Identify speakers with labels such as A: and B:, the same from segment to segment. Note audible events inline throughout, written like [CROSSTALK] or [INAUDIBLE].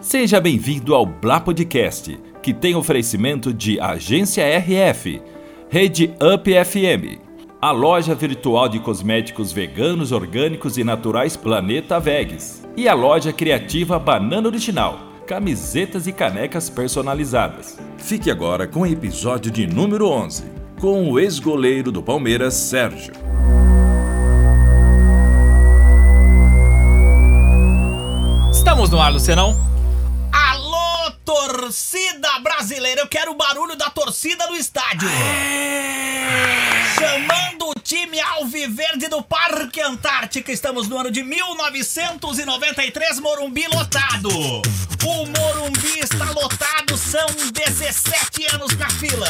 A: Seja bem-vindo ao Blá Podcast, que tem oferecimento de Agência RF, Rede Up FM, a loja virtual de cosméticos veganos, orgânicos e naturais Planeta Vegs e a loja criativa Banana Original, camisetas e canecas personalizadas. Fique agora com o episódio de número 11, com o ex-goleiro do Palmeiras, Sérgio.
B: Estamos no ar, Lucenão.
C: Alô, torcida brasileira! Eu quero o barulho da torcida no estádio! Chamando o time Alviverde do Parque Antártica. Estamos no ano de 1993, Morumbi lotado. O Morumbi está lotado, são 17 anos na fila.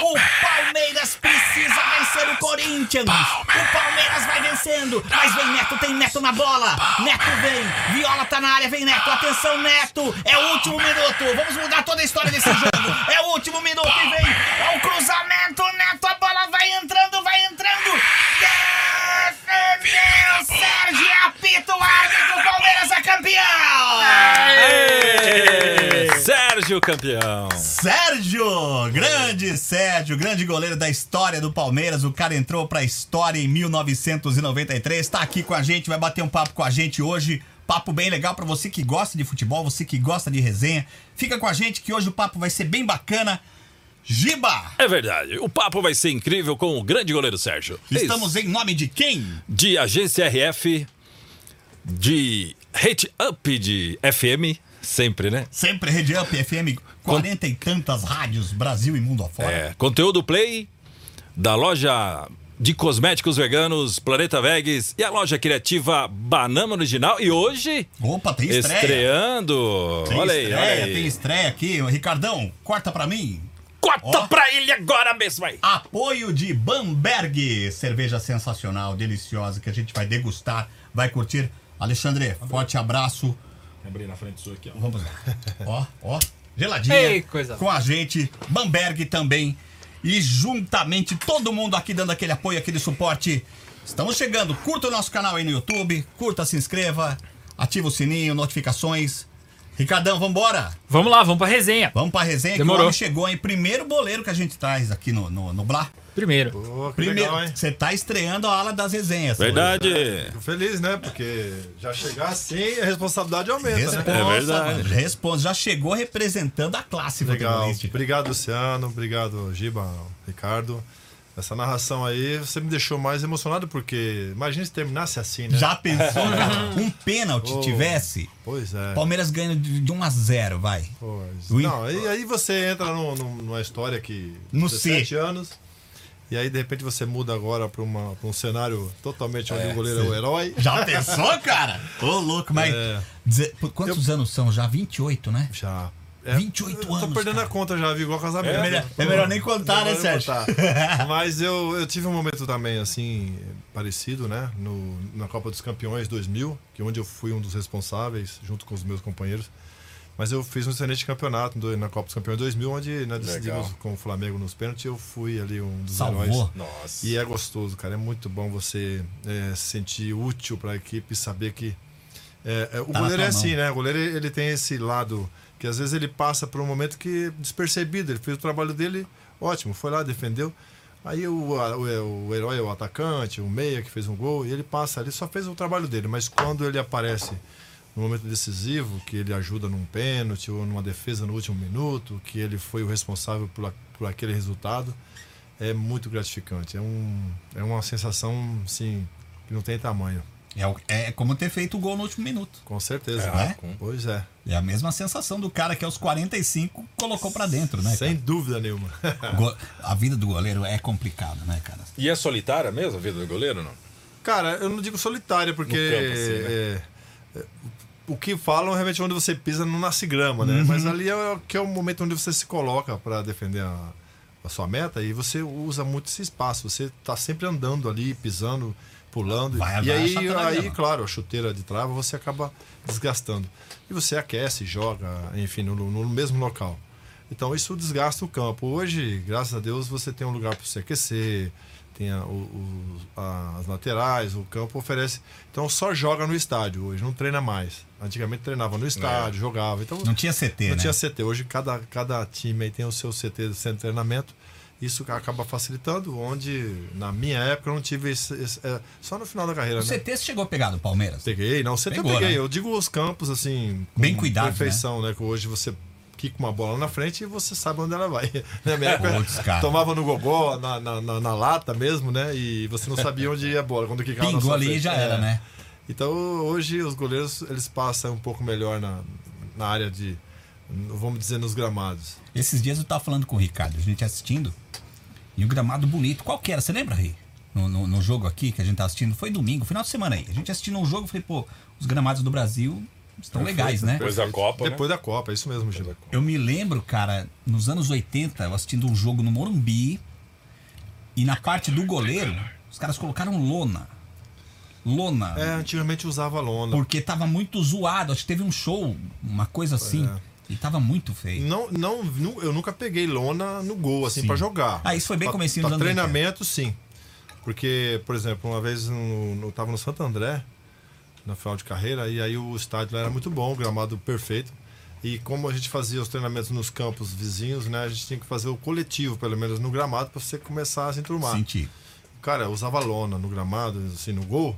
C: O Palmeiras precisa vencer o Corinthians. O Palmeiras vai vencendo, mas vem Neto, tem Neto na bola. Neto vem, Viola tá na área, vem Neto. Atenção, Neto, é o último minuto. Vamos mudar toda a história desse jogo. É o último minuto e vem, é o cruzamento, Neto, a bola vai entrando, vai entrando. Defendeu Sérgio apita o árbitro, o Palmeiras é campeão.
B: Sérgio campeão.
C: Sérgio! Grande Sérgio, grande goleiro da história do Palmeiras. O cara entrou pra história em 1993. Tá aqui com a gente, vai bater um papo com a gente hoje. Papo bem legal pra você que gosta de futebol, você que gosta de resenha. Fica com a gente que hoje o papo vai ser bem bacana. Giba!
B: É verdade. O papo vai ser incrível com o grande goleiro Sérgio.
C: Estamos em nome de quem?
B: de agência RF, de Hate Up de FM, sempre, né?
C: Sempre Rede Up FM, 40 e tantas rádios Brasil e mundo afora.
B: É, conteúdo Play da loja de cosméticos veganos Planeta Vegas e a loja criativa Banana Original e hoje
C: Opa, tem estreia.
B: estreando.
C: Tem
B: olha aí,
C: estreia,
B: olha aí.
C: tem estreia aqui. Ricardão, corta pra mim.
B: Corta
C: Ó.
B: pra ele agora mesmo aí.
C: Apoio de Bamberg, cerveja sensacional, deliciosa, que a gente vai degustar, vai curtir. Alexandre, forte abraço.
B: Abri na frente sua aqui, ó.
C: Vamos lá. Ó, ó, geladinha.
D: Ei, coisa
C: com a gente, Bamberg também. E juntamente todo mundo aqui dando aquele apoio, aquele suporte. Estamos chegando. Curta o nosso canal aí no YouTube, curta, se inscreva, ativa o sininho, notificações. Ricardão, vambora!
D: Vamos lá, vamos pra resenha.
C: Vamos pra resenha que
D: Demorou.
C: o homem chegou, hein? Primeiro boleiro que a gente traz aqui no, no, no Blá.
D: Primeiro.
E: Pô, que
C: Primeiro,
E: legal, hein?
C: você tá estreando a ala das resenhas.
B: Verdade.
E: Fico feliz, né? Porque já chegar assim, a responsabilidade aumenta,
C: hoje. Responsa,
E: né?
B: É verdade.
C: mano, responsa. Já chegou representando a classe
E: Legal.
C: futebolística.
E: Obrigado, Luciano. Obrigado, Giba, Ricardo. Essa narração aí, você me deixou mais emocionado, porque imagina se terminasse assim, né?
C: Já
E: [LAUGHS]
C: pensou? cara? um pênalti tivesse,
E: Pois é.
C: Palmeiras ganha de, de 1 a 0 vai.
E: Pois.
C: Ui.
E: Não, aí, aí você entra num- num- numa história que...
C: No
E: 17 anos. E aí, de repente, você muda agora pra, uma- pra um cenário totalmente onde o goleiro é o herói.
C: Já pensou, cara? Ô, louco, mas.
E: É.
C: Deze- pô, Quantos anos são? Já 28, né?
E: Já.
C: 28
E: É, eu Tô
C: anos,
E: perdendo
C: cara.
E: a conta já, viu? Igual casamento.
C: É melhor-
E: Pô,
C: é melhor nem contar, né,
E: melhor nem
C: Sérgio?
E: contar.
C: [LAUGHS]
E: Mas eu, eu tive um momento também, assim, parecido, né? No, na Copa dos Campeões 2000, que onde eu fui um dos responsáveis, junto com os meus companheiros. Mas eu fiz um excelente campeonato do- na Copa dos Campeões 2000, onde nós decidimos com o Flamengo nos pênaltis. Eu fui ali um dos
C: Salvou.
E: heróis.
B: Nossa.
E: E é gostoso, cara. É muito bom você é, se sentir útil para a equipe e saber que. é, é, o
C: Tá na
E: goleiro é
C: tua mão.
E: assim, né? O goleiro ele tem esse lado que às vezes ele passa por um momento que é despercebido. Ele fez o trabalho dele, ótimo, foi lá, defendeu. Aí o, a- o, o herói é o atacante, o meia que fez um gol, e ele passa ali, só fez o trabalho dele. Mas quando ele aparece no momento decisivo, que ele ajuda num pênalti ou numa defesa no último minuto, que ele foi o responsável por, a- por aquele resultado, é muito gratificante. É, um, é uma sensação, assim, que não tem tamanho.
C: É, o- é como ter feito o gol no último minuto.
E: Com certeza.
C: É,
E: né? Pois é.
C: É a mesma sensação do cara que aos 45 colocou pra dentro, né?
E: Sem dúvida nenhuma. [LAUGHS]
C: cara? Go- A vida do goleiro é complicada, né, cara?
B: E é solitária mesmo a vida do goleiro,
C: É.
B: não?
E: Cara, eu não digo solitária, porque.
B: No campo, assim, né?
E: é, é, o que falam é realmente onde você pisa não nasce grama, né?
B: Uhum.
E: Mas ali é, o- que é o momento onde você se coloca para defender a, a sua meta e você usa muito esse espaço. Você tá sempre andando ali, pisando, pulando.
C: Vai,
E: e
C: vai,
E: aí,
C: achar também,
E: aí
C: né?
E: claro, a chuteira de trava você acaba desgastando. E você aquece, joga, enfim, no, no mesmo local. Então isso desgasta o campo. Hoje, graças a Deus, você tem um lugar para se aquecer, tem a- o- o- a- as laterais, o campo oferece. Então só joga no estádio hoje, não treina mais. Antigamente treinava no estádio, jogava. Então
C: É. Não tinha CT,
E: não
C: né?
E: tinha CT. Hoje cada, cada time aí tem o seu CT de centro de treinamento. Isso acaba facilitando, onde na minha época eu não tive esse, esse- é, só no final da carreira,
C: O
E: né?
C: CT você chegou a pegar do Palmeiras?
E: Peguei, não, o CT
C: Pegou,
E: eu peguei.
C: né?
E: Eu digo os campos assim, com
C: Bem cuidado,
E: perfeição, né? Que hoje você quica uma bola na frente e você sabe onde ela vai. [LAUGHS] Na minha
C: Putz,
E: época,
C: cara.
E: tomava no gogó, na, na, na- na lata mesmo, né? E você não sabia onde ia a bola. Quando quicava na
C: Pingou
E: sua
C: ali e
E: frente.
C: já
E: É.
C: era, né?
E: Então hoje os goleiros eles passam um pouco melhor na, na área de, vamos dizer, nos gramados.
C: Esses dias eu tava falando com o Ricardo, a gente assistindo, e um gramado bonito. Qual que era? Você lembra, Rei? No, no- no jogo aqui que a gente tá assistindo, foi domingo, final de semana aí. A gente assistindo um jogo e falei, pô, os gramados do Brasil estão legais, né?
A: Depois da Copa, né?
E: Depois da Copa, é isso mesmo, Gil.
C: Eu me lembro, cara, nos anos 80, eu assistindo um jogo no Morumbi e na parte do goleiro, os caras colocaram lona. Lona.
E: É, antigamente usava lona.
C: Porque tava muito zoado. Acho que teve um show, uma coisa assim.
A: é.
C: E tava muito feio.
A: Hum,
E: Não, não, nu- eu nunca peguei lona no gol, assim,
C: Sim.
E: pra jogar.
C: Ah, isso foi bem
E: Pra-
C: comecinho
E: pra
C: dos anos
E: treinamento, sim. Porque, por exemplo, uma vez no, no- eu tava no Santo André, na final de carreira, e aí o estádio lá era muito bom, o gramado perfeito. E como a gente fazia os treinamentos nos campos vizinhos, né? A gente tinha que fazer o coletivo, pelo menos no gramado, pra você começar a se enturmar.
C: Senti.
E: Cara, eu usava lona no gramado, assim, no gol.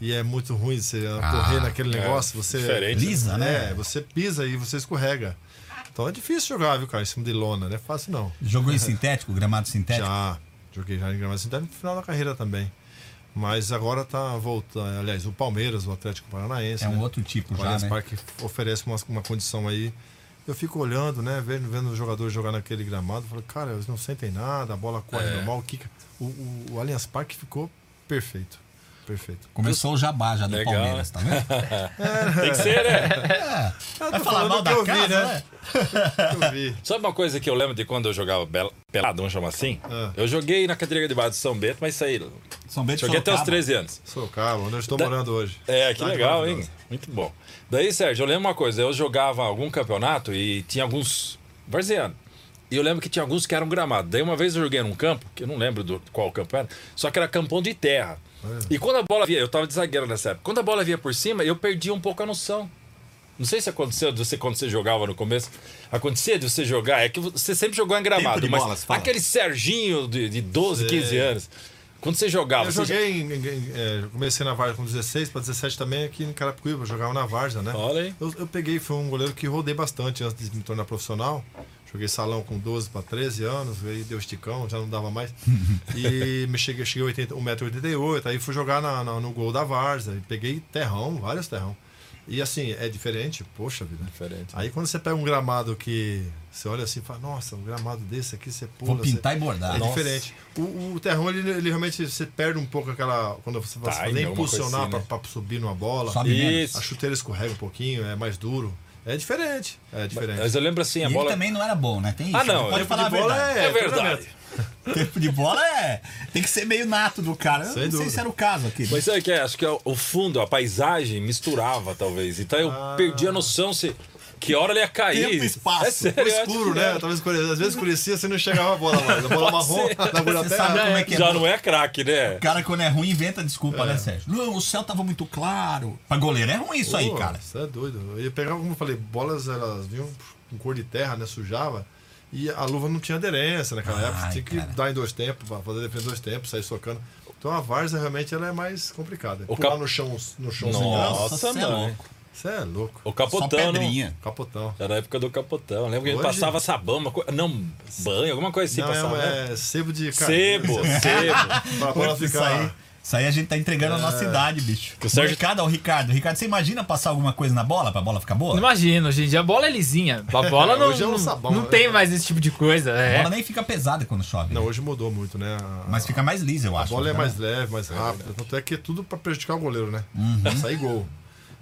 E: E é muito ruim você correr naquele negócio. Você
A: diferente.
C: Lisa, Ah, é né?
E: É, você pisa e você escorrega. Então é difícil jogar, viu, cara, em cima de lona. Não é fácil, não.
C: Jogou em sintético, gramado sintético?
E: Já joguei já em gramado sintético no final da carreira também. Mas agora tá voltando. Aliás, o Palmeiras, o Atlético Paranaense.
C: É um
E: né?
C: outro tipo
E: O
C: já,
E: Allianz
C: né?
E: Parque oferece uma, uma condição aí. Eu fico olhando, né? Vendo, vendo os jogadores jogar naquele gramado. Falo, cara, eles não sentem nada, a bola corre
A: É.
E: normal, quica. O, o, o Allianz Parque ficou perfeito. Perfeito.
C: Começou o jabá já do
A: Legal.
C: Palmeiras,
A: [LAUGHS]
C: tá vendo?
A: Tem que ser, né?
E: Vai
C: falar mal da casa, né?
E: Eu vi.
A: Sabe uma coisa que eu lembro de quando eu jogava bela- pelado, vamos chamar assim?
E: Ah.
A: Eu joguei na cadeira de baixo do São Bento, mas saí.
C: São Bento e
A: Joguei até os
C: Sorocaba.
A: 13 anos.
E: Sorocaba, onde eu estou
A: Da-
E: morando hoje.
A: É, que
E: Cidade
A: legal, hein?
E: maravilhosa.
A: Muito bom. Daí, Sérgio, eu lembro uma coisa. Eu jogava algum campeonato e tinha alguns... Varziano. E eu lembro que tinha alguns que eram gramados. Daí uma vez eu joguei num campo, que eu não lembro do qual campo era, só que era campão de terra. E quando a bola via... Eu tava de zagueiro nessa época. Quando a bola via por cima, eu perdia um pouco a noção. Não sei se aconteceu de você quando você jogava no começo. Acontecia de você jogar, é que você sempre jogou em gramado,
F: de
A: mas
F: bola, você fala.
A: aquele Serginho de, de 12, 15 anos. Quando você jogava,
E: Eu
A: você
E: joguei, em, em- em- é, eu comecei na Varsa com 16 para 17 também aqui em Carapicuíba, eu jogava na Varsa, né?
A: Olha aí.
E: Eu, eu peguei, foi um goleiro que rodei bastante antes de me tornar profissional. Joguei salão com 12 para 13 anos, aí deu esticão, já não
C: [LAUGHS]
E: dava mais. e me cheguei, cheguei a um 80 1,88m, aí fui jogar na- na- no gol da Varsa, e peguei terrão, vários terrão. E assim, é diferente, poxa vida.
A: Diferente.
E: Aí quando você pega um gramado que você olha assim e fala, nossa, um gramado desse aqui você pula.
C: Vou pintar
E: você...
C: e bordar.
A: assim.
E: É
C: Nossa.
E: diferente. O, o terrão, ele, ele realmente, você perde um pouco aquela. Quando você vai
A: Time, alguma
E: impulsionar
A: coisa assim,
E: pra, pra subir numa bola.
C: Sobe menos.
A: Isso.
E: A chuteira escorrega um pouquinho, é mais duro. É diferente. É diferente.
A: Mas eu lembro assim,
C: E
A: a
C: ele
A: bola.
C: também não era bom, né? Tem isso.
A: Ah, não,
C: né? Pode
A: tempo
C: falar a
E: de bola
C: verdade.
A: É,
E: É,
A: verdade.
C: Tempo de bola é. Tem que ser meio nato do cara. Eu
E: Sem
C: não sei
E: dúvida.
C: se era o caso aqui.
A: Mas sabe o que é? Acho que é o fundo, a paisagem misturava, talvez. Então eu perdi a noção se. Que hora ele ia cair.
C: Tempo e espaço.
A: É sério,
E: Ficou
A: eu acho
E: escuro,
A: que
E: né?
A: era.
E: Talvez escurecia. Às vezes escurecia, você não chegava a bola mais. A bola marrom,
A: ser.
E: na agulha
C: Você
E: até.
C: sabe como é que é.
A: Já
C: bom.
A: não é craque, né?
C: O cara, quando é ruim, inventa desculpa, né, Sérgio? Não, o céu tava muito claro. Pra goleiro é ruim isso aí,
E: Pô,
C: cara.
E: Isso é doido. Eu pegava, como eu falei, bolas, elas vinham com cor de terra, né? Sujava. E a luva não tinha aderência naquela
C: Ai,
E: época. Tinha que
C: cara.
E: dar em dois tempos, pra fazer defesa em dois tempos, sair socando. Então a várzea realmente ela é mais complicada.
A: O
E: Pular
A: cap-
E: no chão, no chão sem graça,
A: Nossa,
C: cê é
A: mano.
C: louco.
E: Você é louco.
A: O
C: Só
A: capotão. Não...
C: pedrinha.
E: Capotão.
A: Era a época do capotão. Lembro que ele
E: Hoje-
A: passava sabão, uma coisa. Não, banho, alguma coisa assim
E: não,
A: passava. né?
E: é, é sebo de
A: Sebo,
E: né?
A: sebo.
E: [LAUGHS] Pra bola
C: Putz, Isso aí,
E: ficar.
C: isso aí a gente tá entregando a
E: É.
C: nossa idade, bicho.
A: o Sérgio-
C: Molecada, ó, Ricardo. Ricardo, você imagina passar alguma coisa na bola pra bola ficar boa? A
D: Imagina, hoje em dia a bola é lisinha. A bola não,
E: Hoje é um
D: não-
E: sabão,
D: não
E: né?
D: tem mais esse tipo de coisa. É.
C: bola nem fica pesada quando chove.
E: Não, hoje mudou muito, né? A-
C: Mas fica mais lisa, eu
E: A
C: acho.
E: bola é
C: né?
E: mais leve, mais rápida. Tanto é que é tudo pra prejudicar o goleiro, né?
C: Uhum.
E: Pra sair gol.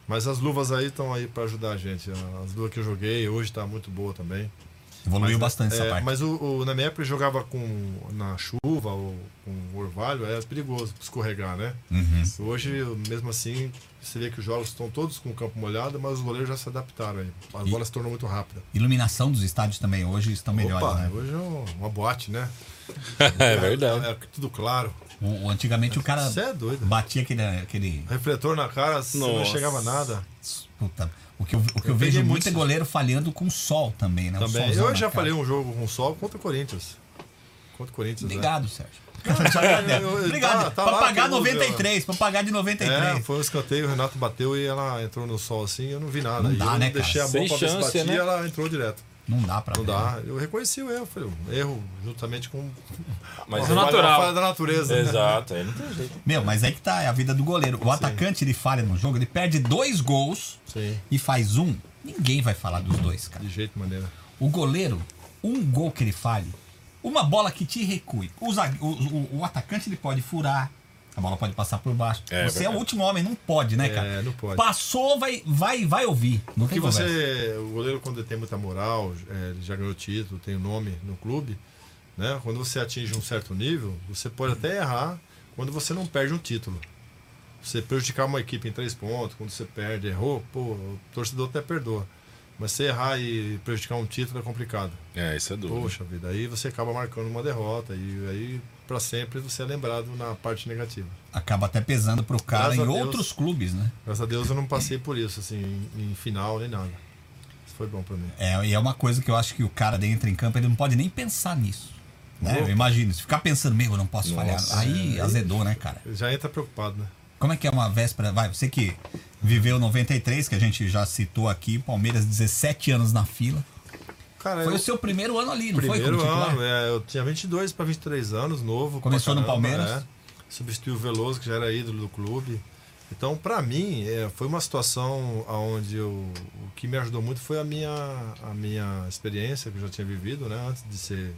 E: Mas as luvas aí estão aí pra ajudar a gente. As luvas que eu joguei hoje tá muito boa também.
C: Evoluiu bastante essa
E: É,
C: parte.
E: mas o, o- na minha época eu jogava com, na chuva é
C: Uhum.
E: ou com orvalho, era perigoso escorregar, né? Hoje, eu, mesmo assim, Você vê que os jogos estão todos com o campo molhado, mas os goleiros já se adaptaram aí. A bola se tornou muito rápida.
C: Iluminação dos estádios também hoje estão melhores,
E: Opa,
C: né?
E: hoje é um- uma boate,
C: [LAUGHS]
E: né?
A: É verdade.
E: É, é tudo claro.
C: O- o- antigamente o cara
E: Você é doido.
C: batia aquele. aquele
E: Refletor na cara, você não
A: Nossa.
E: chegava nada.
C: puta, o que eu, o que eu
E: Eu
C: vejo
E: peguei
C: muito é
E: muito-
C: goleiro falhando com sol também, né? O
E: Também.
C: solzão
E: Eu
C: na
E: já
C: cara.
E: falei um jogo com sol contra o Corinthians. Contra o Corinthians, né? [LAUGHS]
C: Obrigado, Sérgio.
E: eu- eu-
C: [LAUGHS] Obrigado.
E: tá- tá
C: pra
E: lá,
C: pagar
E: todo mundo,
C: 93, pra pagar de 93.
E: É, foi um escanteio, o Renato bateu e ela entrou no sol assim, eu não vi nada.
C: Não
E: E
C: dá,
E: eu
C: né, cara?
E: deixei a mão
A: Sem
E: pra ver se
A: chance,
E: batia
A: né?
E: e ela entrou direto.
C: Não dá pra
E: Não
C: ver. né?
E: dá. Eu reconheci o erro, falei, um erro juntamente com
A: Mas
E: uma
A: é
E: falha- uma
D: natural.
E: falha da natureza. né?
A: [LAUGHS] Exato, é aí não tem jeito.
C: Meu, mas aí que tá, é a vida do goleiro. O atacante, ele falha no jogo, ele perde dois gols
E: Sim.
C: e faz um. Ninguém vai falar dos dois, cara.
E: De jeito e maneira.
C: O goleiro, um gol que ele fale, uma bola que te recue. O, zague- o- o- o atacante ele pode furar, a bola pode passar por baixo.
A: É,
C: você é
A: verdade.
C: o último homem, não pode, né, cara?
E: É, não pode.
C: Passou, vai, vai, vai ouvir. Não tem
E: Porque
C: conversa.
E: você, o goleiro, quando ele tem muita moral, é, ele já ganhou título, tem o nome no clube, né? Quando você atinge um certo nível, você pode até errar quando você não perde um título. Você prejudicar uma equipe em três pontos, quando você perde, errou, pô, o torcedor até perdoa. Mas você errar e prejudicar um título é complicado.
A: É, isso é duro.
E: Poxa vida, aí você acaba marcando uma derrota e aí para sempre você é lembrado na parte negativa.
C: Acaba até pesando pro cara
E: Graças
C: em
E: a Deus.
C: outros clubes, né?
E: Graças a Deus eu não passei por isso, assim, em, em final nem nada. Isso foi bom para mim.
C: É, e é uma coisa que eu acho que o cara dentro em campo, ele não pode nem pensar nisso. Né? Eu imagino, se ficar pensando, meu, eu não posso falhar. Aí
E: é,
C: azedou, né, cara?
E: Já entra preocupado, né?
C: Como é que é uma véspera? Vai, você que viveu 93, que a gente já citou aqui, Palmeiras 17 anos na fila.
E: Cara,
C: Foi
E: eu-
C: o seu primeiro ano ali, não foi?
E: primeiro
C: como titular?
E: ano, é, eu tinha 22 para 23 anos, novo. pra
C: Começou no
E: caramba,
C: Palmeiras?
E: é. substituiu o Veloso, que já era ídolo do clube. Então, para mim, é, foi uma situação onde eu, o que me ajudou muito foi a minha, a minha experiência que eu já tinha vivido, né, antes de ser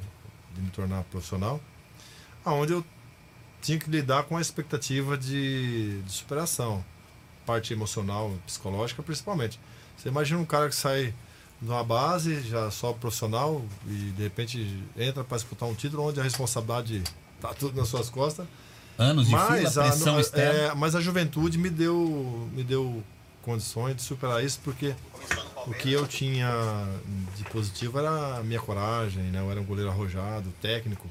E: de me tornar profissional, aonde eu tinha que lidar com a expectativa de, de superação, parte emocional, psicológica, principalmente. Você imagina um cara que sai de uma base, já só profissional e de repente entra para disputar um título onde a responsabilidade tá tudo nas suas costas.
C: Anos de
E: Mas
C: fila,
E: a,
C: pressão
E: não-
C: externa.
E: é, mas a juventude me deu, me deu condições de superar isso, porque o que eu tinha de positivo era a minha coragem, né? eu era um goleiro arrojado, técnico.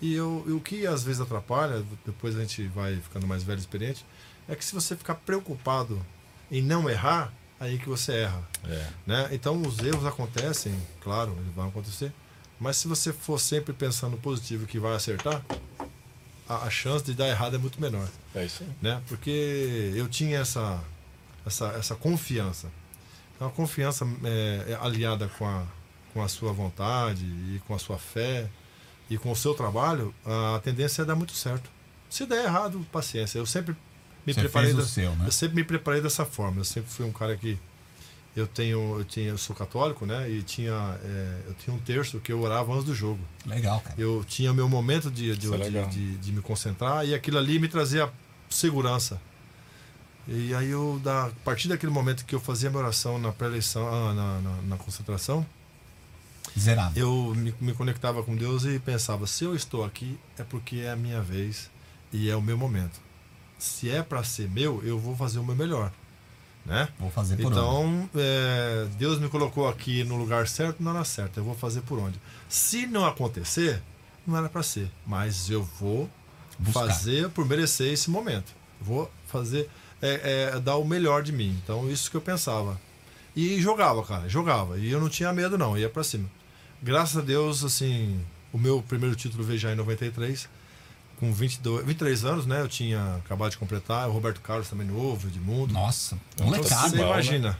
E: E eu, e o que às vezes atrapalha, depois a gente vai ficando mais velho e experiente, é que se você ficar preocupado em não errar, aí que você erra.
A: É.
E: Né? Então os erros acontecem, claro, eles vão acontecer. Mas se você for sempre pensando positivo que vai acertar, a, a chance de dar errado é muito menor,
A: É isso aí.
E: né? Porque eu tinha essa essa, essa confiança. Então a confiança é, é aliada com a com a sua vontade e com a sua fé e com o seu trabalho, a tendência é dar muito certo. Se der errado, paciência. Eu sempre me
C: Você
E: preparei
C: fez o
E: da-
C: seu, né?
E: eu sempre me preparei dessa forma. Eu sempre fui um cara que eu tenho, eu tinha, eu sou católico, né? E tinha, é, eu tinha um terço que eu orava antes do jogo.
C: Legal, cara.
E: Eu tinha o meu momento de, de,
A: Isso é
E: de-
A: legal.
E: de- de me concentrar e aquilo ali me trazia segurança. E aí eu, da, a partir daquele momento que eu fazia minha oração na pré-eleição, ah, na, na, na concentração,
C: Zerado.
E: eu me, me conectava com Deus e pensava: se eu estou aqui, é porque é a minha vez e é o meu momento. Se é para ser meu, eu vou fazer o meu melhor, né?
C: Vou fazer por onde?
E: Então, é, Deus me colocou aqui no lugar certo, na hora certa. Eu vou fazer por onde. Se não acontecer, não era para ser. Mas eu vou
C: Buscar.
E: fazer por merecer esse momento. Vou fazer, é, é, dar o melhor de mim. Então, isso que eu pensava. E jogava, cara, jogava. E eu não tinha medo, não. Ia para cima. Graças a Deus, assim, o meu primeiro título veio já em 93 com 22, 23 anos, né? Eu tinha acabado de completar, o Roberto Carlos também novo, Edmundo.
C: Nossa,
E: Então,
C: molecada.
E: Você
A: Bom, né?
E: imagina.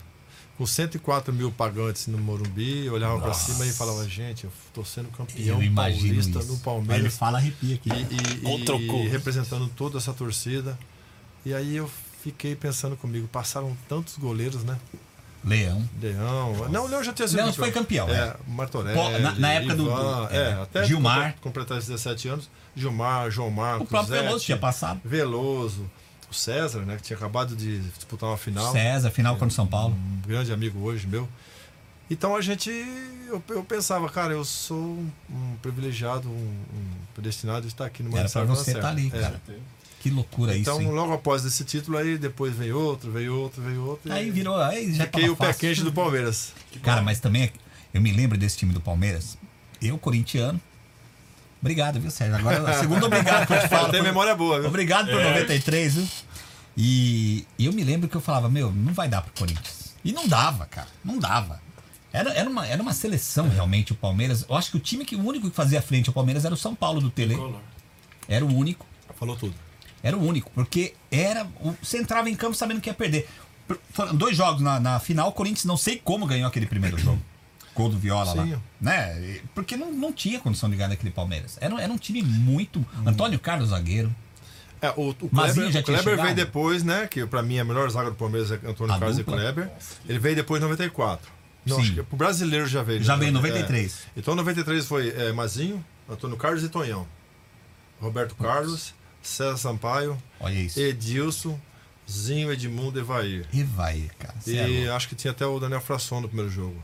E: Com 104 mil pagantes no Morumbi, eu olhava pra cima e falava, gente, eu tô sendo campeão
C: Eu imagino isso.
E: paulista no
C: Aí ele
E: Palmeiras.
C: fala, arrepia aqui.
E: E, e-
A: Contra o
E: e
A: Corinthians.
E: representando toda essa torcida. E aí eu fiquei pensando comigo, passaram tantos goleiros, né?
C: Leão.
E: Leão. Não, o Leão já tinha sido
C: Leão foi campeão,
E: É,
C: é.
E: Martorelli.
C: Pô, na- na época do-
E: Ivan,
C: do-
E: é,
C: é,
E: até
C: Gilmar.
E: comple- completar esses 17 anos. Gilmar, João
C: O
E: Marcos.
C: próprio
E: Zete,
C: Veloso tinha passado.
E: Veloso, o César, né, que tinha acabado de disputar uma final,
C: César, final contra o São Paulo.
E: um grande amigo hoje meu. Então a gente, eu, eu pensava, cara, eu sou um, um privilegiado, um, um predestinado de estar aqui no
C: Era pra
E: Mansardo na
C: você
E: Serra.
C: estar ali,
E: É.
C: cara. que loucura
E: Então,
C: isso. hein?
E: logo após esse título aí, depois veio outro, veio outro, veio outro.
C: Aí
E: e
C: virou. Aí já
E: Fiquei
C: tava
E: o pé
C: fácil.
E: quente
C: [LAUGHS]
E: do Palmeiras.
C: Cara, mas também é eu me lembro desse time do Palmeiras. Eu, corintiano. Obrigado, viu, Sérgio? Agora, segundo obrigado que eu te
E: [LAUGHS]
C: falo.
E: Tem
C: por-
E: memória boa, viu?
C: Obrigado por 93, viu? E, e eu me lembro que eu falava, meu, não vai dar pro Corinthians. E não dava, cara. Não dava. Era, era, uma, era uma seleção, realmente, o Palmeiras. Eu acho que o time que o único que fazia frente ao Palmeiras era o São Paulo do Tele. Era o único.
E: Falou tudo.
C: Era o único, porque era. o- Você entrava em campo sabendo que ia perder. Por- Foram dois jogos na, na final, o Corinthians não sei como ganhou aquele primeiro jogo. Gol do Viola
E: Sim.
C: lá. Né? E- Porque não, não tinha condição de ganhar daquele Palmeiras. Era, um- era um time muito. Antônio Carlos zagueiro.
E: É, o, o
C: Mazinho
E: Kleber,
C: já tinha
E: o Kleber
C: chegado?
E: veio depois, né? Que pra mim a melhor zaga do Palmeiras é Antônio
C: A
E: Carlos
C: dupla?
E: e Kleber. Ele veio depois em 94. Não,
C: Sim.
E: acho que pro brasileiro já veio.
C: Já
E: né?
C: veio em
E: É.
C: 93.
E: Então 93 foi é, Mazinho, Antônio Carlos e Tonhão. Roberto Carlos, César Sampaio,
C: Olha isso.
E: Edilson, Zinho, Edmundo e Evair.
C: E vai, cara. Cê é
E: E
C: louco.
E: acho que tinha até o Daniel Frasson no primeiro jogo.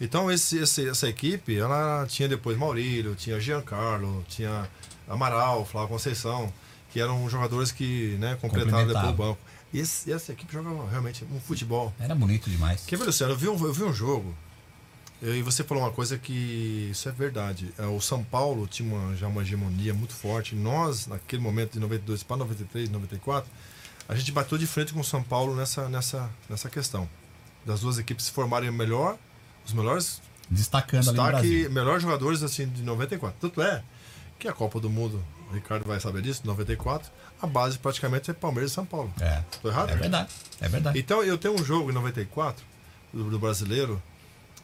E: Então esse, esse- essa equipe, ela tinha depois Maurílio, tinha Giancarlo, tinha Amaral, Flávio Conceição, que eram jogadores que né, completavam depois o
C: Complementavam.
E: banco. E esse- essa equipe jogava realmente um futebol.
C: Era bonito demais.
E: Quer ver, Luciano? Eu vi um, eu vi um jogo eu- e você falou uma coisa que isso é verdade. É, O São Paulo tinha uma, já uma hegemonia muito forte. Nós, naquele momento de 92 para 93, 94, a gente bateu de frente com o São Paulo nessa, nessa, nessa questão. Das duas equipes se formarem melhor, os melhores
C: Destacando ali no
E: destaque,
C: Brasil.
E: melhores jogadores assim de 94. Tanto é que a Copa do Mundo, o Ricardo vai saber disso, 94, a base praticamente é Palmeiras e São Paulo.
C: É.
E: Tô errado?
C: É verdade. É verdade.
E: Então, eu tenho um jogo em 94, do, do brasileiro,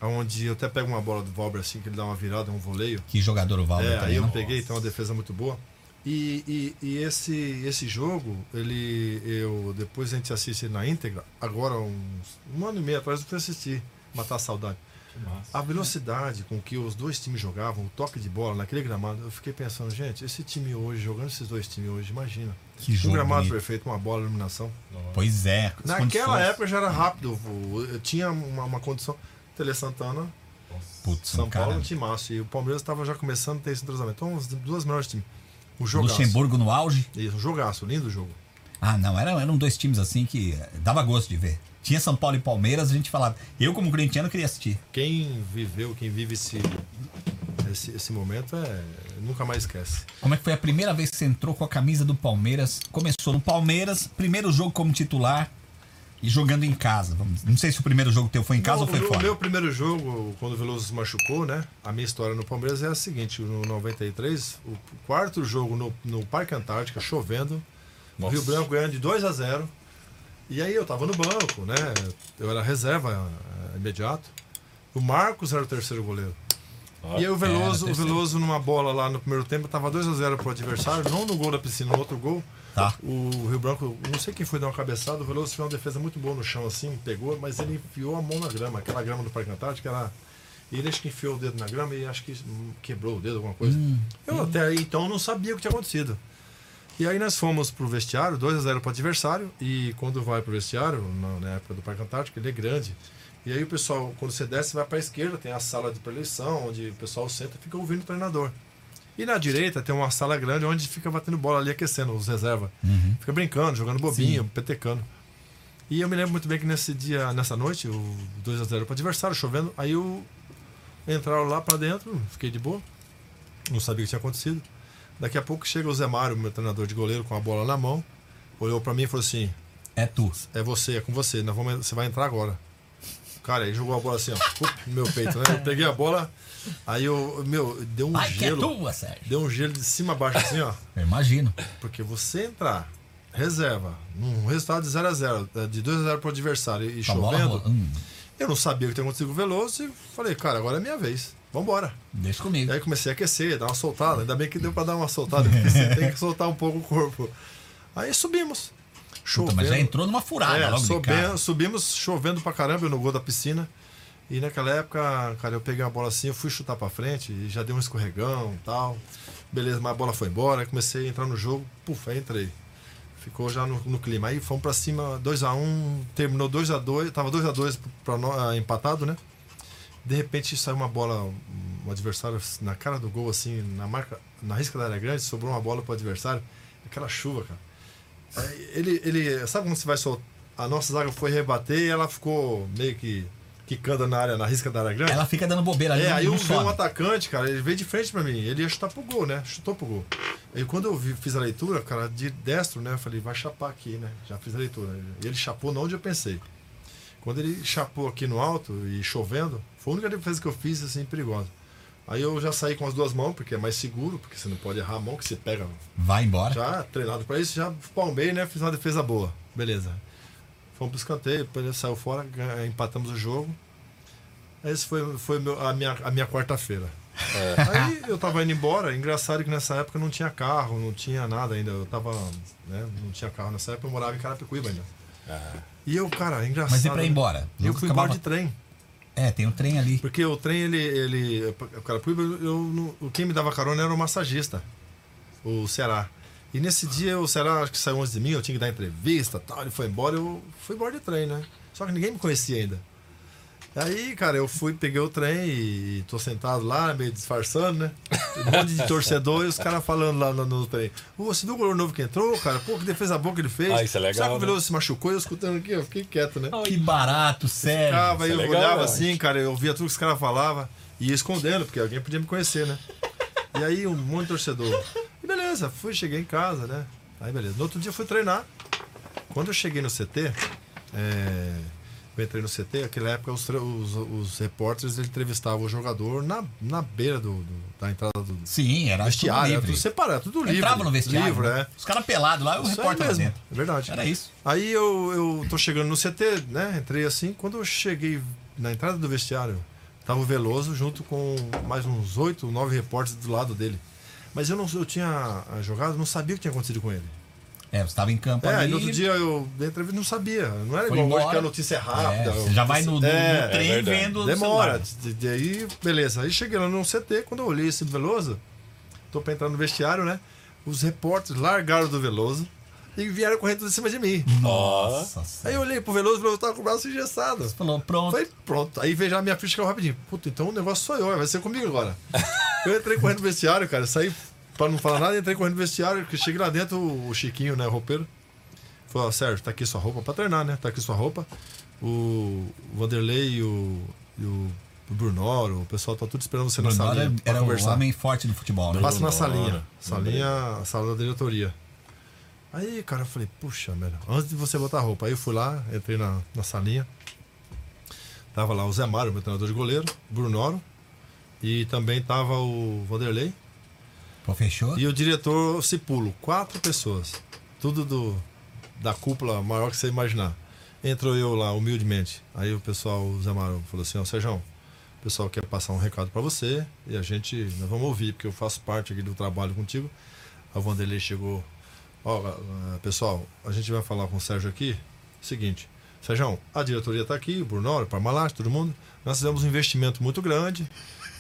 E: onde eu até pego uma bola do Valber assim, que ele dá uma virada, um voleio.
C: Que jogador o Valdo
E: É, aí
C: também,
E: eu
C: não?
E: peguei, tem uma defesa muito boa. E, e- e esse, esse jogo, ele eu depois a gente assiste ele na íntegra, agora uns, um ano e meio atrás eu fui assistir, matar a saudade. A velocidade com que os dois times jogavam, o toque de bola naquele gramado, eu fiquei pensando, gente, esse time hoje, jogando esses dois times hoje, imagina.
C: Que
E: um
C: jogo
E: gramado
C: bonito.
E: perfeito, uma bola, iluminação.
C: Pois é. as
E: Naquela
C: condições.
E: época já era rápido, vô. eu tinha uma, uma condição. Tele Santana,
C: Putz,
E: São
C: um cara.
E: Paulo, um timaço. E o Palmeiras estava já começando a ter esse entrosamento. Então, as duas melhores times. O jogaço.
C: Luxemburgo no auge.
E: Isso, um jogaço, lindo jogo.
C: Ah, não, eram, eram dois times assim que dava gosto de ver. Tinha São Paulo e Palmeiras, a gente falava. Eu, como corintiano, queria assistir.
E: Quem viveu, quem vive esse, esse, esse momento, é nunca mais esquece.
C: Como é que foi a primeira vez que você entrou com a camisa do Palmeiras? Começou no Palmeiras, primeiro jogo como titular e jogando em casa. Vamos- Não sei se o primeiro jogo teu foi em casa
E: Não,
C: ou foi
E: o,
C: fora.
E: O meu primeiro jogo, quando o Veloso se machucou, né? A minha história no Palmeiras é a seguinte: no 93, o quarto jogo no, no Parque Antártica, chovendo, o Rio Branco ganhando de 2 a 0 E aí eu tava no banco, né? Eu era reserva eh, imediato. O Marcos era o terceiro goleiro. E aí o Veloso,
C: Ah, era
E: o
C: o terceiro.
E: Veloso numa bola lá no primeiro tempo, tava 2 a 0 pro adversário, não no gol da piscina, no outro gol.
C: Tá.
E: O Rio Branco, não sei quem foi dar uma cabeçada, o Veloso fez uma defesa muito boa no chão assim, pegou, mas ele enfiou a mão na grama, aquela grama do Parque Antártico, era e ele acho que enfiou o dedo na grama e acho que hum, quebrou o dedo, alguma coisa. eu até aí então não sabia o que tinha acontecido. E aí nós fomos pro vestiário, 2 a 0 pro adversário, e quando vai pro vestiário, na, na época do Parque Antártico, ele é grande. E aí o pessoal, quando você desce, vai pra esquerda, tem a sala de preleção, onde o pessoal senta e fica ouvindo o treinador. E na direita tem uma sala grande onde fica batendo bola ali, aquecendo os reservas.
C: Uhum.
E: Fica brincando, jogando bobinha, petecando. E eu me lembro muito bem que nesse dia, nessa noite, o 2 a 0 pro adversário, chovendo, aí eu entraram lá pra dentro, fiquei de boa. Não sabia o que tinha acontecido. Daqui a pouco chega o Zé Mário, meu treinador de goleiro, com a bola na mão. Olhou pra mim e falou assim:
C: É tu.
E: É você, é com você, nós vamos, você vai entrar agora. Cara, ele jogou a bola assim, ó, up, no meu peito, né? Eu peguei a bola, aí eu, meu, deu um
C: Ai, que é
E: gelo.
C: tua, Sérgio.
E: Deu um gelo de cima a baixo, assim, ó.
C: Eu imagino.
E: Porque você entrar, reserva, num resultado de 0 a 0 de 2 a 0 pro adversário e
C: Com a bola
E: chovendo,
C: rola- hum,
E: eu não sabia o que tinha acontecido com o Veloso e falei, cara, agora é minha vez. Vambora.
C: deixa
E: E
C: comigo.
E: aí comecei a aquecer, dar uma soltada. Ainda bem que deu pra dar uma soltada, porque
C: [LAUGHS]
E: você tem que soltar um pouco o corpo. Aí subimos. Chovendo.
C: Puta, mas já entrou numa furada
E: É,
C: logo de
E: sobe-
C: cara.
E: subimos chovendo pra caramba no gol da piscina. E naquela época, cara, eu peguei uma bola assim, eu fui chutar pra frente e já deu um escorregão e tal. Beleza, mas a bola foi embora, aí comecei a entrar no jogo, puf, aí entrei. Ficou já no, no clima. Aí fomos pra cima, 2x1, terminou 2x2, tava 2x2 pra nó- ah, empatado, né? De repente saiu uma bola, um adversário na cara do gol, assim, na marca, na risca da área grande, sobrou uma bola pro adversário. Aquela chuva, cara. ele, ele. Sabe quando você vai soltar? A nossa zaga foi rebater e ela ficou meio que quicando na área, na risca da área grande.
C: Ela fica dando bobeira ali.
E: É,
C: não-
E: aí
C: não
E: eu vi um
C: sobe.
E: atacante, cara, ele veio de frente pra mim. Ele ia chutar pro gol, né? Chutou pro gol. E quando eu vi- fiz a leitura, cara, de destro, né? Eu falei, vai chapar aqui, né? Já fiz a leitura. E ele chapou não onde eu pensei. Quando ele chapou aqui no alto e chovendo, foi a única defesa que eu fiz, assim, perigosa. Aí eu já saí com as duas mãos, porque é mais seguro, porque você não pode errar a mão, que você pega
C: Vai embora.
E: já treinado pra isso, já palmei, né? Fiz uma defesa boa. Beleza. Fomos pro escanteio, depois ele saiu fora, gan- empatamos o jogo. Essa foi, foi meu- a minha, a minha quarta-feira. Aí eu tava indo embora, engraçado que nessa época não tinha carro, não tinha nada ainda. Eu tava, né? Não tinha carro nessa época, eu morava em Carapicuíba ainda. E eu, cara, engraçado.
C: Mas e pra ir
E: né?
C: embora?
E: Eu
C: Nunca
E: fui
C: acabava-
E: embora de trem.
C: É, tem um trem ali.
E: Porque o trem, ele. ele o Carapuíba, eu, não- o quem me dava carona era o massagista, o Ceará. E nesse dia, o Ceará acho que saiu antes de mim, eu tinha que dar entrevista tal. Ele foi embora, eu fui embora de trem, né? Só que ninguém me conhecia ainda. Aí, cara, eu fui, peguei o trem e tô sentado lá, meio disfarçando, né? Um monte de torcedor e os caras falando lá no, no trem. Ô, você viu o goleiro novo que entrou, cara? Pô, que defesa boa que ele fez.
A: Ah, isso é legal,
E: Sabe que o
A: né?
E: Veloso se machucou? Eu escutando aqui, eu fiquei quieto, né?
C: Que barato, sério.
E: ficava, aí
A: Isso
E: eu
A: é legal,
E: olhava
A: né?
E: assim, cara, eu via tudo que os caras falavam e ia escondendo, porque alguém podia me conhecer, né? E aí um monte de torcedor. E beleza, fui, cheguei em casa, né? Aí beleza. No outro dia eu fui treinar. Quando eu cheguei no CT, é, eu entrei no CT, naquela época os, tre- os, os repórteres eles entrevistavam o jogador na, na beira do, do- da entrada do
C: Sim, era
E: vestiário, era
C: tudo
E: tudo
C: livre.
E: separado, tudo livre.
C: Entrava no vestiário.
E: Livre,
C: né?
E: é.
C: Os caras pelados lá, o
E: Isso aí
C: repórter lá
E: mesmo,
C: dentro.
E: é verdade.
C: Era isso.
E: Aí eu, eu tô chegando no CT, né? Entrei assim. Quando eu cheguei na entrada do vestiário, tava o Veloso junto com mais uns oito, nove repórteres do lado dele. Mas eu não eu tinha ah, jogado, não sabia o que tinha acontecido com ele.
C: É, você tava em campo
E: É,
C: ali.
E: aí no outro dia eu dei entrevista não sabia. Não era
C: Foi
E: igual hoje
C: embora.
E: que a notícia é rápida.
C: É,
E: eu-
C: você já vai no, no,
E: É,
C: no trem
A: é verdade.
C: vendo o
E: Demora.
C: celular.
E: De- de- Aí, beleza. Aí cheguei lá no CT, quando eu olhei esse do Veloso, tô pra entrar no vestiário, né? Os repórteres largaram do Veloso e vieram correndo em cima de mim.
C: Nossa
E: Aí
C: senhora.
E: eu olhei pro Veloso, o Veloso tava com o braço engessado.
C: Falou, pronto.
E: Falei, pronto. Aí veio já a minha ficha caiu rapidinho. Puta, então o negócio sou eu, vai ser comigo agora. eu entrei correndo no vestiário, cara. Saí pra não falar nada, entrei correndo no vestiário. Porque cheguei lá dentro, o Chiquinho, né, o roupeiro, falou: ó, Sérgio, tá aqui sua roupa pra treinar, né? Tá aqui sua roupa. O Vanderlei e o, e o Brunoro, o pessoal tá tudo esperando você na
C: Bruno
E: salinha.
C: era,
E: pra
C: é- era o
E: conversar.
C: homem forte do futebol, né?
E: Passa na
A: Bruno,
E: salinha.
A: olha.
E: Salinha, sala da diretoria. Aí, cara, eu falei, puxa, merda, antes de você botar a roupa. Aí eu fui lá, entrei na, na salinha. Tava lá o Zé Mário, meu treinador de goleiro, Brunoro. E também tava o Vanderlei.
C: Pô, fechou?
E: E o diretor Cipulo. Quatro pessoas. Tudo do, da cúpula maior que você imaginar. Entrou eu lá, humildemente. Aí o pessoal, o Zé Mário, falou assim, ó, Sérgio, o pessoal quer passar um recado pra você e a gente, nós vamos ouvir, porque eu faço parte aqui do trabalho contigo. A Vanderlei chegou, ó, ah, pessoal, a gente vai falar com o Sérgio aqui, seguinte, Sérgio, a diretoria tá aqui, o Brunoro, Parmalat, todo mundo, nós fizemos um investimento muito grande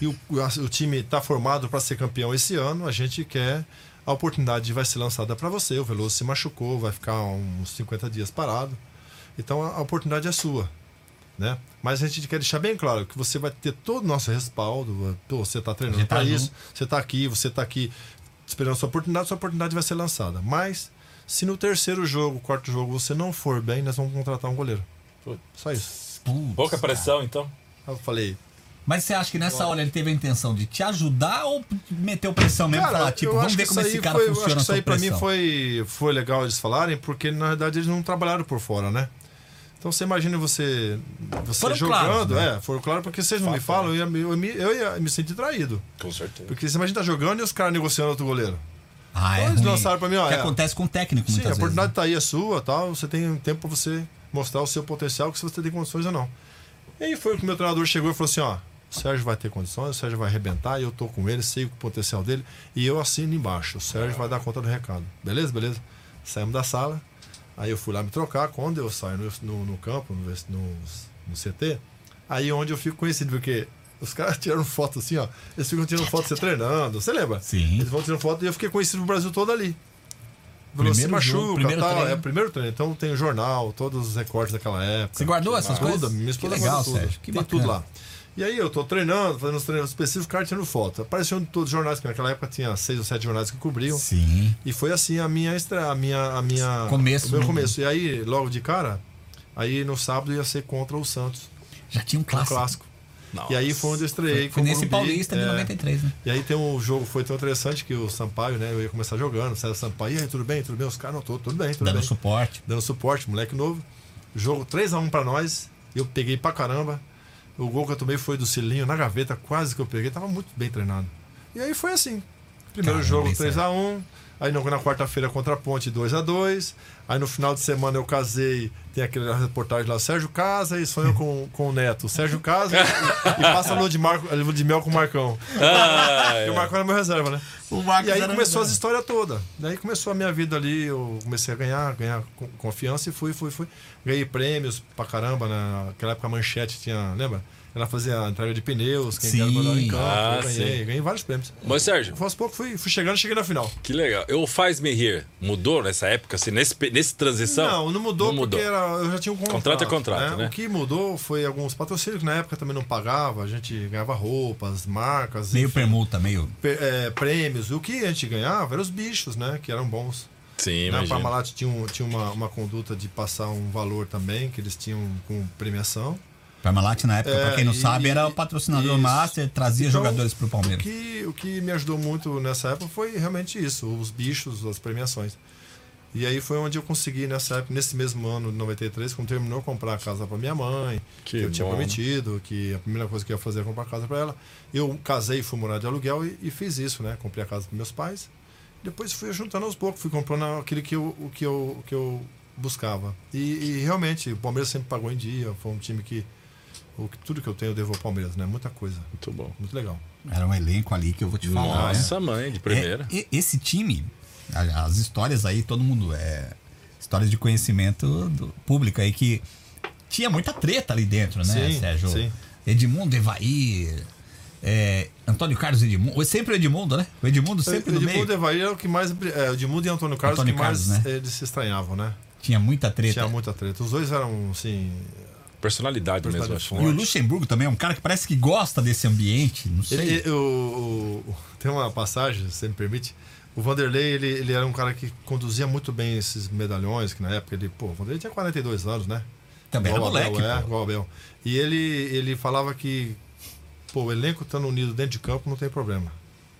E: e o, o- a- o time tá formado para ser campeão esse ano, a gente quer a oportunidade vai ser lançada pra você, o Veloso se machucou, vai ficar uns 50 dias parado. Então a- a oportunidade é sua né? Mas a gente quer deixar bem claro que você vai ter todo o nosso respaldo. Pô, você está
C: A
E: treinando
C: gente tá
E: para
C: junto.
E: isso, você está aqui, você está aqui esperando a sua oportunidade, sua oportunidade vai ser lançada. Mas se no terceiro jogo, quarto jogo, você não for bem, nós vamos contratar um goleiro.
A: Putz.
E: Só isso.
C: Putz,
A: Pouca
C: cara.
A: pressão, então.
E: Aí eu falei,
C: Mas você acha que nessa hora ele teve a intenção de te ajudar ou meteu pressão mesmo?
E: cara,
C: falar, tipo,
E: eu
C: vamos
E: acho
C: ver
E: que
C: como
E: isso
C: esse
E: aí
C: cara
E: foi, eu
C: funciona
E: acho que isso
C: sob
E: aí pra mim
C: pressão.
E: foi, foi legal eles falarem, porque na verdade eles não trabalharam por fora, né? Então você imagina você, você
C: Foram
E: jogando,
C: claros, né?
E: é, foram claro, porque vocês não me falam, eu ia, me- eu, me- eu ia me sentir traído.
A: né? Com certeza.
E: Porque você imagina tá jogando e os caras negociando outro goleiro.
C: Ah, é
E: Eles
C: ruim.
E: lançaram pra mim, ó,
C: que
E: é.
C: acontece com o técnico
E: Sim, a
C: muitas vezes. né?
E: oportunidade tá aí, é sua, tal. Você tem um tempo pra você mostrar o seu potencial, que se você tem condições ou não. E aí foi que o meu treinador chegou e falou assim, ó, o Sérgio vai ter condições, o Sérgio vai arrebentar, eu tô com ele, sei o potencial dele, e eu assino embaixo. O Sérgio vai dar conta do recado. Beleza, beleza? Saímos da sala, aí eu fui lá me trocar, quando eu saio no, no- no campo, no, vest- no, no CT, aí é onde eu fico conhecido, porque os caras [LAUGHS] tiraram foto assim, ó, eles ficam tirando foto de você treinando, você lembra?
C: Sim.
E: Eles vão tirando foto e eu fiquei conhecido no Brasil todo ali. Falou, se
C: Primeiro jogo,
E: machuca,
C: primeiro
E: tal.
C: treino.
E: É o primeiro treino. Então tem o jornal, todos os recortes daquela época.
C: Você guardou essas
E: Tudo,
C: coisas?
E: minha
C: Que
E: esposa
C: legal,
E: guardou tudo.
C: Sérgio. Que
E: tem
C: bacana.
E: tudo lá. E aí eu tô treinando, fazendo uns treinos específicos, cara tirando foto. Apareceu um de todos os jornais, que naquela época tinha seis ou sete jornais que cobriam.
C: Sim.
E: E foi assim a minha estra, a minha, a minha
C: Começo
E: o meu
C: do-
E: começo. E aí logo de cara, aí no sábado ia ser contra o Santos,
C: Já tinha um
E: um
C: clássico.
E: clássico. E aí foi onde eu
C: Foi
E: estreiei com o
C: nesse
E: Morumbi,
C: Paulista de
E: é.
C: 93, né?
E: E aí tem um jogo, foi tão interessante que o Sampaio, né? Eu ia começar jogando, César Sampaio, e aí, tudo bem, tudo bem? Os caras, não, tô, tudo bem, tudo
C: Dando
E: bem.
C: suporte.
E: Dando suporte, moleque novo. Jogo 3x1 pra nós, eu peguei pra caramba. O gol que eu tomei foi do Cilinho na gaveta, quase que eu peguei, tava muito bem treinado. E aí foi assim. Primeiro
C: Caramba,
E: jogo
C: isso é-
E: 3x1, aí no- na quarta-feira contra a Ponte 2x2, aí no final de semana eu casei, tem aquele reportagem lá, Sérgio Casa e sonhou com, com o Neto. Sérgio Casa e, e passa a lua de, Marco- a lua de mel com o Marcão. [LAUGHS] Porque o Marcão era meu reserva, né?
C: O Marcos
E: E aí começou as histórias todas. Daí começou a minha vida ali, eu comecei a ganhar, ganhar co- confiança e fui, fui, fui. Ganhei prêmios pra caramba, né? naquela época a Manchete tinha, lembra? Ela fazia a entrega de pneus, quem
C: Sim.
E: quer mandar em campo,
A: Ah,
E: eu ganhei,
A: sim.
E: ganhei vários prêmios.
A: Mas, Sérgio,
E: Aos poucos fui, fui chegando, cheguei na final.
A: que legal. Eu Faz Me Rir mudou nessa época, assim, nesse, pe- nesse transição?
E: Não, não mudou,
A: mudou.
E: porque era, eu já tinha um
A: Contrato
E: contrato.
A: é contrato, né?
E: O que mudou foi alguns patrocínios que na época também não pagava, a gente ganhava roupas, marcas,
C: Meio
E: enfim,
C: permuta, meio.
E: pe- é, prêmios. O que a gente ganhava eram os bichos, né? Que eram bons.
A: Sim,
E: Na
A: imagina.
E: Parmalat tinha, um- tinha uma, uma conduta de passar um valor também, que eles tinham com premiação.
C: Parmalat na época,
E: É,
C: pra quem não
E: e-
C: sabe, era o patrocinador
E: isso.
C: master, trazia
E: Então,
C: jogadores pro Palmeiras.
E: O que, o que me ajudou muito nessa época foi realmente isso, os bichos, as premiações. E aí foi onde eu consegui, nessa época, nesse mesmo ano de 93, quando terminou, comprar a casa para minha mãe,
A: Que
E: que, eu tinha
A: bom,
E: prometido, que a primeira coisa que eu ia fazer era comprar casa para ela. Eu casei, fui morar de aluguel e, e fiz isso, né? Comprei a casa para meus pais. Depois fui juntando aos poucos, fui comprando aquilo que eu, o que eu, o que eu buscava. E, e realmente, o Palmeiras sempre pagou em dia, foi um time que. o que- tudo que eu tenho eu devo ao Palmeiras, né? Muita coisa.
A: Muito bom.
E: Muito legal.
C: Era um elenco ali que eu vou te falar. né?
A: Nossa, mãe, de primeira.
C: É, e- esse time, a- as histórias aí, todo mundo é histórias de conhecimento do público aí que tinha muita treta ali dentro, né,
E: Sim,
C: Sérgio?
E: sim.
C: Edmundo, Evair, é, Antônio Carlos Edmundo, sempre o Edmundo, né? O Edmundo sempre no meio.
E: Edmundo e Evair era o que mais. É, Edmundo e Antônio Carlos,
C: Antônio
E: que mais
C: Carlos, né?
E: eles se estranhavam, né?
C: Tinha muita treta.
E: Tinha muita treta. Os dois eram, assim.
A: Personalidade,
E: Personalidade
A: mesmo, acho.
C: E o Luxemburgo também é um cara que parece que gosta desse ambiente, não sei.
E: Ele, ele- o- o- [LAUGHS] tem uma passagem, se você me permite. O Vanderlei, ele, ele era um cara que conduzia muito bem esses medalhões, que na época ele. Pô, o Vanderlei tinha 42 anos, né?
C: também era
E: Igual o Abel,
C: moleque,
E: é,
C: pô.
E: igual o Abel. E ele, ele falava que, pô, o elenco estando unido dentro de campo não tem problema.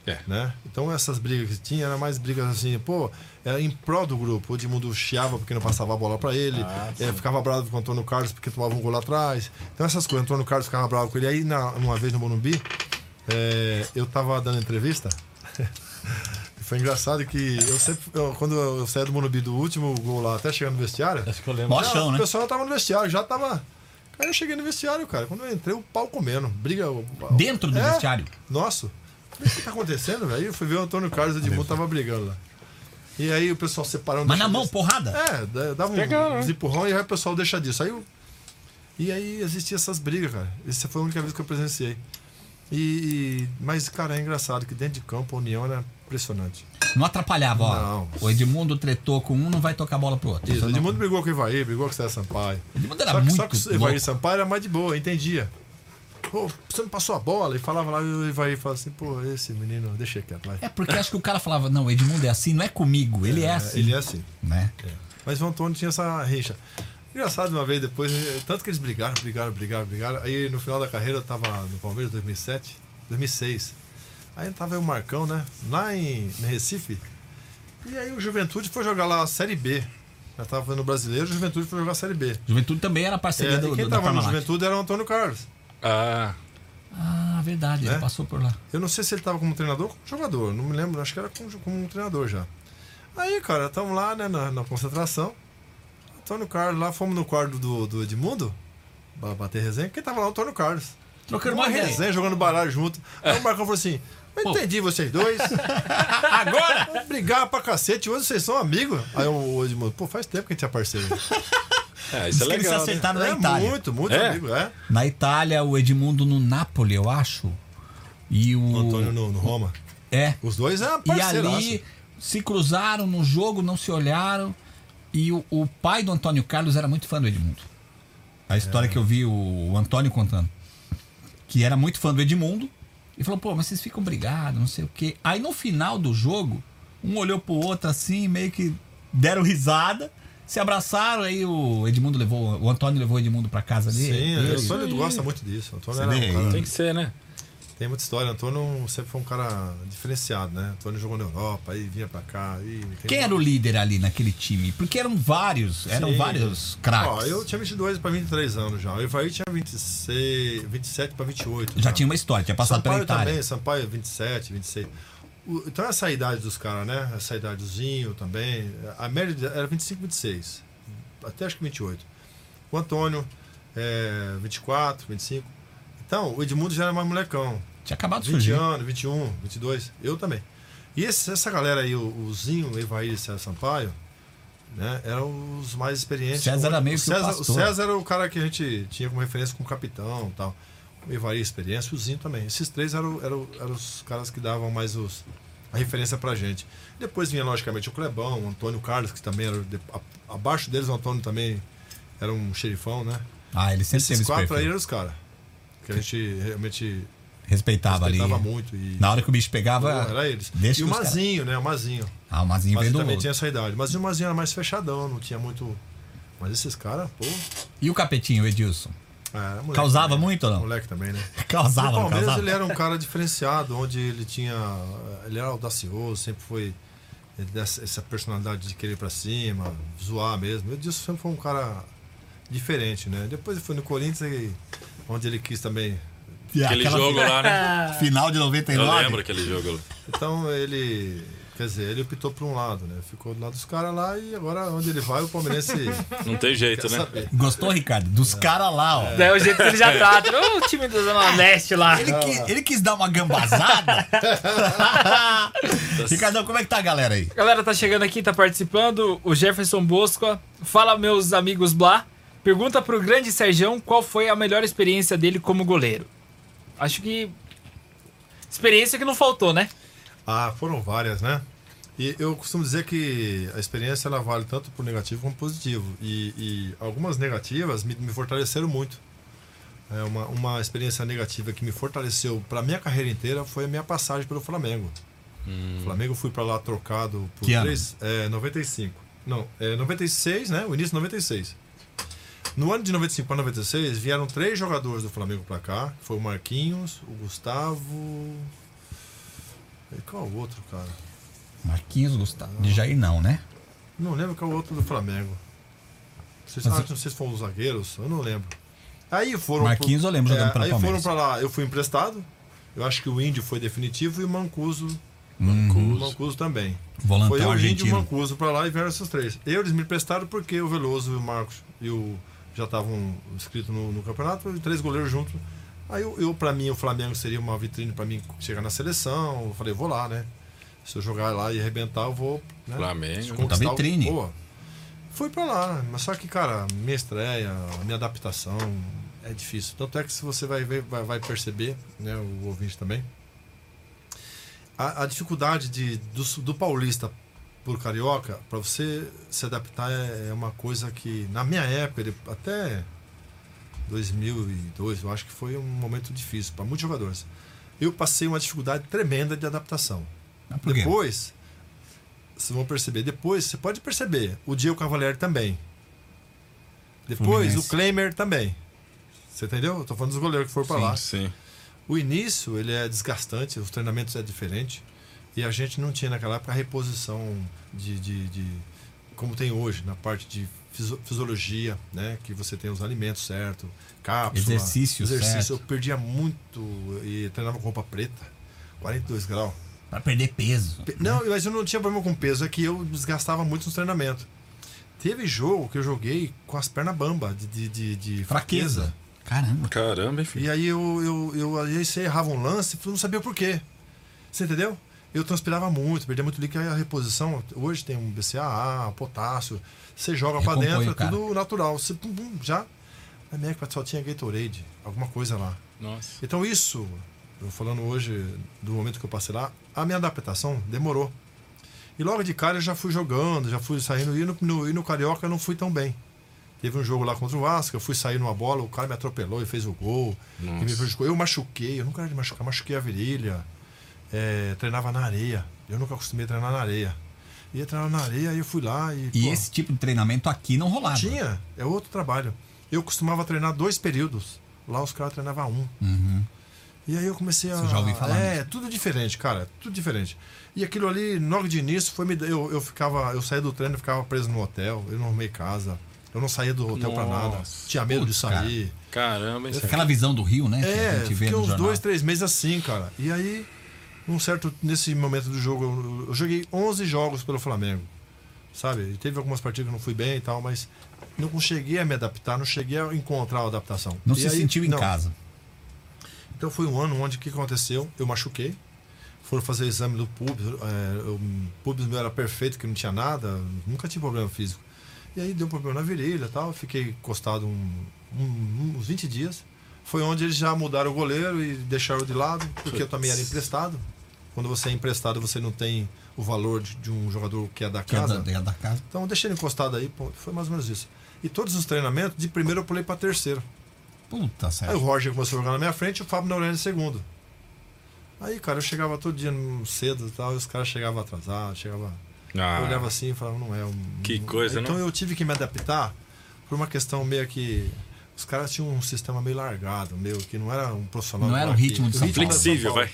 A: É.
E: Né? Então essas brigas que tinha eram mais brigas assim, pô, era em prol do grupo. O Edmundo chiava porque não passava a bola pra ele,
C: Ah,
E: eh, ficava bravo com o Antônio Carlos porque tomava um gol lá atrás. Então essas coisas, o Antônio Carlos ficava bravo com ele. Aí, na, uma vez no Morumbi, eh, eu tava dando entrevista. [LAUGHS] Foi engraçado que eu sempre, eu- quando eu saí do Morumbi do último gol lá, até chegando no vestiário,
C: Mó
E: não,
C: chão,
E: O
C: né?
E: pessoal tava no vestiário, já tava. Aí eu cheguei no vestiário, cara. Quando eu entrei, o pau comendo. Briga. o-
C: Dentro do
E: É,
C: vestiário.
E: Nossa. O que tá acontecendo, velho? Aí eu fui ver o Antônio Carlos e o Edmundo tava brigando lá. E aí o pessoal separando.
C: Mas na mão,
E: deixa-
C: porrada.
E: É, dá- dava um, uns empurrão e aí o pessoal deixa disso. Aí eu- E aí existia essas brigas, cara. Essa foi a única vez que eu presenciei. E, e- mas, cara, é engraçado que dentro de campo a união era impressionante.
C: Não atrapalhava, ó.
E: É. Não.
C: O Edmundo tretou com um, não vai tocar a bola pro outro.
E: Isso,
C: Não-
E: Edmundo brigou com o Ivaí, brigou com o César Sampaio.
C: Edmundo era
E: só que, só
C: muito
E: que o Ivaí
C: louco.
E: Sampaio era mais de boa, entendia. Pô, você não passou a bola? E falava lá, e o Ivaí falava assim, pô, esse menino, deixa quieto, vai.
C: É porque acho que o cara falava, não, o Edmundo é assim, não é comigo, ele é assim.
E: Ele é assim.
C: Né?
E: Mas o Antônio tinha essa rixa. Engraçado, uma vez depois, eh, tanto que eles brigaram, brigaram, brigaram, brigaram. Aí no final da carreira eu tava no Palmeiras, 2007, 2006. Aí tava eu, o Marcão, né? Lá em, em Recife. E aí o Juventude foi jogar lá a Série B. Já tava fazendo o brasileiro, o Juventude foi jogar a Série B.
C: Juventude também era parceria
E: É,
C: do,
E: e quem
C: do, da
E: tava no
C: Parmalat.
E: Juventude era o Antônio Carlos.
A: Ah,
C: Ah, verdade, ele
E: Né?
C: passou por lá.
E: Eu não sei se ele tava como treinador ou como jogador, não me lembro, acho que era como, jo- como um treinador já. Aí, cara, tamo lá, né, na, na concentração. Antônio Carlos, lá fomos no quarto do, do Edmundo, pra bater resenha. Quem tava lá? o Antônio Carlos.
C: Trocando
E: Uma
C: uma resenha.
E: resenha, jogando baralho junto.
C: É.
E: Aí o Marcão falou assim: Eu entendi vocês dois.
C: [LAUGHS] Agora!
E: Vamos brigar pra cacete, hoje vocês são amigos. Aí o Edmundo, pô, faz tempo que a gente é parceiro.
A: é, isso é
C: Diz que eles se
A: legal. né?
C: acertaram
E: é
C: tá na Itália.
E: muito, muito
A: É?
E: amigo, é.
C: Na Itália, o Edmundo no Napoli, eu acho. E o.
E: O Antônio no, no Roma.
C: É.
E: Os dois é
C: E
E: parceiro.
C: ali se cruzaram no jogo, não se olharam. E o, o pai do Antônio Carlos era muito fã do Edmundo. A história que eu vi o, o Antônio contando. que era muito fã do Edmundo, e falou, pô, mas vocês ficam brigados, não sei o quê. Aí no final do jogo, um olhou pro outro assim, meio que deram risada, se abraçaram, aí o Edmundo levou, o Antônio levou o Edmundo pra casa ali.
E: Sim,
C: Ele-
E: o Antônio gosta muito disso. O Antônio
C: Você
E: era
C: vê aí.
E: um cara-
A: Tem que ser, né?
E: Tem muita história. O Antônio sempre foi um cara diferenciado, né? O Antônio jogou na Europa, aí vinha pra cá. E tem-
C: Quem era o líder ali naquele time? Porque eram vários, eram
E: Sim.
C: vários
E: Ó,
C: craques.
E: eu tinha 22 pra 23 anos já. O Ivaí tinha 26, 27 pra 28.
C: Já tinha uma história, tinha passado
E: Sampaio
C: pela Itália.
E: também, Sampaio 27, 26. O- então essa idade dos caras, né? Essa idade do Zinho também. A média era 25, 26. Até acho que 28. O Antônio, é, 24, 25. Então, o Edmundo já era mais molecão.
C: Tinha acabado de
E: 20
C: surgir.
E: anos, 21, 22, eu também. E esse- essa galera aí, o, o Zinho, o Evair e o César Sampaio, né, eram os mais experientes.
C: César era meio que o
E: César,
C: pastor.
E: César era o cara que a gente tinha como referência como capitão e tal. O Evair experiência, o Zinho também. Esses três eram, eram, eram os caras que davam mais os, a referência pra gente. Depois vinha, logicamente, o Clebão, o Antônio Carlos, que também era. de- a- abaixo deles, o Antônio também era um xerifão, né?
C: Ah, ele sempre teve
E: Esses
C: esse
E: quatro aí
C: perfil.
E: eram os caras. Que a gente realmente
C: Respeitava,
E: respeitava
C: ali.
E: muito. E...
C: Na hora que o bicho pegava.
E: Não, era eles.
C: Deixa
E: e o
C: que os caras-
E: Mazinho, né? O Mazinho.
C: Ah, o Mazinho
E: O Mazinho
C: veio do
E: também
C: outro.
E: tinha essa idade. Mas o Mazinho era mais fechadão, não tinha muito. Mas esses caras, pô.
C: E o capetinho, o Edilson? [LAUGHS]
E: Era moleque
C: Causava
E: também.
C: muito ou não?
E: Moleque também, né?
C: Causava,
E: o
C: não
E: Palmeiras
C: causava?
E: ele era um cara diferenciado, onde ele tinha. Ele era audacioso, sempre foi. Ele dessa- essa personalidade de querer ir pra cima, zoar mesmo. Eu disse sempre foi um cara diferente, né? Depois ele foi no Corinthians, e- onde ele quis também
C: E
A: Aquele
C: aquela
A: jogo lá, né?
C: Final de
A: Eu
C: 99.
A: lembro aquele jogo lá.
E: Então ele. Quer dizer, ele optou por um lado, né? Ficou do lado dos caras lá e agora onde ele vai, o Palmeirense
A: Não tem jeito,
E: quer
A: né?
E: saber.
C: Gostou, Ricardo? Dos caras lá,
E: É.
C: ó.
D: Daí o jeito que ele já tá. Ô, o time do Zona Leste lá.
C: Ele, qui- ele quis dar uma
E: [LAUGHS]
C: gambazada. Ricardão, como é que tá a galera aí?
D: Galera, tá chegando aqui, tá participando. O Jefferson Bosco. Fala, meus amigos Blá. Pergunta pro grande Serjão qual foi a melhor experiência dele como goleiro. Acho que. Experiência que não faltou, né?
E: Ah, foram várias, né? E eu costumo dizer que a experiência ela vale tanto por negativo como positivo. E, e algumas negativas me, me fortaleceram muito. É uma, uma experiência negativa que me fortaleceu para minha carreira inteira foi a minha passagem pelo Flamengo. O Flamengo eu fui para lá trocado por
C: Que ano?
E: três, é, 95. Não, é 96, né? O início de 96. No ano de 95 para 96 vieram três jogadores do Flamengo para cá, que foi o Marquinhos, o Gustavo, e qual o outro, cara?
C: Marquinhos Gustavo. De Jair, não, né?
E: Não lembro qual é o outro do Flamengo. Vocês
C: Mas
E: sabem
C: eu-
E: se vocês foram os zagueiros? Eu não lembro. Aí foram. é,
C: Marquinhos eu lembro jogando pelo
E: Aí
C: Palmeiras.
E: foram pra lá, eu fui emprestado. Eu acho que o Índio foi definitivo e o Mancuso.
C: Uhum.
E: O Mancuso também. Foi
C: Volantão
E: eu, o Índio e o
C: argentino.
E: Mancuso pra lá e vieram esses três. Eles me emprestaram porque o Veloso e o Marcos e o já estavam inscritos no, no campeonato, e três goleiros juntos. Aí eu, eu para mim, o Flamengo seria uma vitrine pra mim chegar na seleção. Eu falei, vou lá, né? Se eu jogar lá e arrebentar, eu vou. Né?
A: Flamengo.
E: conquistar
C: Puta
E: o-
C: vitrine.
E: Boa. Fui pra lá, mas só que, cara, minha estreia, minha adaptação é difícil. Tanto é que se você vai ver, vai, vai perceber, né, o ouvinte também, a, a dificuldade de, do, su- do paulista por carioca, pra você se adaptar é, é uma coisa que, na minha época, ele- até 2002, eu acho que foi um momento difícil pra muitos jogadores. Eu passei uma dificuldade tremenda de adaptação.
C: Ah, por quê?
E: Depois, vocês vão perceber. Depois, você pode perceber. O Diego Cavalieri também. Depois,
C: Fluminense.
E: o Klemer também. Você entendeu? Eu tô falando dos goleiros que foram pra lá.
A: Sim.
E: O início, ele é desgastante, os treinamentos é diferente. E a gente não tinha naquela época a reposição de, de, de- como tem hoje, na parte de fisio- fisiologia, né? Que você tem os alimentos certo, cápsula.
C: Exercício certo.
E: Eu perdia muito e treinava com roupa preta, 42 graus.
C: Pra perder peso.
E: Pe- Não, mas eu não tinha problema com peso, é que eu desgastava muito nos treinamentos. Teve jogo que eu joguei com as pernas bamba, de, de, de- de
C: Fraqueza. Caramba.
A: Caramba, enfim.
E: E aí eu, eu, eu aí você errava um lance e não sabia por quê. Você entendeu? Eu transpirava muito, perdia muito líquido, aí a reposição, hoje tem um BCAA, potássio, você joga pra
C: Recompõe
E: dentro,
C: o
E: é
C: cara.
E: tudo natural. Você pum, pum, já. Na minha época só tinha Gatorade, alguma coisa lá.
A: Nossa.
E: Então isso, eu falando hoje do momento que eu passei lá, a minha adaptação demorou. E logo de cara eu já fui jogando, já fui saindo, e no, no- e no Carioca eu não fui tão bem. Teve um jogo lá contra o Vasco, eu fui sair numa bola, o cara me atropelou e fez o gol. E me prejudicou. Eu machuquei, eu nunca era de machucar, machuquei a virilha. É, treinava na areia. Eu nunca acostumei a treinar na areia. Ia treinar na areia, aí eu fui lá e.
C: E
E: pô,
C: esse tipo de treinamento aqui não rolava.
E: Tinha, é outro trabalho. Eu costumava treinar dois períodos. Lá os caras treinavam um. E aí eu comecei a.
C: Uhum. Você já ouviu falar
E: É,
C: nisso?
E: tudo diferente, cara. Tudo diferente. E aquilo ali, logo de início, foi me. Eu, eu ficava. Eu saía do treino e ficava preso no hotel. Eu não arrumei casa. Eu não saía do hotel pra nada. Tinha medo de
C: Putz, cara.
E: sair.
A: Caramba, isso
C: Aquela visão do Rio, né? que
E: É,
C: a gente vê
E: fiquei
C: no
E: uns
C: jornal.
E: dois, três meses assim, cara. E aí, num certo. Nesse momento do jogo, eu, eu joguei 11 jogos pelo Flamengo. Sabe? E teve algumas partidas que eu não fui bem e tal, mas não cheguei a me adaptar, não cheguei a encontrar a adaptação.
C: Não
E: E
C: se
E: aí-
C: sentiu em
E: não.
C: casa.
E: Então foi um ano onde o que aconteceu? Eu machuquei. Foram fazer o exame do púbis. É, o púbis meu era perfeito, que não tinha nada. Nunca tive problema físico. E aí deu um problema na virilha e tal. Fiquei encostado um- um- uns 20 dias. Foi onde eles já mudaram o goleiro e deixaram de lado, porque eu também era emprestado. Quando você é emprestado, você não tem o valor de, de um jogador que é da
C: Que é da,
E: casa.
C: da- da casa.
E: Então eu deixei ele encostado aí, pô, foi mais ou menos isso. E todos os treinamentos, de primeiro eu pulei pra terceiro.
C: Puta,
E: Aí o
C: Sérgio.
E: Roger começou a jogar na minha frente e o Fábio Naurelli em segundo. Aí, cara, eu chegava todo dia no- cedo e tal, e os caras chegavam atrasados, chegava.
A: Ah.
E: Eu olhava assim e falava, não é um.
A: Que coisa, né?
E: Então
A: não?
E: eu tive que me adaptar por uma questão meio que. Os caras tinham um sistema meio largado, meio que não era um profissional.
C: Não era o
E: daqui.
C: ritmo de São
E: era
C: Paulo.
A: flexível, vai.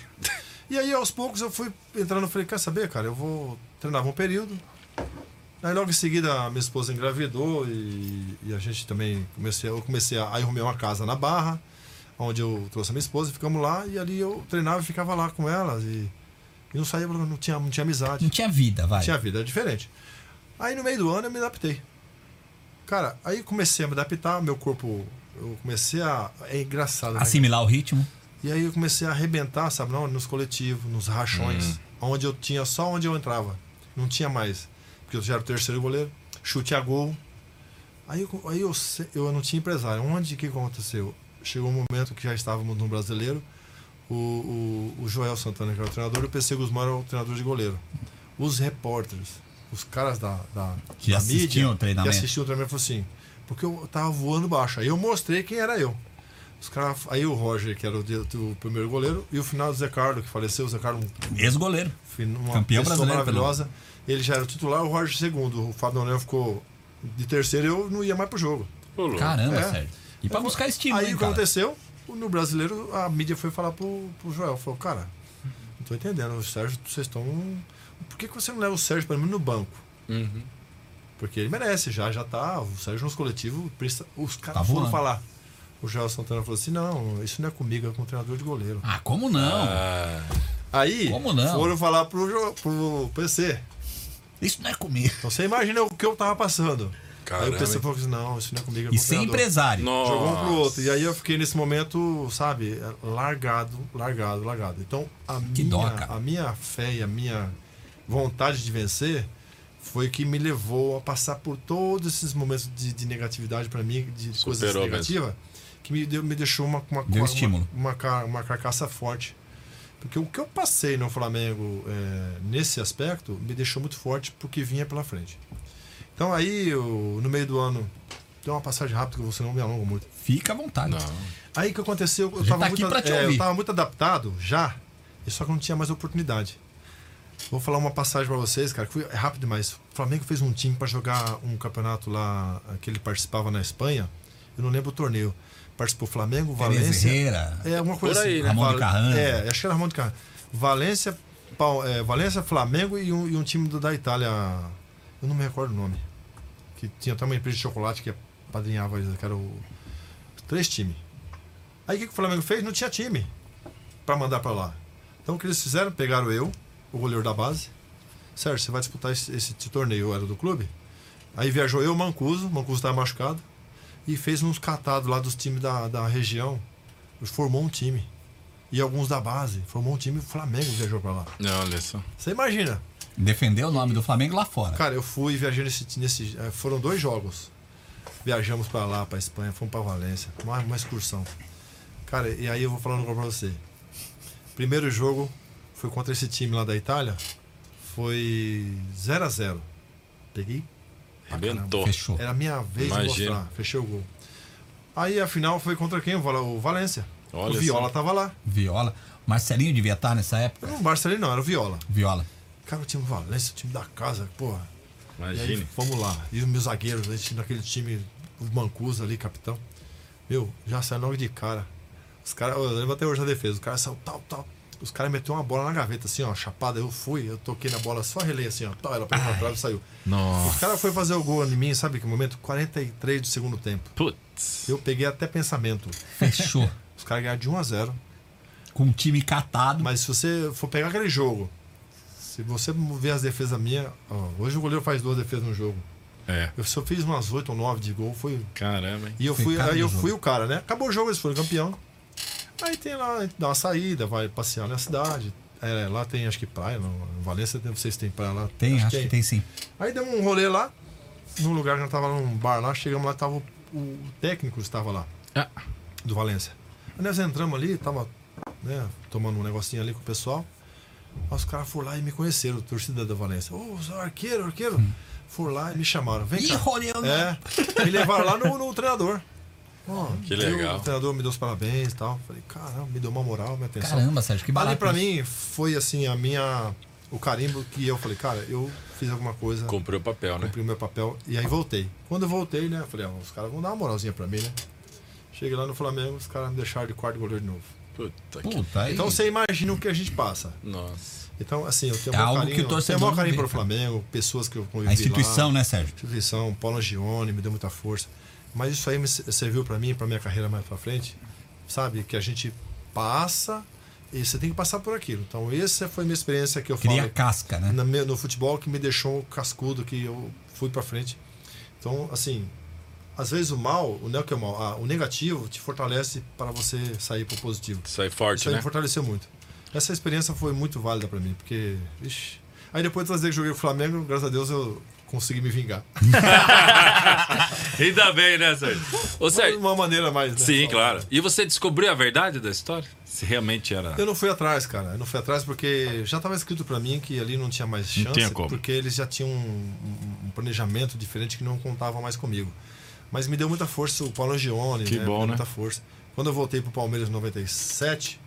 E: E aí, aos poucos, eu fui entrando e falei, quer saber, cara, eu vou treinar um período. Aí logo em seguida a minha esposa engravidou e, e a gente também comecei, eu comecei a aí arrumei uma casa na Barra, onde eu trouxe a minha esposa, e ficamos lá e ali eu treinava e ficava lá com elas e, e não saía, não tinha, não tinha amizade,
C: Não tinha vida, vai.
E: tinha vida diferente. Aí no meio do ano eu me adaptei. Cara, aí comecei a me adaptar, meu corpo, eu comecei a é engraçado, né,
C: Assimilar o ritmo.
E: e aí eu comecei a arrebentar, sabe, não, nos coletivos, nos rachões, onde eu tinha só onde eu entrava. Não tinha mais, porque eu já era o terceiro goleiro, chute a gol. Aí, eu- aí eu, se- eu não tinha empresário. Onde que aconteceu? Chegou um momento que já estávamos no brasileiro. O, o, o Joel Santana, que era o treinador, e o PC Guzmán era o treinador de goleiro. Os repórteres, os caras da, da,
C: Que
E: da
C: assistiam
E: mídia,
C: o treinamento.
E: que assistiam o treinamento, falou assim: porque eu tava voando baixo. Aí eu mostrei quem era eu. Os caras, aí o Roger, que era o, de- o primeiro goleiro, e o final do Zé Carlos, que faleceu, o Zé Carlos, um-
C: Ex-goleiro.
E: uma
C: Campeão
E: pessoa
C: brasileiro pelo-
E: maravilhosa. Ele já era o titular, o Roger segundo. O Fábio Leão ficou de terceiro, eu não ia mais pro jogo.
A: Ô, louco.
C: Caramba,
E: É.
C: Sérgio. E pra buscar estilo,
E: Aí
C: hein,
E: o que
C: cara?
E: aconteceu? No brasileiro, a mídia foi falar pro, pro Joel, falou, cara, não tô entendendo, o Sérgio, vocês estão. Por que, que você não leva o Sérgio pelo menos no banco?
C: Uhum.
E: Porque ele merece, já, já tá. O Sérgio nos coletivos, precisa- os caras
C: Tá
E: foram
C: voando.
E: falar. O Joel Santana falou assim: não, isso não é comigo, é com o treinador de goleiro.
C: Ah, como não?
E: É.
A: Ah,
E: Aí
C: Como não?
E: foram falar pro, Jo- pro PC.
C: Isso não é comigo.
E: Então você imagina o que eu tava passando. Aí
A: Caramba,
E: o PC
A: hein?
E: falou assim: não, isso não é comigo, é com
C: E
E: o
C: sem
E: treinador.
C: empresário.
A: Nossa.
E: Jogou um pro outro. E aí eu fiquei nesse momento, sabe, é, largado, largado, largado. Então a,
C: Que
E: minha,
C: dó, cara.
E: a minha fé e a minha vontade de vencer foi que me levou a passar por todos esses momentos de, de negatividade pra mim, de coisas
A: Superou mesmo.
E: negativas, que me, deu, me deixou uma, uma,
C: Deu
E: uma,
C: estímulo.
E: uma, car- uma carcaça forte. Porque o que eu passei no Flamengo é, nesse aspecto me deixou muito forte porque vinha pela frente. Então aí, eu, no meio do ano, deu uma passagem rápida que você não me alongo muito.
C: Fica à vontade.
E: Aí o que aconteceu, eu
C: gente
E: tava,
C: tá aqui
E: muito,
C: pra te
E: é,
C: ouvir.
E: eu tava muito adaptado já, e só que eu não tinha mais oportunidade. Vou falar uma passagem pra vocês, cara, que foi é rápido demais. O Flamengo fez um time pra jogar um campeonato lá eh, que ele participava na Espanha. Eu não lembro o torneio. Participou Flamengo,
C: Tereza
E: Valência.
C: Herrera.
E: É, alguma
A: Por
E: coisa
A: aí,
E: assim.
A: né?
C: Ramon de Carranza.
E: É, acho que era Ramon de Carranza. Valência, Pau- eh, Valência Flamengo e um, e um time do- da Itália. Eu não me recordo o nome. Que tinha até uma empresa de chocolate que padrinhava eles, que era o. Três times. Aí o que, que o Flamengo fez? Não tinha time pra mandar pra lá. Então o que eles fizeram? Pegaram eu, o goleiro da base. Sérgio, você vai disputar esse, esse torneio, eu era do clube. Aí viajou eu, o Mancuso, o Mancuso estava machucado. E fez uns catados lá dos times da, da região. Formou um time. E alguns da base. Formou um time, o Flamengo viajou pra lá.
A: Não, olha só.
E: Você imagina?
C: Defendeu o nome do Flamengo lá fora.
E: Cara, eu fui viajando nesse, nesse. eh, Foram dois jogos. Viajamos pra lá, pra Espanha, fomos pra Valência. Uma, uma excursão. Cara, e aí eu vou falar um negócio pra você. Primeiro jogo foi contra esse time lá da Itália. Foi 0 a 0 Peguei
A: Arrebentou.
C: Fechou.
E: Era a minha vez de
A: Imagina.
E: mostrar. Fechei o gol. Aí a final foi contra quem? O Val- O Valência.
A: Olha
E: o Viola
A: só.
E: tava lá.
C: Viola. Marcelinho devia estar nessa época.
E: Não, o Marcelinho não, era o Viola.
C: Viola.
E: Cara, o time Valência, o time da casa, porra. E aí,
A: Imagine.
E: vamos lá. E os meus zagueiros, a gente naquele time, o Mancuso ali, capitão. Meu, já saiu logo de cara. Os caras, eu lembro até hoje da defesa, os caras saiu tal, tal. Os caras meteu uma bola na gaveta, assim, ó, chapada. Eu fui, eu toquei na bola, só relei assim, ó, tal. Ela pegou na trave e saiu.
A: Nossa.
E: Os caras foram fazer o gol em mim, sabe que momento? 43 do segundo tempo.
A: Putz.
E: Eu peguei até pensamento. [LAUGHS]
C: Fechou.
E: Os caras ganharam de 1 a 0
C: Com um time catado.
E: Mas se você for pegar aquele jogo, se você ver as defesas minhas, ó, hoje o goleiro faz duas defesas no jogo.
A: É.
E: Eu só fiz umas 8 ou 9 de gol, foi
A: Caramba, hein?
E: E eu fui,
C: Pecado
E: aí
C: do
E: eu
C: jogo.
E: fui o cara, né? Acabou o jogo, eles foram campeão. Aí tem lá, a gente dá uma saída, vai passear na cidade. É, lá tem, acho que praia, não. Em Valência, tem- vocês têm praia lá?
C: Tem, acho que tem sim.
E: Aí deu um rolê lá, num lugar que eu tava num bar lá, chegamos lá, tava o, o técnico estava lá,
A: Ah.
E: do Valência. Aí nós entramos ali, tava né, tomando um negocinho ali com o pessoal. Aí os caras foram lá e me conheceram, torcida da Valência. Ô, seu arqueiro, arqueiro.
C: Hum.
E: Foram lá e me chamaram. Vem
C: Ih,
E: cá.
C: Ronaldo.
E: É, me levaram lá no, no treinador. Ó,
A: Que
E: deu-
A: legal.
E: O treinador me deu os parabéns e tal. Falei, caramba, me deu uma moral, minha atenção.
C: Caramba, Sérgio, que barato.
E: Ali pra
C: isso.
E: mim foi assim, a minha. O carimbo que eu falei, cara, eu fiz alguma coisa,
A: Cumpriu o papel, né?
E: cumpri o meu papel e aí voltei. Quando eu voltei, né, eu falei, ó, os caras vão dar uma moralzinha pra mim, né? Cheguei lá no Flamengo, os caras me deixaram de quarto goleiro de novo.
A: Puta que.
C: Puta, aí.
E: Então você imagina o que a gente passa.
A: Nossa.
E: Então, assim, eu tenho
C: É
E: um maior
C: algo que
E: carinho.
C: o torcedor
E: tenho maior
C: não
E: carinho
C: vê,
E: pelo
C: cara.
E: Flamengo, pessoas que eu convivi
C: a
E: lá
C: instituição, né, Sérgio?
E: instituição, Paulo Gione, me deu muita força. Mas isso aí me se- serviu para mim, para minha carreira mais para frente, sabe? Que a gente passa e você tem que passar por aquilo. Então, essa foi minha experiência que eu
C: Cria
E: falo
C: casca, né?
E: na minha- no futebol que me deixou um cascudo, que eu fui para frente. Então, assim, às vezes o mal, o não é que é o mal, ah, o negativo te fortalece para você sair pro positivo.
A: Sai forte,
E: Isso aí é
A: né?
E: me fortaleceu muito. Essa experiência foi muito válida para mim, porque. Ixi. Aí depois de trazer que joguei o Flamengo, graças a Deus eu consegui me vingar.
A: Ainda bem, né,
E: [LAUGHS]
A: Sérgio? Ô,
E: De
A: Sérgio.
E: uma maneira mais. né?
A: Sim, claro. E você descobriu a verdade da história? Se realmente era.
E: Eu não fui atrás, cara. Eu não fui atrás porque já estava escrito para mim que ali não tinha mais chance.
A: tinha como.
E: Porque eles já tinham um, um- um planejamento diferente que não contava mais comigo. Mas me deu muita força o Paulo Gione,
A: Que
E: né?
A: bom,
E: me deu
A: né?
E: Muita força. Quando eu voltei pro Palmeiras em 97,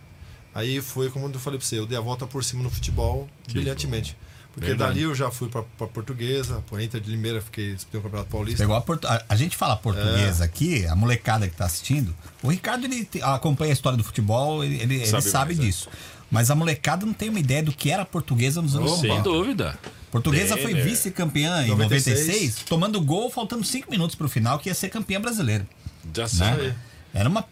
E: aí foi como eu falei para você, eu dei a volta por cima no futebol brilhantemente. Porque
A: Verdade.
E: dali eu já fui para Portuguesa, pro Inter de Limeira, fiquei disputei o Campeonato Paulista.
C: Pegou a, portu- a- a gente fala
E: É.
C: português aqui, a molecada que tá assistindo. O Ricardo ele te- acompanha a história do futebol, ele, ele- ele
A: Sabe
C: sabe,
A: mais, é.
C: disso. Mas a molecada não tem uma ideia do que era a portuguesa nos anos 90.
A: Sem dúvida.
C: Portuguesa
A: Tem,
C: foi
A: né?
C: vice-campeã em
E: 96,
C: 96, tomando gol faltando 5 minutos pro final, que ia ser campeã brasileira.
E: Né?
C: né?
A: Já sabe.
E: aí.
C: Era uma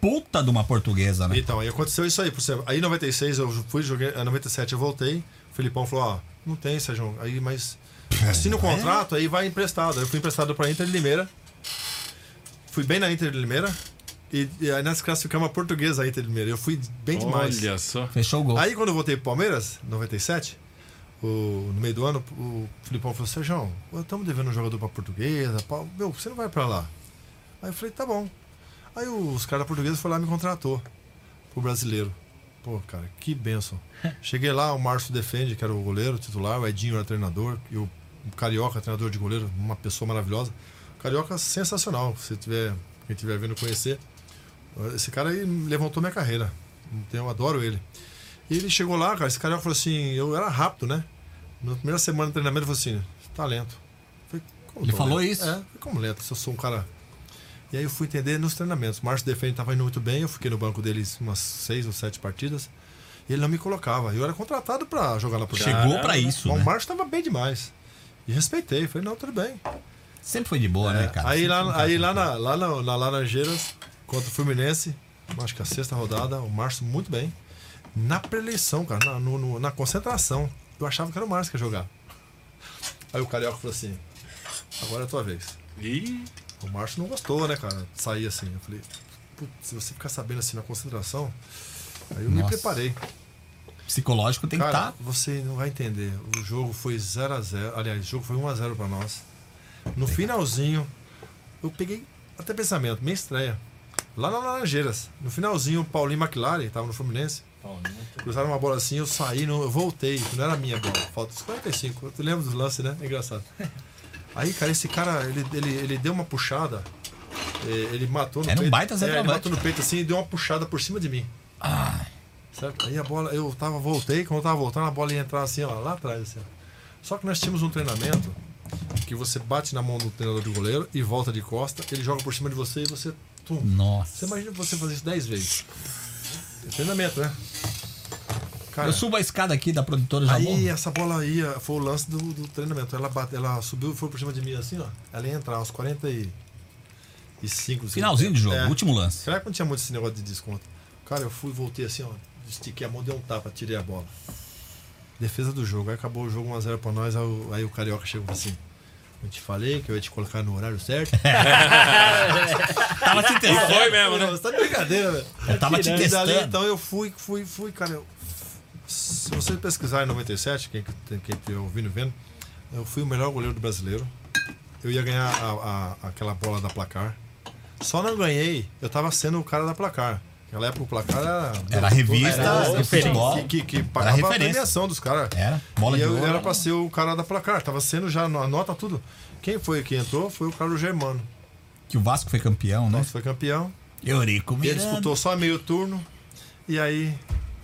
C: puta de uma portuguesa, né?
E: Então, aí aconteceu isso aí. Por exemplo, aí em 96 eu fui, joguei, em 97 eu voltei. O Filipão falou: Ó, não tem, Sérgio. Aí, mas assina o contrato, aí vai emprestado. Aí Eu fui emprestado pra Inter de Limeira. Fui bem na Inter de Limeira. E, e aí nós classificamos a portuguesa a Inter de Limeira. Eu fui bem demais.
A: Olha só.
C: Fechou o gol.
E: Aí quando eu voltei pro Palmeiras, 97, o, no meio do ano, o Filipão falou, Sérgio, estamos devendo um jogador pra portuguesa, pá, meu, você não vai pra lá. Aí eu falei, tá bom. Aí os caras da portuguesa foram lá e me contratou pro brasileiro. Pô, cara, que benção. Cheguei lá, o Márcio Defende, que era o goleiro titular, o Edinho era treinador, e o Carioca, treinador de goleiro, uma pessoa maravilhosa. O Carioca sensacional, se tiver, quem estiver vendo conhecer. Esse cara aí levantou minha carreira. Então, eu adoro ele. E ele chegou lá, cara, esse cara falou assim, eu era rápido, né? Na primeira semana de treinamento, ele falou assim, tá lento. Eu Falei, como
C: Ele
E: tô
C: falou
E: lento?
C: isso?
E: É, eu falei, como lento, se eu sou um cara... E aí eu fui entender nos treinamentos. O Márcio Defende tava indo muito bem, eu fiquei no banco deles umas seis ou sete partidas. E ele não me colocava. Eu era contratado pra jogar lá por
C: Chegou pra isso,
E: Bom,
C: né?
E: O Márcio tava bem demais. E respeitei, falei, não, tudo bem.
C: Sempre foi de boa, né, cara?
E: É, Aí
C: Sempre foi um
E: lá,
C: cara
E: aí
C: que-
E: lá, na, lá na, na Laranjeiras, contra o Fluminense, acho que a sexta rodada, o Márcio muito bem. Na preleição, cara, na, no- no- na concentração, eu achava que era o Márcio que ia jogar. Aí o Carioca falou assim, agora é a tua vez.
A: Ih,
E: O Márcio não gostou, né, cara? Sair assim. Eu falei, "Putz, se você ficar sabendo assim na concentração, aí eu me
C: Nossa.
E: preparei.
C: Psicológico tem que tá
E: Cara,
C: estar.
E: você não vai entender. O jogo foi 0 a 0 Aliás, o jogo foi 1x0 pra nós. No finalzinho, eu peguei até pensamento, meio estranha. Lá na Laranjeiras, no finalzinho, o Paulinho McLaren, tava no Fluminense. Cruzaram uma bola assim, eu saí, não, eu voltei. Não era minha bola, falta os 45. Eu lembro dos lances, né? É engraçado. Aí, cara, esse cara, ele, ele, ele deu uma puxada. eh, Ele matou no
C: Era um
E: peito.
C: baita
E: é, ele
C: centroavante,
E: matou no peito assim e deu uma puxada por cima de mim. Certo? Aí a bola, eu tava, voltei, quando eu tava voltando, a bola ia entrar assim, ó, lá atrás. Assim, ó. Só que nós tínhamos um treinamento que você bate na mão do treinador de goleiro e volta de costa, ele joga por cima de você e você. Tum. Você
C: Nossa.
E: imagina você fazer isso 10 vezes. É treinamento, né? Cara,
C: Eu subo a escada aqui da produtora já morro.
E: Aí é essa bola ia, foi o lance do, do treinamento. Ela, bate, ela subiu, foi por cima de mim assim, ó. Ela ia entrar aos 45. segundos.
C: Finalzinho de jogo,
E: É.
C: último lance.
E: Será que não tinha muito esse negócio de desconto? Cara, eu fui, voltei assim, ó. Estiquei a mão, dei um tapa, tirei a bola. Defesa do jogo. Aí acabou o jogo 1x0 pra nós. Aí, o- aí o Carioca chegou assim. Eu te falei que eu ia te colocar no horário certo.
C: Tava te testando.
A: Foi mesmo, né?
E: Você tá de brincadeira, velho.
C: Eu tava te
E: E dali,
C: testando.
E: então eu fui, fui, fui, cara. eu- se você pesquisar em 97, quem quem quem tá ouvindo e vendo, eu fui o melhor goleiro do brasileiro. Eu ia ganhar a- a- aquela bola da placar. Só não ganhei, eu tava sendo o cara da placar. Naquela época o placar era.
C: Era a revista,
E: Era-
C: futebol.
E: Que, que, que pagava a
C: referência.
E: premiação dos caras.
C: Era, bola
E: e
C: de
E: eu
C: ouro.
E: era pra ser o cara da placar. Tava sendo já, no- anota tudo. Quem foi que entrou foi o Carlos Germano.
C: Que o Vasco foi campeão, né?
E: Nossa, foi campeão.
C: Eurico
E: Ele
C: Miranda.
E: disputou só meio turno. E aí,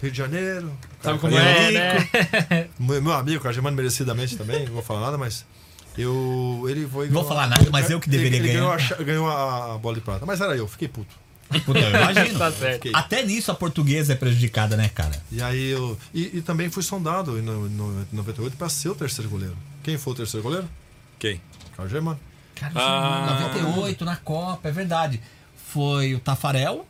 E: Rio de Janeiro.
D: Sabe
E: cara,
D: como
E: Eurico,
D: é, né?
E: Meu, meu amigo, Cargemano, merecidamente também, não vou falar nada, mas. Eu. Ele foi.
C: Não vou falar nada, mas eu que deveria
E: ele, ele
C: ganhar.
E: Ganhou, a, cha- ganhou a, a bola de prata. Mas era eu, fiquei puto.
C: Puta,
E: [LAUGHS]
C: eu imagino.
D: tá certo.
E: Fiquei.
C: Até nisso a portuguesa é prejudicada, né, cara?
E: E aí eu. E, e também fui sondado em no- no- 98 pra ser o terceiro goleiro. Quem foi o terceiro goleiro?
A: Quem?
E: Carlos Germano.
C: Cara,
A: Ah.
C: 98 na Copa, é verdade. Foi o Tafarel,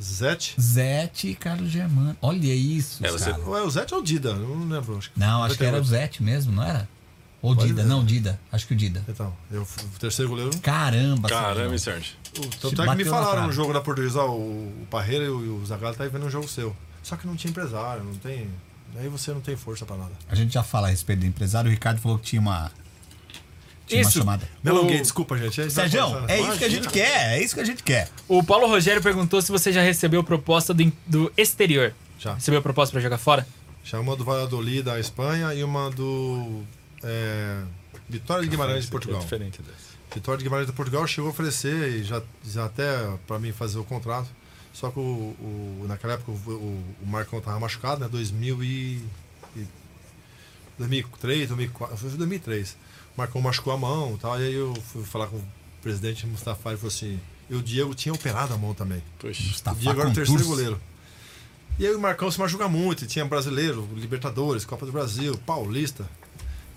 E: Zete.
C: Zete e Carlos Germano. Olha isso,
A: É, você-
C: cara.
E: Ou é o Zete ou o Dida? Não lembro, acho que.
C: Não, acho que era o
E: 98.
C: Zete mesmo, não era? Ou
E: Pode
C: Dida,
E: ser.
C: não, Dida. Acho que o Dida.
E: Então, eu fui o terceiro goleiro.
C: Caramba,
A: Caramba,
C: Sérgio.
A: hein, Sérgio.
E: O- Tanto é que
C: Bateu
E: me
C: na
E: falaram
C: trave.
E: no jogo da Portuguesa, ó, o, o Parreira e o, e o Zagallo tá aí vendo um jogo seu. Só que não tinha empresário, não tem. Aí você não tem força pra nada.
C: A gente já fala a respeito do empresário. O Ricardo falou que tinha uma. Tinha uma
D: Isso.
C: chamada.
E: Me alonguei, desculpa, gente. A gente tá
C: Sérgio,
E: conversando.
C: é isso que a gente quer. É isso que a gente quer.
D: O Paulo Rogério perguntou se você já recebeu proposta do, do exterior.
E: Já.
D: Recebeu proposta pra jogar fora?
E: Já uma do Valladolid da Espanha e uma do. é, Vitória de Guimarães de Portugal.
A: diferente desse.
E: Vitória de Guimarães de Portugal chegou a oferecer e já, já até pra mim fazer o contrato. Só que o, o- naquela época o, o, o Marcão tava machucado, né? 2000 e, e 2003, 2004, foi 2003. O Marcão machucou a mão e tal. E aí eu fui falar com o presidente Mustafa e falou assim: e o Diego tinha operado a mão também.
A: Puxa.
C: Tá
E: O Diego era
C: com
E: o terceiro
C: curso.
E: goleiro. E aí o Marcão se machuca muito, e tinha brasileiro, Libertadores, Copa do Brasil, Paulista.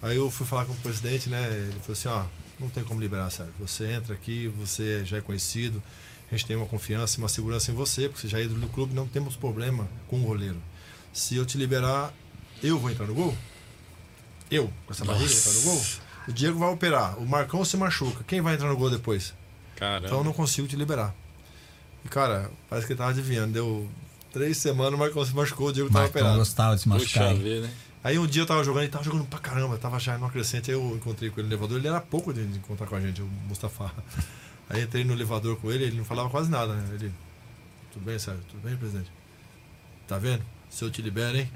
E: Aí eu fui falar com o presidente, né? Ele falou assim, ó, não tem como liberar, Sérgio. Você entra aqui, você já é conhecido, a gente tem uma confiança, uma segurança em você, porque você já é ídolo do clube, não temos problema com o goleiro. Se eu te liberar, eu vou entrar no gol? Eu, com essa barriga, vou entrar no gol? O Diego vai operar, o Marcão se machuca. Quem vai entrar no gol depois?
A: Caramba.
E: Então eu não consigo te liberar. E, cara, parece que ele tava adivinhando. Deu três semanas, o Marcão se machucou, o Diego tava
C: Marcão
E: operado.
C: gostava de se
A: Puxa
C: machucar. hein?
A: vida, né?
E: Aí um dia eu tava jogando, ele tava jogando pra caramba, tava já numa crescente. Aí eu encontrei com ele no elevador, ele era pouco de de encontrar com a gente, o Mustafa. Aí entrei no elevador com ele, ele não falava quase nada, né? Ele, tudo bem, Sérgio? Tudo bem, presidente? Tá vendo? Se eu te libero, hein?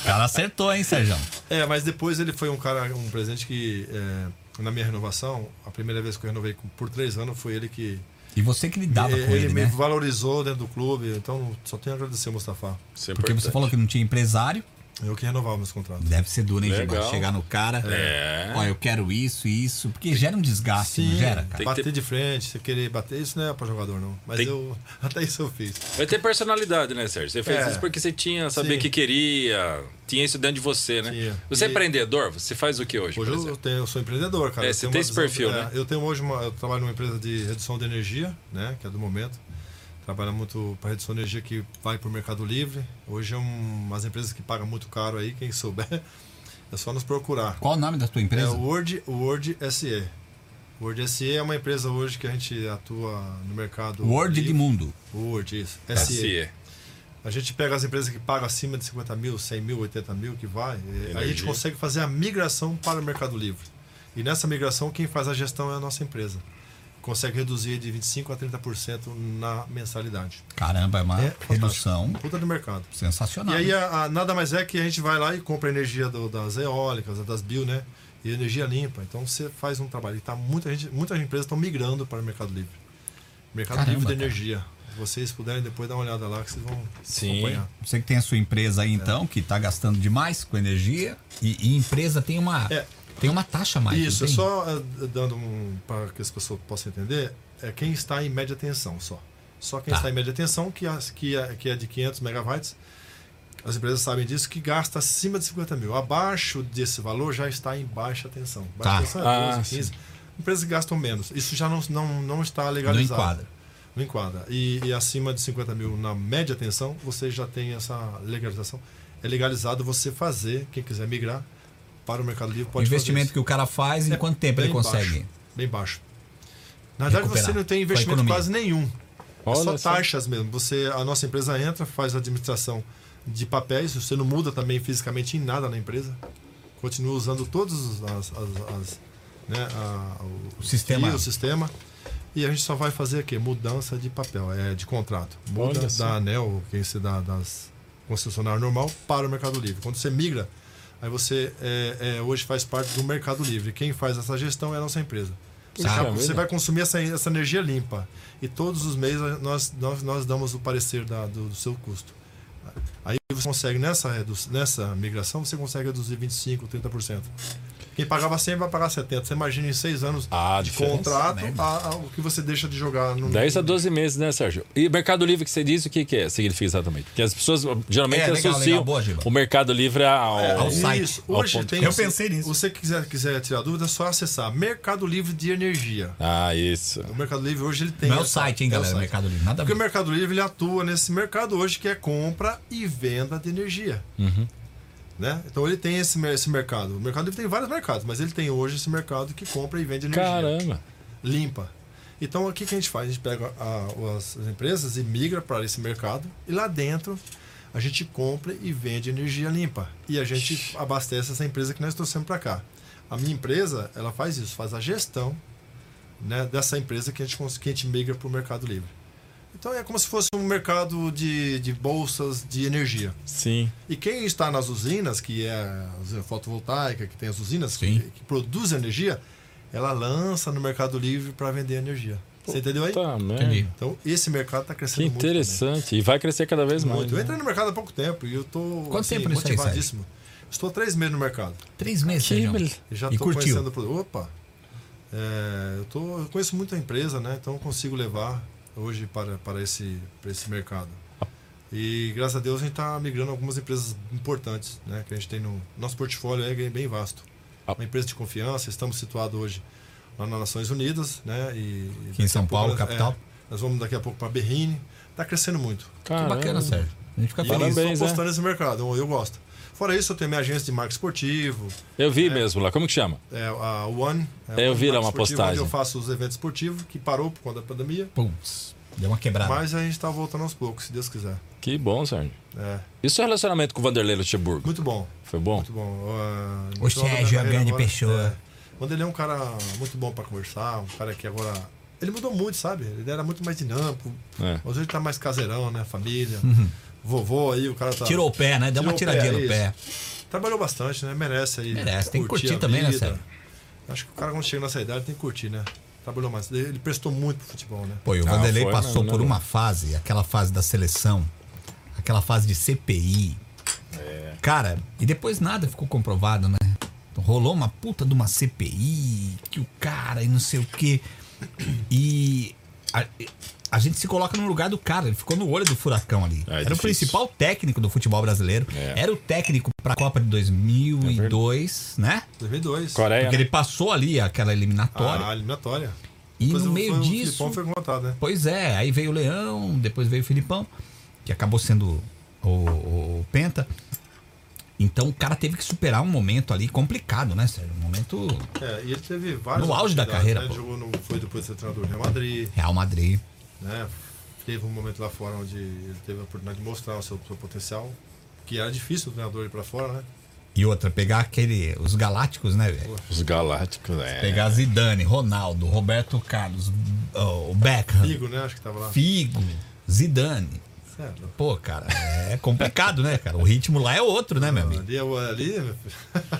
C: O cara acertou, hein, Sérgio?
E: É, mas depois ele foi um cara, um presidente que, é, na minha renovação, a primeira vez que eu renovei com- por três anos, foi ele que
C: E você que lidava
E: ele,
C: com ele,
E: ele me
C: né?
E: valorizou dentro do clube, então só tenho a agradecer, Mustafa.
A: Isso é
C: Porque você
A: importante.
C: falou que não tinha empresário.
E: Eu que renovava meus contratos.
C: Deve ser duro, hein,
A: Legal.
C: Gilmar? Chegar no cara.
A: É.
C: Ó, eu quero isso e isso. Porque gera um desgaste, não gera, cara?
A: tem que
E: bater
A: ter-
E: de frente, você querer bater, isso não é pra jogador, não. Mas
A: Tem-
E: eu. [LAUGHS] Até isso eu fiz.
A: Vai ter personalidade, né, Sérgio? Você fez
E: É.
A: isso porque você tinha, sabia
E: Sim.
A: que queria, tinha isso dentro de você, né?
E: Tinha.
A: Você é
E: E-
A: empreendedor? Você faz o que hoje,
E: Hoje
A: por
E: eu,
A: exemplo?
E: tenho, eu sou empreendedor, cara.
A: É,
E: Eu
A: você
E: tenho
A: tem
E: uma
A: esse
E: visão-
A: perfil,
E: é,
A: né?
E: Eu tenho hoje uma. Eu trabalho numa empresa de redução de energia, né? Que é do momento. Trabalha muito para redução de energia que vai para o Mercado Livre. Hoje é um- umas empresas que pagam muito caro aí, quem souber, [LAUGHS] é só nos procurar.
C: Qual o nome da tua
E: É
C: empresa?
E: o Word, o Word SE. O Word SE é uma empresa hoje que a gente atua no mercado.
C: Word
E: livre.
C: de Mundo.
E: Word, isso. SE.
A: SE.
E: A gente pega as empresas que pagam acima de 50 mil, 100 mil, 80 mil, que vai. e aí a gente
A: Entendi.
E: consegue fazer a migração para o Mercado Livre. E nessa migração, quem faz a gestão é a nossa empresa. Consegue reduzir de 25% a 30% na mensalidade.
C: Caramba, é uma
E: É fantástico.
C: redução
E: Puta do mercado.
C: sensacional.
E: E aí, a- a- nada mais é que a gente vai lá e compra a energia do- das eólicas, das bio, né? E e energia limpa. Então você faz um trabalho. E tá muita gente, muitas empresas estão migrando para o Mercado Livre. Mercado
C: Caramba,
E: Livre da
C: cara.
E: Energia. Vocês puderem depois dar uma olhada lá que vocês vão
A: Sim.
E: acompanhar.
C: Você que tem a sua empresa aí, então, que tá gastando demais com energia, e, e empresa tem uma,
E: É.
C: tem uma taxa a mais.
E: Isso,
C: não
E: é
C: tem?
E: só eh, dando um, para que as pessoas possam entender, é quem está em média tensão só. Só quem
C: Tá.
E: está em média tensão, que, as- que, é- que é de 500 megawatts, as empresas sabem disso, que gasta acima de 50 mil. Abaixo desse valor já está em baixa tensão. Baixa
C: Tá.
E: tensão
A: Ah,
E: é 12,
A: sim.
E: 15. Empresas que gastam menos. Isso já não, não, não está
C: Não
E: legalizado.
C: enquadra.
E: Não enquadra. E, e acima de 50 mil na média tensão, você já tem essa legalização. É legalizado você fazer, quem quiser migrar para o Mercado Livre
C: O
E: pode
C: investimento
E: fazer isso.
C: que o cara faz, em
E: É
C: quanto tempo ele
E: bem baixo,
C: consegue?
E: bem baixo. Na verdade,
C: Recuperar
E: você não tem
C: com a
E: investimento
C: economia.
E: quase nenhum.
A: Olha
E: é
A: só.
E: só taxas mesmo. Você, a nossa empresa entra, faz a administração de papéis, você não muda também fisicamente em nada na empresa. Continua usando todos as, as- as, né, a- o,
C: sistema.
E: o sistema. E a gente só vai fazer aqui mudança de papel, é de contrato.
A: Olha
E: Muda
A: só.
E: da ANEL, quem se dá das concessionárias normal, para o Mercado Livre. Quando você migra, aí você é, é, hoje faz parte do Mercado Livre. Quem faz essa gestão é a nossa empresa. Você,
A: Puxa
E: acaba-
A: vida.
E: você vai consumir essa, essa energia limpa. E todos os meses nós, nós, nós damos o parecer da- do, do seu custo. Aí você consegue, nessa, redu- nessa migração, você consegue reduzir 25%, 30%. Quem pagava 100 vai pagar 70. Você imagina em seis anos
A: Ah, a
E: de
A: diferença,
E: contrato
C: né,
E: a- a- o que você deixa de jogar no.
A: 10 a 12 meses, né, Sérgio? E Mercado Livre que você diz, o que, que é, significa exatamente? Porque as pessoas geralmente
C: É, legal,
A: associam
C: legal, boa, Giba.
A: o Mercado Livre ao.
E: É,
C: ao
E: isso.
C: site,
A: ao
E: Hoje
A: ponto.
E: tem.
C: Eu
E: você-
C: pensei nisso.
E: Você que quiser, quiser tirar dúvida, é só acessar Mercado Livre de Energia.
A: Ah, isso.
E: O Mercado Livre hoje ele tem.
C: Não é o
E: essa-
C: site, hein,
E: é o
C: galera?
E: site.
C: Mercado Livre. Nada a
E: Porque o
C: ver.
E: Mercado Livre ele atua nesse mercado hoje que é compra e venda de energia. Né? Então ele tem esse, mer- esse mercado. O Mercado Livre tem vários mercados, mas ele tem hoje esse mercado que compra e vende energia
A: Caramba.
E: limpa. Então o que, que a gente faz? A gente pega a- as, as empresas e migra para esse mercado e lá dentro a gente compra e vende energia limpa. E a gente abastece essa empresa que nós trouxemos para cá. A minha empresa, ela faz isso, faz a gestão né, dessa empresa que a gente, cons- que a gente migra para o Mercado Livre. Então é como se fosse um mercado de, de bolsas de energia.
A: Sim.
E: E quem está nas usinas, que é a usina fotovoltaica, que tem as usinas
C: Sim.
E: que, que produz energia, ela lança no Mercado Livre para vender energia. Você entendeu aí?
A: Tá, né?
C: Entendi.
E: Então, esse mercado está
A: Que
E: crescendo muito. também.
A: interessante. E vai crescer cada vez mais.
E: Muito. Eu
A: né?
E: entrei no mercado há pouco tempo e eu estou
C: Quanto tempo nisso aí,
E: motivadíssimo. Estou três meses no mercado.
C: Três meses,
A: Que
C: Sérgio.
A: beleza.
E: E já
C: E
E: estou
C: curtiu?
E: conhecendo o produto. Opa! É, eu, tô, eu conheço muito a empresa, né? Então eu consigo levar hoje para, para, esse, para esse mercado. E graças a Deus a gente está migrando algumas empresas importantes, né? Que a gente tem no nosso portfólio é bem- bem vasto.
A: Ah.
E: Uma empresa de confiança, estamos situados hoje lá nas Nações Unidas, né? E, e
C: Aqui em São
E: daqui a pouco
C: Paulo,
E: nós-
C: capital.
E: é, nós vamos daqui a pouco para Berrini. Está crescendo muito.
C: Que
A: Caramba.
C: bacana, Sérgio. A gente fica
E: E eu
C: feliz.
A: Parabéns.
E: estou
A: é.
E: apostando nesse mercado, eu gosto. Fora isso, eu tenho minha agência de marketing esportivo,
A: Eu vi mesmo lá. Como que chama?
E: é, a One.
A: É, eu
E: One
A: vi lá uma
E: Marketing Esportivo,
A: postagem.
E: Onde eu faço os eventos esportivos, que parou por conta da pandemia.
C: Putz, deu uma quebrada.
E: Mas a gente está voltando aos poucos, se Deus quiser.
A: Que bom, Sérgio.
E: É,
A: E o seu relacionamento com o Vanderlei Luxemburgo?
E: muito bom,
A: Foi bom?
E: muito bom. Ah,
C: O
E: então, na minha
C: Sérgio é
E: carreira
C: grande
E: agora,
C: pessoa.
E: é, Quando ele é um cara muito bom para conversar, um cara que agora. Ele mudou muito, sabe? Ele era muito mais dinâmico.
A: É.
E: Hoje ele tá mais caseirão, né? Família. Vovô aí, o cara tá.
C: Uhum. Tirou o pé, né? Deu uma
E: Tirou o pé,
C: tiradinha no
E: é isso.
C: pé.
E: Trabalhou bastante, né? Merece aí.
C: Merece, tem que curtir
E: a
C: também, né,
E: vida.
C: Sérgio?
E: Acho que o cara quando chega nessa idade tem que curtir, né? Trabalhou mais. Ele prestou muito pro futebol, né?
C: Pô, e o
A: Ah,
C: Vanderlei
A: foi,
C: passou
A: não, não.
C: por uma fase, aquela fase da seleção, aquela fase de CPI.
A: É.
C: Cara, e depois nada ficou comprovado, né? Rolou uma puta de uma CPI, que o cara e não sei o quê. E a, a gente se coloca no lugar do cara, ele ficou no olho do furacão ali.
A: É, é
C: era o
A: difícil.
C: principal técnico do futebol brasileiro.
A: É.
C: Era o técnico pra Copa de 2002, né?
E: 2002.
A: Coreia.
C: Porque
A: É, né?
C: ele passou ali aquela eliminatória.
E: A eliminatória.
C: E
E: Depois
C: no
E: o-
C: meio
E: Ah, foi, um
C: disso-
E: O Filipão foi contratado, né?
C: Pois é, aí veio o Leão, depois veio o Filipão, que acabou sendo o, o- o Penta. Então o cara teve que superar um momento ali complicado, né, Sérgio? Um momento
E: É, e ele teve vários.
C: No auge da carreira, pô.
E: Jogou no, foi depois de ser treinador do Real Madrid,
C: Real Madrid.
E: né? Teve um momento lá fora onde ele teve a oportunidade de mostrar o seu, seu potencial, que era difícil o treinador ir pra fora, né?
C: E outra, pegar aquele. Os galácticos, né, velho?
A: Os Galácticos, é.
C: Pegar Zidane, Ronaldo, Roberto Carlos, o Beckham,
E: Figo, né? Acho que tava lá.
C: Figo, Zidane. Pô, cara, é complicado, né, cara? O ritmo lá é outro, né, meu amigo?
E: Ali, eu- ali [LAUGHS]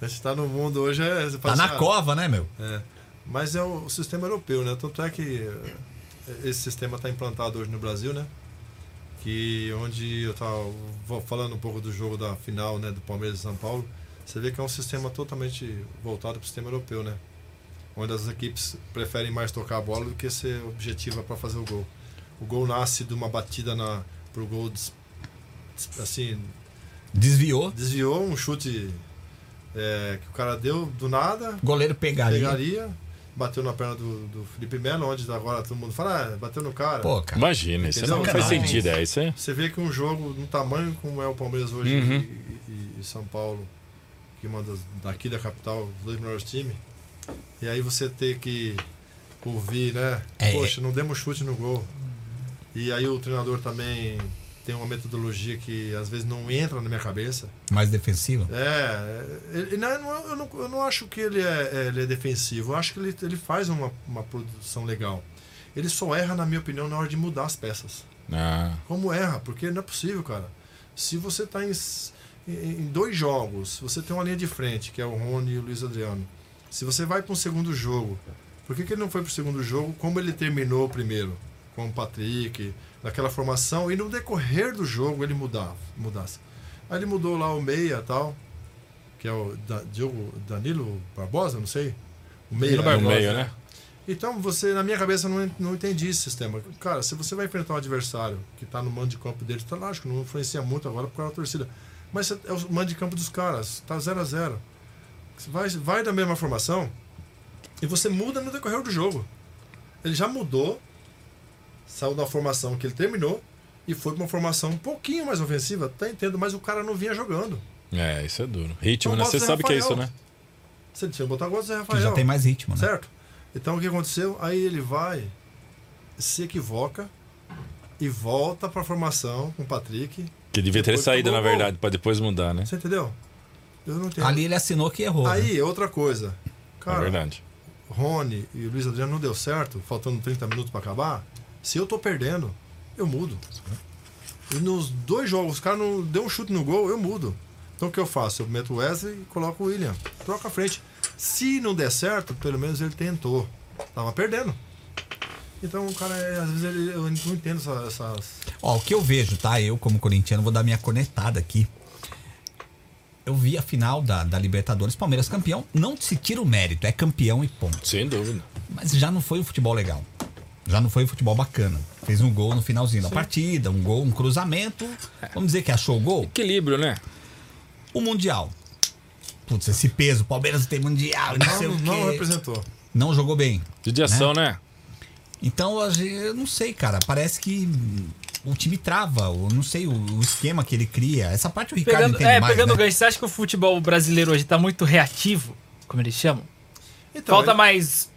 E: a gente tá no mundo hoje. É, você
C: Tá
E: fala
C: na
E: assim, ah,
C: cova, né, meu?
E: É. Mas é o sistema europeu, né? Tanto é que eh, esse sistema está implantado hoje no Brasil, né? Que onde eu estava falando um pouco do jogo da final, né? Do Palmeiras e São Paulo, você vê que é um sistema totalmente voltado para o sistema europeu, né? Onde as equipes preferem mais tocar a bola do que ser objetiva para fazer o gol. O gol nasce de uma batida na, pro gol, des- des- assim,
C: Desviou,
E: desviou um chute eh, que o cara deu do nada,
C: goleiro pegaria.
E: pegaria, bateu na perna do, do Felipe Melo, onde agora todo mundo fala, ah, bateu no cara.
C: Pô, cara.
A: Imagina, isso não faz
C: Sacanagem.
A: sentido, é isso aí.
E: Você vê que um jogo no tamanho como é o Palmeiras hoje
C: Uhum.
E: e, e- e São Paulo, que é uma das, daqui da capital, os dois melhores times, e aí você ter que ouvir, né?
C: É.
E: Poxa, não demos chute no gol. E aí o treinador também tem uma metodologia que às vezes não entra na minha cabeça.
C: Mais defensivo.
E: É, ele, não, eu não- eu, não, eu não acho que ele é, é, ele é defensivo. Eu acho que ele, ele faz uma, uma produção legal. Ele só erra, na minha opinião, na hora de mudar as peças.
A: Ah,
E: Como erra? Porque não é possível, cara. Se você tá em, s- em em dois jogos, você tem uma linha de frente, que é o Rony e o Luiz Adriano. Se você vai para um segundo jogo, por que, que ele não foi para o segundo jogo como ele terminou o primeiro? Com o Patrick, naquela formação, e no decorrer do jogo ele mudava, mudasse. Aí ele mudou lá o meia tal, que é o da, Diogo Danilo Barbosa, não sei. O meia,
A: no
E: Barbosa.
A: meio, né?
E: Então, você, na minha cabeça, eu não, en- não entendi esse sistema. Cara, se você vai enfrentar um adversário que está no mando de campo dele, tá lógico, não influencia muito agora por causa da torcida. Mas cê- é o mando de campo dos caras, tá 0 a 0 Você vai, vai da mesma formação e você muda no decorrer do jogo. Ele já mudou, saiu da formação que ele terminou e foi para uma formação um pouquinho mais ofensiva, até entendo, mas o cara não vinha jogando.
A: É, isso é duro. Ritmo,
E: Então
A: né?
E: bota
A: Você
E: o
A: sabe que é isso,
E: Rafael.
A: né?
E: Você tinha que botar agora o Zé
C: Que
E: Rafael.
C: já tem mais ritmo, né?
E: Certo? Então o que aconteceu? Aí ele vai, se equivoca e volta pra formação com o Patrick.
A: Que devia ter
E: Depois
A: saído,
E: tomou
A: na
E: gol.
A: verdade, pra depois mudar, né?
E: Você entendeu? Eu não entendo.
C: Ali ele assinou que errou. né?
E: Aí, outra coisa.
A: É
E: Cara,
A: verdade.
E: Rony e Luiz Adriano não deu certo, faltando 30 minutos pra acabar. Se eu tô perdendo, eu mudo. E nos dois jogos, o cara não deu um chute no gol, eu mudo. Então o que eu faço? Eu meto o Wesley e coloco o William. Troca a frente. Se não der certo, pelo menos ele tentou. Tava perdendo. Então o cara, é, às vezes, ele, eu não entendo essa- essas.
C: Ó, o que eu vejo, tá? Eu, como corintiano, vou dar minha cornetada aqui. Eu vi a final da, da Libertadores, Palmeiras campeão. Não se tira o mérito, é campeão e ponto.
A: Sem dúvida.
C: Mas já não foi um futebol legal. Já não foi um futebol bacana. Fez um gol no finalzinho da partida, um gol, um cruzamento. Vamos dizer que achou o gol?
A: Equilíbrio, né?
C: O Mundial. Putz, esse peso, o Palmeiras não tem Mundial, não, sei
E: Não,
C: é o quê.
E: não representou.
C: Não jogou bem.
A: De direção, né?
C: Então, a gen- eu não sei, cara. Parece que hum, o time trava. Eu não sei o, o esquema que ele cria. Essa parte o Ricardo
D: Pegando,
C: entende
D: é,
C: mais,
D: pegando o
C: né?
D: gancho, você acha que o futebol brasileiro hoje tá muito reativo, como eles chamam?
E: Então,
D: Falta
E: ele-
D: mais.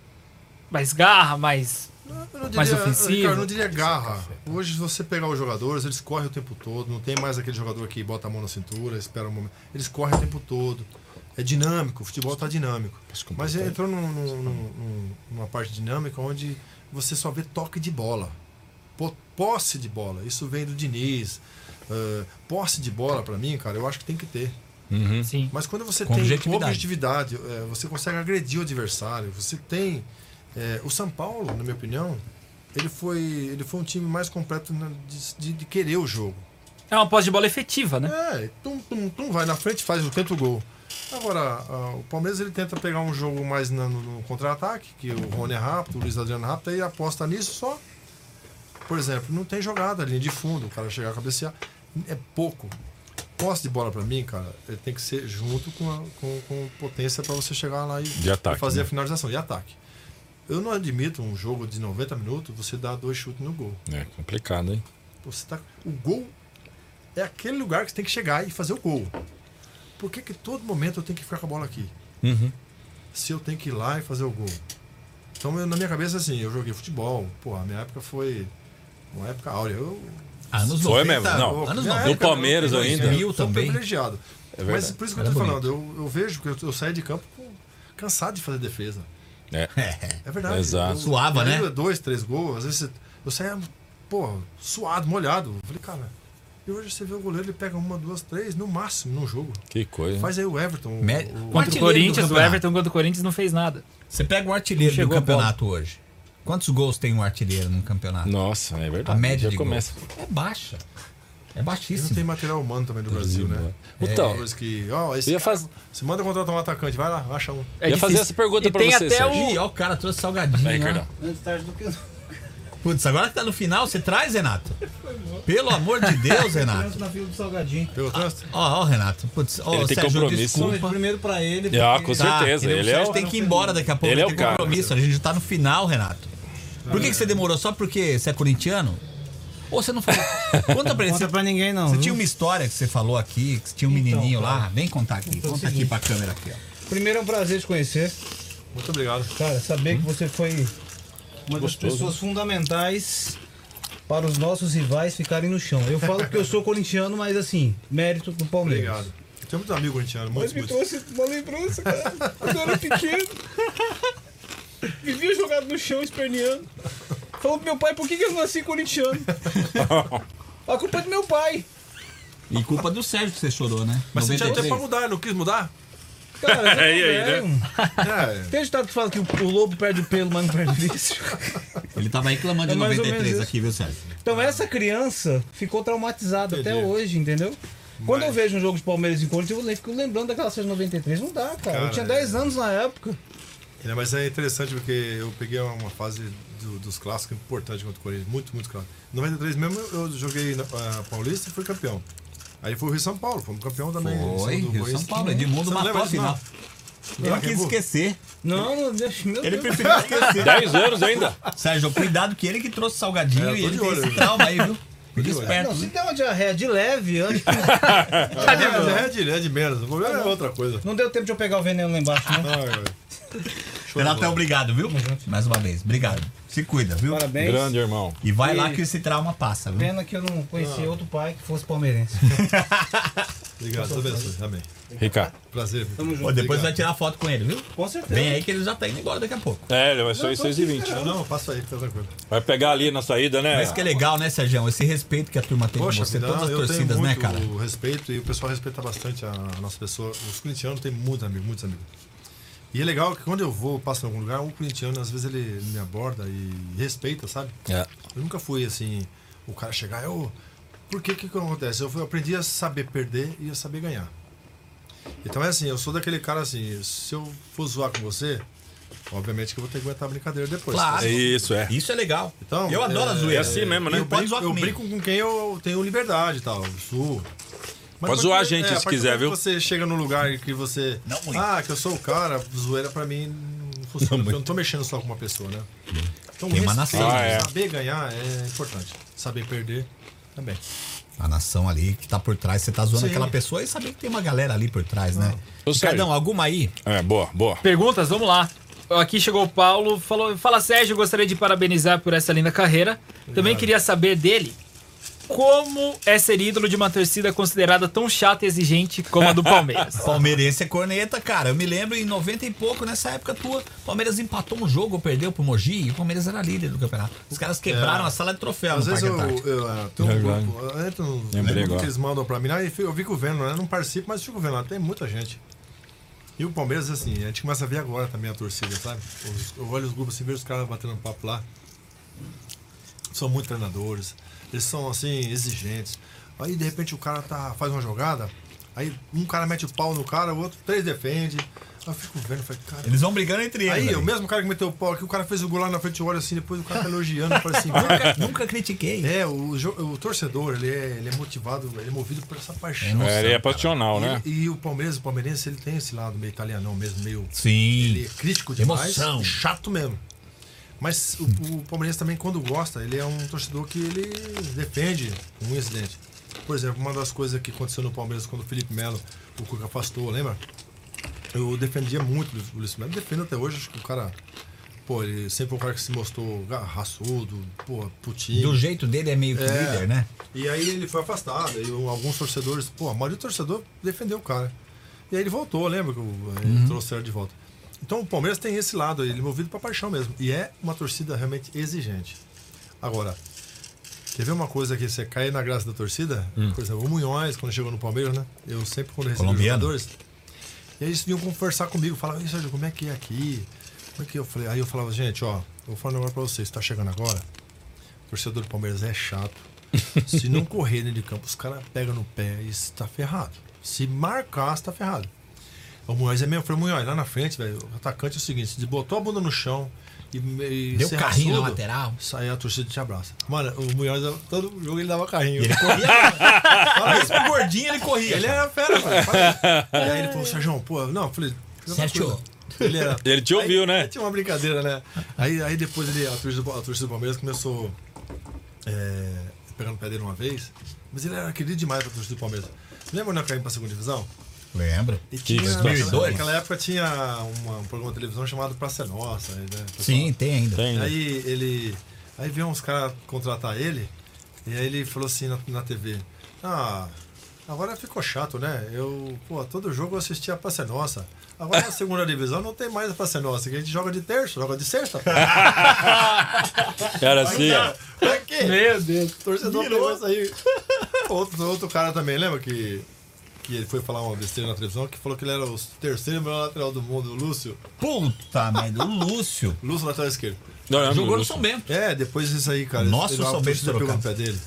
D: mais garra, mais.
E: Eu não
D: mais
E: diria-
D: ofensivo.
E: Ricardo, Eu não diria garra. Hoje, se você pegar os jogadores, eles correm o tempo todo. Não tem mais aquele jogador que bota a mão na cintura, espera um momento. Eles correm o tempo todo. É dinâmico, o futebol está dinâmico. Mas entrou num- num- num- num- numa parte dinâmica onde você só vê toque de bola. Po- Posse de bola. Isso vem do Diniz. Ah, posse de bola, para mim, cara, eu acho que tem que ter.
A: Uhum.
D: Sim.
E: Mas quando você
C: Com
E: tem
C: objetividade.
E: objetividade, é, você consegue agredir o adversário, você tem. é, o São Paulo, na minha opinião, ele foi, ele foi um time mais completo na- de, de- de querer o jogo.
D: É uma posse de bola efetiva, né?
E: É, tum, tum, tum, vai na frente, faz o tenta o gol. Agora, ah, o Palmeiras ele tenta pegar um jogo mais na- no, no contra-ataque, que o Rony é rápido, o Luiz Adriano é rápido, aí aposta nisso só. Por exemplo, não tem jogada, linha de fundo, o cara chegar a cabecear. É pouco. Posse de bola pra mim, cara, ele tem que ser junto com, a- com, com potência pra você chegar lá e,
A: De ataque,
E: e fazer
A: né?
E: a finalização. E ataque. Eu não admito um jogo de 90 minutos você dar dois chutes no gol.
A: É complicado, hein?
E: Você tá... O gol é aquele lugar que você tem que chegar e fazer o gol. Por que, que todo momento eu tenho que ficar com a bola aqui? Se eu tenho que ir lá e fazer o gol. Então, eu- na minha cabeça, assim, eu joguei futebol. Pô, a minha época foi uma época áurea. Eu,
C: Anos
A: Foi
C: 90,
A: mesmo, não.
C: Anos
E: Minha
C: 90.
E: época,
A: Palmeiras
E: eu- eu-
A: ainda. É
E: Eu
C: Mil
E: sou
C: também.
E: privilegiado. Mas
A: verdade.
E: por isso que eu
C: Era
E: tô
C: bonito.
E: falando, eu, eu vejo que eu, eu saí de campo pô, cansado de fazer defesa.
A: É.
E: É verdade.
A: Exato.
E: Eu-
C: Suava,
E: eu
C: né?
E: ia Dois, três gols. Às vezes você- eu saía pô, suado, molhado. Eu falei, cara, e hoje você vê o goleiro, ele pega uma, duas, três, no máximo, num jogo.
A: Que coisa.
E: Faz aí o Everton.
C: Me-
E: o- o-
D: Contra o
C: Artilheiro do
D: Corinthians, o
C: campeonato.
D: Everton contra o Corinthians não fez nada.
C: Você pega o artilheiro
D: Chegou
C: do
D: a bola.
C: campeonato hoje. Quantos gols tem um artilheiro num campeonato?
A: Nossa, é verdade.
C: A média
A: Já
C: de
A: começa.
C: gols. É baixa. É
E: E não tem
C: baixíssima.
E: material humano também do Brasil, né?
A: Então,
E: Coisa que, ó, esse
A: eu ia
E: cara-
A: faz-
E: você manda contratar um atacante, vai lá, acha um.
D: É
A: Ia fazer
D: difícil.
A: essa pergunta
D: e
A: pra
D: tem
A: você,
D: até
A: Sérgio.
C: Ih,
D: o...
C: ó, o cara trouxe salgadinho.
A: Aí,
C: ó.
A: Cardão.
G: Antes tarde do que nunca.
C: Putz, agora que tá no final, você traz, Renato? Pelo amor de Deus, Renato.
D: [LAUGHS]
G: Criança na fila do Salgadinho.
E: Pegou trânsito?
C: Ó, ó, Renato. Putz, ó,
A: Ele tem
C: Sérgio,
A: compromisso, né?
C: desculpa.
G: Primeiro pra ele.
A: Ah,
G: porque-
A: com
C: Tá,
A: certeza.
C: entendeu?
A: Ele
C: o
A: é
C: Sérgio
A: o...
C: tem que ir embora daqui a pouco.
A: Ele é
C: tem
A: o cara.
C: compromisso. A gente já tá no final, Renato. Por que, que você demorou? Só porque você é corintiano? Ou você não falou? Conta pra ele.
G: Conta
C: Você,
G: pra ninguém, não.
C: você
G: viu?
C: tinha uma história que você falou aqui, que você tinha um menininho lá. Vem contar aqui.
G: tá. Então,
C: Conta aqui
G: seguinte.
C: pra câmera aqui, ó.
G: Primeiro é um prazer te conhecer.
E: Muito obrigado.
G: Cara, saber
A: Uhum.
G: que você foi uma das pessoas
A: né?
G: fundamentais para os nossos rivais ficarem no chão. Eu falo que eu sou corintiano, mas assim, mérito do Palmeiras.
E: Obrigado. Eu tenho muito amigo corintiano,
G: Mas
E: muito,
G: me
E: muito.
G: trouxe uma lembrança, cara. Quando eu era pequeno. Vivia jogado no chão, esperneando. Falou pro meu pai, por que que eu
A: [LAUGHS]
G: nasci corintiano? A culpa é do meu pai.
C: E culpa do Sérgio que você chorou, né?
E: Mas você tinha tempo pra
C: 93.
E: mudar, não quis mudar?
A: [LAUGHS]
G: Cara, eu
A: aí, né?
G: velho.
E: É,
G: Tem um ditado que fala que o o lobo perde o pelo, mas não perde o vício.
C: Ele tava reclamando
G: É
C: de
G: mais ou menos
C: 93
G: isso.
C: aqui, viu, Sérgio?
G: Então essa criança ficou traumatizada até
E: Entendi.
G: hoje, entendeu? Quando eu
E: Mas-
G: vejo um jogo de Palmeiras e Corinthians, eu le- fico lembrando daquela série de 93. Não dá, cara. eu
E: Cara,
G: tinha
E: é.
G: 10 anos na época.
E: É, mas é interessante porque eu peguei uma fase do- dos clássicos importante contra o Corinthians, muito, muito clássico. Em 93 mesmo eu joguei na ah, Paulista e fui campeão. Aí foi o Rio São Paulo, fomos campeão também. em cima
C: Foi,
E: do
C: Rio São
E: Corinthians.
C: Paulo. Edmundo
E: Você não
C: matou
E: lembra
C: a
E: disso, não?
C: final. Eu não quis
E: Acabou.
G: [LAUGHS]
C: esquecer.
G: Não, não, deixa- meu Deus.
C: preferiu esquecer.
A: 10 anos ainda.
C: Sérgio, cuidado que ele que trouxe salgadinho
E: É, eu tô
C: e ele
E: de
C: tem
E: olho,
C: esse
E: né?
C: trauma aí, viu? Fica
E: de olho.
C: esperto.
G: Não, se der uma diarreia de leve, antes,
E: É, é de, é de menos, o problema é outra
C: [LAUGHS]
E: coisa.
G: não deu tempo de eu pegar o veneno lá embaixo,
E: [LAUGHS]
G: né?
E: Ah,
C: Renato, é obrigado, viu? Mais uma vez, obrigado. Se cuida, viu?
G: Parabéns.
A: Grande, irmão.
C: E vai
G: E-
C: lá que esse trauma passa, viu?
G: Pena que eu não conhecia
E: Ah.
G: outro pai que fosse palmeirense.
E: obrigado, Deus abençoe. Amém.
A: Ricardo.
E: Prazer.
G: Tamo junto.
C: Pô, depois vai tirar foto com ele, viu?
G: Com certeza.
C: Vem aí que ele já tá indo embora daqui a pouco.
A: É, ele vai sair 6 e 20
E: Não, não, passa aí, tá tranquilo.
A: Vai pegar ali na saída, né?
C: Mas que é legal, né, Sérgio? Esse respeito que a turma tem com você,
E: vida,
C: todas as
E: eu
C: torcidas,
E: tenho
C: né,
E: muito
C: cara?
E: respeito e o pessoal respeita bastante a nossa pessoa. Os corintianos têm muito amigo, muitos amigos. E é legal que quando eu vou, passo em algum lugar, um corintiano às vezes ele me aborda e respeita, sabe?
A: É.
E: Eu nunca fui assim, o cara chegar, eu. Por que que que acontece? Eu fui- eu aprendi a saber perder e a saber ganhar. Então é assim, eu sou daquele cara assim, se eu for zoar com você, obviamente que eu vou ter que aguentar a brincadeira depois.
C: Claro.
A: É Isso, é.
C: Isso é legal.
E: Então,
C: eu adoro
E: é-
C: a
A: É
C: zoeira.
A: assim mesmo,
E: E
A: né?
E: Eu,
C: pode
E: brinco,
C: zoar
E: eu
C: comigo.
E: brinco com quem eu tenho liberdade e tal. Sou. Mas
A: Pode zoar
E: partir-
A: a gente se
E: partir
A: quiser,
E: do
A: viu?
E: momento que Você chega num lugar que você.
C: Não muito.
E: ah, que eu sou o cara, zoeira pra mim não funciona. porque eu não tô mexendo só com uma pessoa, né? Então,
C: Tem uma né?
E: respeito,
A: nação. Ah, é.
E: saber ganhar é importante. Saber perder também.
C: A nação ali que tá por trás, você tá zoando
E: Sim.
C: aquela pessoa e saber que tem uma galera ali por trás, né?
A: Ô, Sérgio.
C: Cadão, alguma aí?
A: É, boa, boa.
D: Perguntas, vamos lá. Aqui chegou o Paulo, falou, fala Sérgio, gostaria de parabenizar por essa linda carreira. Também queria saber dele como é ser ídolo de uma torcida considerada tão chata e exigente como a do Palmeiras.
C: Palmeirense é corneta, cara. Eu me lembro em 90 e pouco, nessa época tua, o Palmeiras empatou um jogo, ou perdeu pro Mogi e o Palmeiras era líder do campeonato. Os caras quebraram
E: É.
C: a sala de troféu
E: Às
C: no
E: vezes
C: Parque
E: eu,
C: Antártico.
E: eu, ah, tenho um
A: É Verdade.
E: grupo, eu entro no
A: Lembrei
E: grupo
A: agora.
E: que eles mandam pra mim, lá, e fi- eu fico vendo, né? Eu não participo, mas fico vendo, lá, tem muita gente. E o Palmeiras, assim, a gente começa a ver agora também a torcida, sabe? Os- eu olho os grupos assim, vejo os caras batendo papo lá. São muito treinadores, eles são, assim, exigentes. Aí, de repente, o cara tá, faz uma jogada, aí um cara mete o pau no cara, o outro três defende. Aí eu fico vendo, falei, cara,
C: Eles vão brigando entre
A: é,
C: eles.
E: Aí, é
C: ali.
E: o mesmo cara que meteu o pau aqui, o cara fez o gol lá na frente, eu olho assim, depois o cara tá elogiando, eu falo assim, "Cara,
C: Nunca critiquei.
E: é, o, jo- o torcedor, ele é, ele é motivado, ele é movido por essa paixão.
C: não-
A: É, ele é passional, né?
E: E, e o Palmeiras, o palmeirense, ele tem esse lado meio italianão mesmo, meio...
C: Sim.
E: Ele é crítico demais.
C: Emoção.
E: e Chato mesmo. Mas o, o palmeirense também, quando gosta, ele é um torcedor que ele defende um incidente. Por exemplo, uma das coisas que aconteceu no Palmeiras quando o Felipe Melo, o Cuca afastou, lembra? Eu defendia muito o Luiz Melo, defendo até hoje, acho que o cara... Pô, ele sempre foi um cara que se mostrou raçudo, pô, putinho.
C: Do jeito dele é meio que
E: É.
C: líder, né?
E: E aí ele foi afastado, e o- alguns torcedores, pô, a maioria do torcedor defendeu o cara. E aí ele voltou, lembra que o, ele trouxe ele de volta. Então o Palmeiras tem esse lado, aí, ele é movido pra paixão mesmo. E é uma torcida realmente exigente. Agora, Quer ver uma coisa que você cai na graça da torcida? Por exemplo, o Munhoz, quando chegou no Palmeiras, né? Eu sempre, quando recebo os
C: Colombiano.
E: jogadores, e aí eles vinham conversar comigo, falavam, isso, como é que é aqui? Como é que eu falei? Aí eu falava, gente, ó, eu vou falar um negócio pra vocês, tá chegando agora? O torcedor do Palmeiras é chato. Se não correr dentro de campo, os caras pegam no pé e você tá ferrado. Se marcar, você tá ferrado. O Munhoz é mesmo, eu falei, Munhoz, lá na frente, velho, o atacante é o seguinte, se botou a bunda no chão e, e
C: Deu
E: ser
C: carrinho na
E: raçudo,
C: lateral.
E: Sai a torcida te abraça. Mano, o Munhoz, todo jogo ele dava carrinho. Ele corria. mano. Fala isso pro gordinho, ele corria. Ele era fera, mano. Fala
C: [LAUGHS]
E: isso. E aí ele falou, Sérgio, pô, não, eu falei. é fica
C: Sérgio.
E: tranquilo. Ele era.
A: Ele te ouviu,
E: aí,
A: né?
E: aí Tinha uma brincadeira, né? Aí, aí depois ele, a torcida, do- a torcida do Palmeiras começou é, pegando o pé dele uma vez. Mas ele era querido demais pra torcida do Palmeiras. Lembra quando nós caímos pra segunda divisão?
C: Lembra?
E: E tinha,
A: Isso,
E: naquela, naquela época tinha uma- um programa de televisão chamado Pra Ser Nossa. Né? Pessoal-
C: Sim, tem ainda.
A: Tem, né?
E: Aí ele. Aí veio uns caras contratar ele, e aí ele falou assim na, na TV: Ah, agora ficou chato, né? Eu, pô, todo jogo eu assistia a Passe Nossa. Agora na segunda divisão não tem mais a Passe Nossa, que a gente joga de terça, joga de sexta. Pra
A: Era assim,
E: tá.
A: ó.
E: quê?
D: [LAUGHS] Meu Deus.
E: Torcedor pegou isso aí. Outro, outro cara também, lembra que, que ele foi falar uma besteira na televisão que falou que ele era o terceiro melhor lateral do mundo, o Lúcio.
C: Puta merda, o Lúcio.
E: Lúcio, lateral esquerdo.
A: Não, não,
C: Jogou
A: não,
C: no São Bento.
E: É, depois disso aí, cara.
C: Nossa,
E: ele-
C: o
E: a
C: São Bento
E: torcida pegou no
C: trocado.
E: pé dele.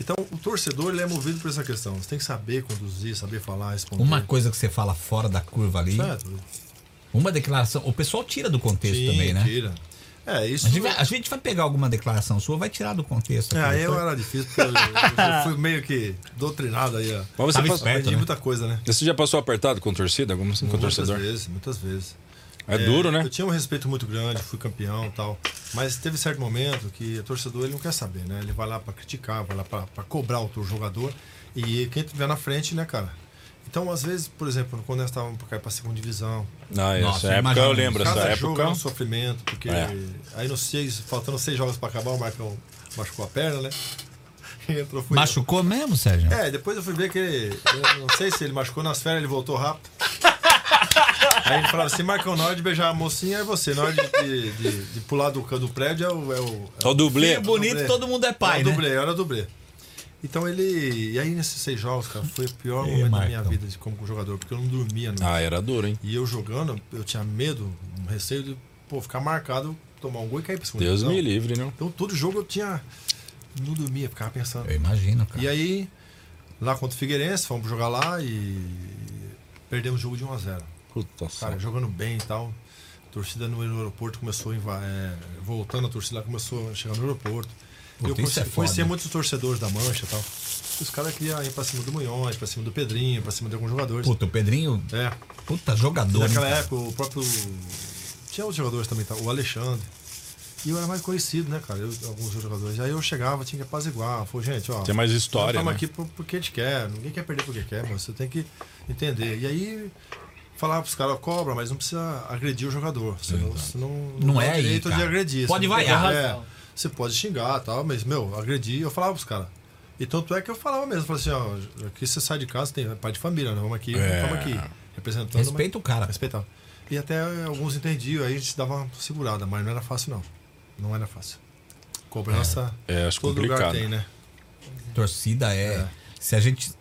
E: Então, o torcedor ele é movido por essa questão. Você tem que saber conduzir, saber falar, responder. É,
C: Uma coisa que você fala fora da curva ali,
E: Certo?
C: uma declaração. O pessoal tira do contexto
E: Sim,
C: também, né?
E: Tira. É, isso.
C: A gente, vai, a gente vai pegar alguma declaração sua, vai tirar do contexto.
E: É,
C: aqui,
E: aí eu
C: depois.
E: era difícil, porque
C: [LAUGHS]
E: eu, eu fui meio que doutrinado aí, ó.
A: Mas você,
C: Tava
A: passou,
C: esperto.
E: Aprendi
C: né?
E: muita coisa, né?
A: você já passou apertado com torcida? Como assim com
E: muitas
A: torcedor?
E: vezes, muitas vezes.
A: É duro, né?
E: Eu tinha um respeito muito grande, fui campeão e tal. Mas teve certo momento que o torcedor ele não quer saber, né? Ele vai lá pra criticar, vai lá pra pra cobrar o teu jogador. E quem tiver na frente, né, cara? Então, às vezes, por exemplo, quando nós estávamos pra cair pra segunda divisão,
A: Não, Ah, essa
C: Nossa,
A: época
C: imagina
A: eu
C: isso.
A: lembro. Essa
E: cada jogo
A: época.
E: é um sofrimento, porque
A: É.
E: aí não sei, faltando seis jogos pra acabar, o Marcão machucou a perna, né? [LAUGHS] Entrou, fui eu.
C: Machucou mesmo, Sérgio?
E: É, depois eu fui ver que ele. eu não sei se ele machucou nas férias, ele voltou rápido. Aí ele falava assim: Marcão, na hora de beijar a mocinha é você, na hora de, de- de- de pular do, ca- do prédio é o. É o, é
A: É o dublê.
C: Filho bonito,
E: dublê.
C: todo mundo é pai,
E: era
C: né?
E: dublê, era dublê. Então ele. E aí nesses seis jogos, cara, foi o pior momento da minha
C: Marcão.
E: vida de- como jogador, porque eu não dormia. à noite.
A: Ah, era duro, hein?
E: E eu jogando, eu tinha medo, um receio de pô, ficar marcado, tomar um gol e cair pra cima.
A: Deus me livre, né?
E: Então todo jogo eu tinha. Não dormia, ficava pensando.
C: Eu imagino, cara.
E: E aí, lá contra o Figueirense, fomos jogar lá e perdemos o jogo de 1x0.
A: Puta
E: Cara, jogando bem e tal. A torcida no aeroporto começou a inva- é, voltando, a torcida lá começou a chegar no aeroporto.
C: Puta,
E: eu
C: isso
E: conheci,
C: é
E: conhecia
C: foda.
E: muitos torcedores da Mancha e tal. Os caras queriam ir pra cima do Munhões, pra cima do Pedrinho, pra cima de alguns jogadores.
C: Puta, o Pedrinho,
E: É.
C: puta jogador. hein,
E: Naquela
C: cara?
E: época, o próprio. Tinha outros jogadores também, tá? o Alexandre. E eu era mais conhecido, né, cara? Eu, alguns jogadores. Aí eu chegava, tinha que apaziguar. Falei, gente, ó.
A: Tem mais
E: Nós
A: história.
E: estamos
A: né?
E: aqui por- porque a gente quer, ninguém quer perder porque quer, mano. Você tem que entender. E aí, falar pros caras, cobra, mas não precisa agredir o jogador. Você não, você não,
C: Não
E: dá
C: é aí,
E: direito de
C: cara.
E: agredir.
C: Pode
E: você não tem-
C: vaiar.
E: é, você pode xingar tal, mas, meu, agredir, eu falava pros caras. E tanto é que eu falava mesmo, eu falava assim, ó, aqui você sai de casa, tem é pai de família, nós vamos aqui,
A: É.
E: estamos aqui. Representando. mas-
C: Respeita o cara.
E: Respeitava. E até eh, alguns entendiam, aí a gente dava uma segurada, mas não era fácil, não. Não era fácil. Cobrança,
A: É, acho
E: todo
A: complicado.
E: lugar tem, né?
C: Torcida é, Se a gente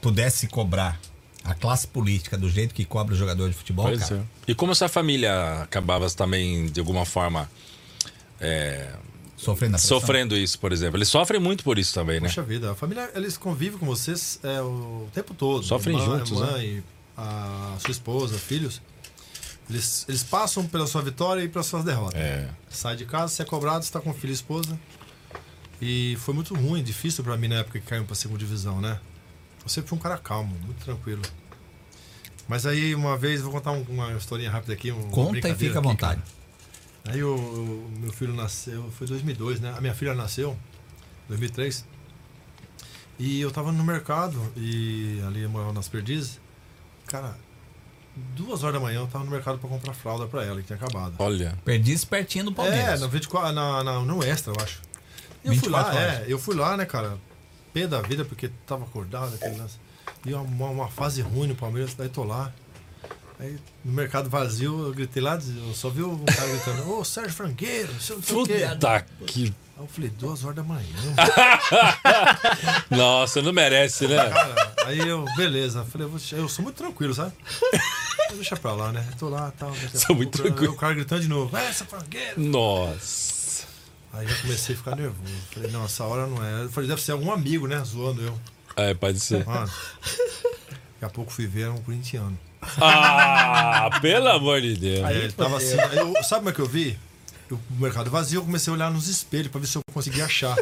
C: pudesse cobrar a classe política do jeito que cobra o jogador de futebol,
A: Pois
C: cara.
A: é. E como essa família acabava também, de alguma forma, é,
C: Sofrendo a pressão.
A: sofrendo isso, por exemplo? Eles sofrem muito por isso também,
C: É.
A: né?
E: Poxa vida, a família, eles convivem com vocês é, o tempo todo.
A: Sofrem
E: Irmã,
A: juntos,
C: né?
E: mãe, a sua esposa, filhos. Eles, eles passam pela sua vitória e pelas suas derrotas.
A: É.
E: Sai de casa, você é cobrado, você tá com filho e esposa. E foi muito ruim, difícil para mim na época que caiu pra segunda divisão, né? Eu sempre fui um cara calmo, muito tranquilo. Mas aí, uma vez, vou contar um- uma historinha rápida aqui. uma
C: Conta e
E: brincadeira
C: fica à
E: aqui,
C: vontade.
E: Aí o, o meu filho nasceu, foi 2002, né? A minha filha nasceu, 2003. E eu tava no mercado, e ali eu morava nas perdizes. Cara, duas horas da manhã eu tava no mercado pra comprar fralda pra ela, que tinha acabado.
A: Olha.
C: Perdi esse pertinho do
E: É,
C: Palmeiras.
E: na 24, na, na, no extra, eu acho. E eu fui lá,
C: 24 horas.
E: é, eu fui lá, né, cara? Pé da vida, porque tava acordado, aquele lance. E uma, uma fase ruim no Palmeiras, daí tô lá. Aí, no mercado vazio, eu gritei lá, eu só vi um cara gritando, ô Sérgio Frangueiro, você não sei o quê. Aí
A: Puta que.
E: eu falei, duas horas da manhã.
A: Nossa, não merece, né?
E: Cara, aí eu, beleza, falei, eu, vou- eu sou muito tranquilo, sabe? Eu deixa pra lá, né? Eu tô lá tal. daqui a
A: Sou muito
E: pouco, aí
A: tranquilo.
E: O cara gritando de novo, é, Frangueiro.
A: Nossa.
E: Aí já comecei a ficar nervoso. Falei, não, essa hora não é. Eu falei, deve ser algum amigo, né? Zoando eu.
A: É, pode ser.
E: Mano, daqui a pouco fui ver, era um corintiano.
A: Ah, pelo amor de Deus.
E: Aí ele tava assim. aí eu- sabe como é que eu vi? Eu- O mercado vazio, eu comecei a olhar nos espelhos pra ver se eu conseguia achar.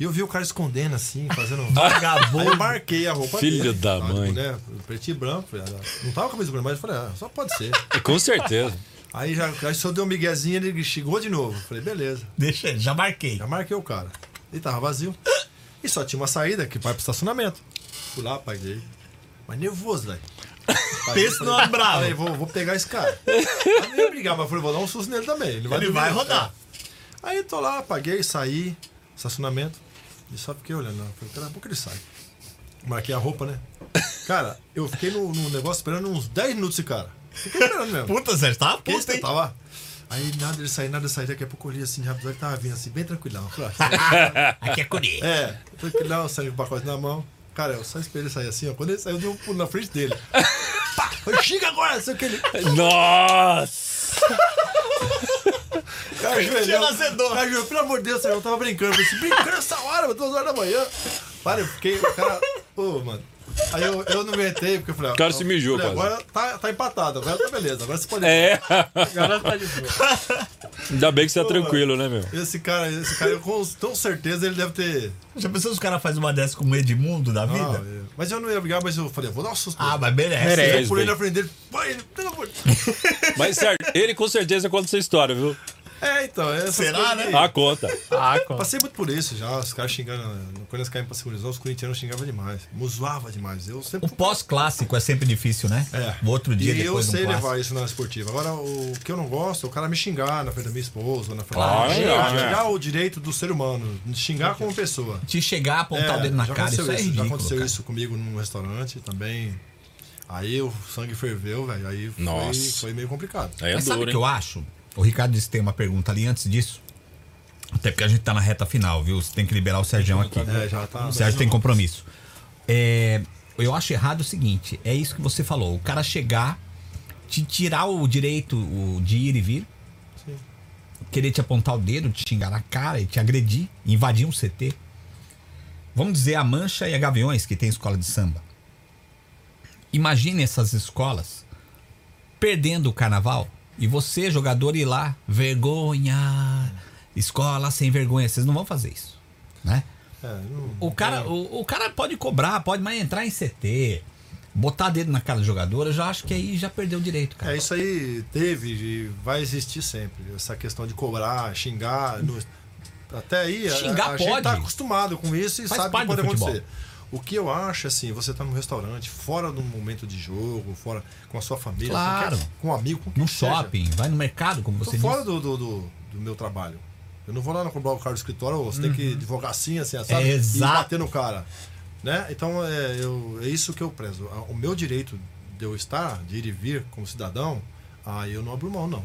E: E eu vi o cara escondendo assim, fazendo. Vagabundo. Aí eu marquei a roupa
A: Filho
E: dele.
A: da
E: Tava,
A: mãe.
E: Né, preto e branco. falei, ah, Não tava com a camisa branca, mas eu falei, ah, só pode ser.
A: Com certeza.
E: Aí, já, aí só deu um miguezinho, ele chegou de novo. Eu Falei, beleza.
C: Deixa ele, já marquei.
E: Já marquei o cara. Ele tava vazio. E só tinha uma saída que vai pro estacionamento. Fui lá, paguei. Mas
C: [LAUGHS]
E: nervoso, velho. Paguei,
C: Pensa
E: falei,
C: numa brava.
E: Falei, vou, vou pegar esse cara. Aí não ia brigar, mas falei, vou dar um susto nele também. Ele vai,
C: Ele
E: dormir. É.
C: vai rodar.
E: Aí tô lá, paguei, saí, estacionamento. E só fiquei olhando. Eu Falei, daqui a pouco ele sai. Marquei a roupa, né? Cara, eu fiquei no, no negócio esperando uns 10 minutos esse cara. Fiquei esperando mesmo.
C: Puta, Sérgio, tá
E: Quem
C: puta,
E: você
C: hein?
E: É. tá lá? Aí nada ele sair, nada ele sair. Daqui a pouco eu olhei assim, rapaz, ele tava vindo assim, bem tranquilão. Eu [LAUGHS] falei, ah,
C: Aqui é
E: [LAUGHS]
C: Corinha.
E: É, tranquilão, saiu com o pacote na mão. Cara, eu só esperei ele sair assim, ó. Quando ele saiu, eu dei um pulo na
A: [LAUGHS]
E: frente dele. Pá, eu chega agora, sei o que ele.
A: Tá Nossa.
E: Cara, ajoelhou. Cara, ajoelhou, pelo amor de Deus, eu tava brincando. Eu falei assim, brincando essa hora, mano, duas horas da manhã. Para, eu fiquei, o cara. Pô, mano. Aí eu, eu não aguentei, porque eu falei, ó,
A: cara se mijou,
E: falei,
A: quase.
E: Agora tá, tá empatado, agora tá beleza, agora você pode.
A: É.
D: Agora tá de boa.
A: Ainda bem que você tá tranquilo, né, meu?
E: Esse cara, esse cara, eu com tão certeza ele deve ter.
C: Já pensou se o cara faz uma dessa com o Edmundo da
E: Ah,
C: vida?
E: é. mas eu não ia brigar, mas eu falei, eu vou dar um susto.
C: Ah, mas merece.
E: Eu
A: Merece. fez
E: pulei
A: bem.
E: na frente dele. Pai, ele- pelo amor de Deus.
A: Mas certo, ele com certeza conta essa história, viu?
E: É, então. É essas
C: Será,
E: coisas
C: né?
E: aí.
A: Ah, conta.
D: [LAUGHS] Ah, com-
E: Passei muito por isso já, os caras xingando. né? Quando eles caem pra segurizar, os corintianos xingavam demais. Muzoava demais. Eu sempre.
C: O pós-clássico é sempre difícil, né?
E: É.
C: O outro dia
E: e eu
C: depois um do
E: sei
C: clássico.
E: levar isso na esportiva. Agora, o que eu não gosto é o cara me xingar na frente da minha esposa, na frente
A: Claro,
E: da xingar,
A: né?
E: xingar o direito do ser humano, xingar como pessoa.
C: Te chegar, apontar o dedo na
E: já
C: cara, isso,
E: aconteceu
C: é
E: isso,
C: ridículo.
E: Já aconteceu
C: cara.
E: isso comigo num restaurante também. Aí o sangue ferveu, velho. Aí foi-
A: Nossa.
E: foi meio complicado.
A: Aí é
C: Mas sabe o
A: duro,
C: que
A: hein?
C: eu acho? O Ricardo disse que tem uma pergunta ali antes disso. Até porque a gente tá na reta final, viu? Você tem que liberar o Sérgio aqui.
E: É, já tá-
C: O Sérgio tem compromisso. É, eu acho errado o seguinte: é isso que você falou. O cara chegar, te tirar o direito o, de ir e vir, querer te apontar o dedo, te xingar na cara e te agredir, invadir um CT. Vamos dizer a Mancha e a Gaviões, que tem escola de samba. Imagine essas escolas perdendo o carnaval e você, jogador, ir lá, vergonha, escola sem vergonha. Vocês não vão fazer isso, né?
E: É, não-
C: O cara, o, o cara pode cobrar, pode, mas entrar em CT, botar dedo na cara do jogador, eu já acho que aí já perdeu o direito, cara.
E: É, isso aí teve e vai existir sempre. Essa questão de cobrar, xingar. no- Até aí, a-
C: Xingar
E: a,
C: pode.
E: gente tá acostumado com isso e
C: Faz
E: sabe o
C: parte
E: que pode
C: do futebol.
E: acontecer. O que eu acho, assim, você tá num restaurante, fora do momento de jogo, fora com a sua família,
C: Claro.
E: com, qualquer- com um amigo, com quem
C: Num
E: seja.
C: shopping, vai no mercado, como
E: Tô
C: você
E: fora
C: disse.
E: do, do, do- do meu trabalho. Eu não vou lá no comprar o cara do escritório, ô, você tem que advogar assim, assim, assado,
C: Uhum. É, exato.
E: e bater no cara. Né? Então é, eu- é isso que eu prezo. A- O meu direito de eu estar, de ir e vir como cidadão, aí eu não abro mão, não.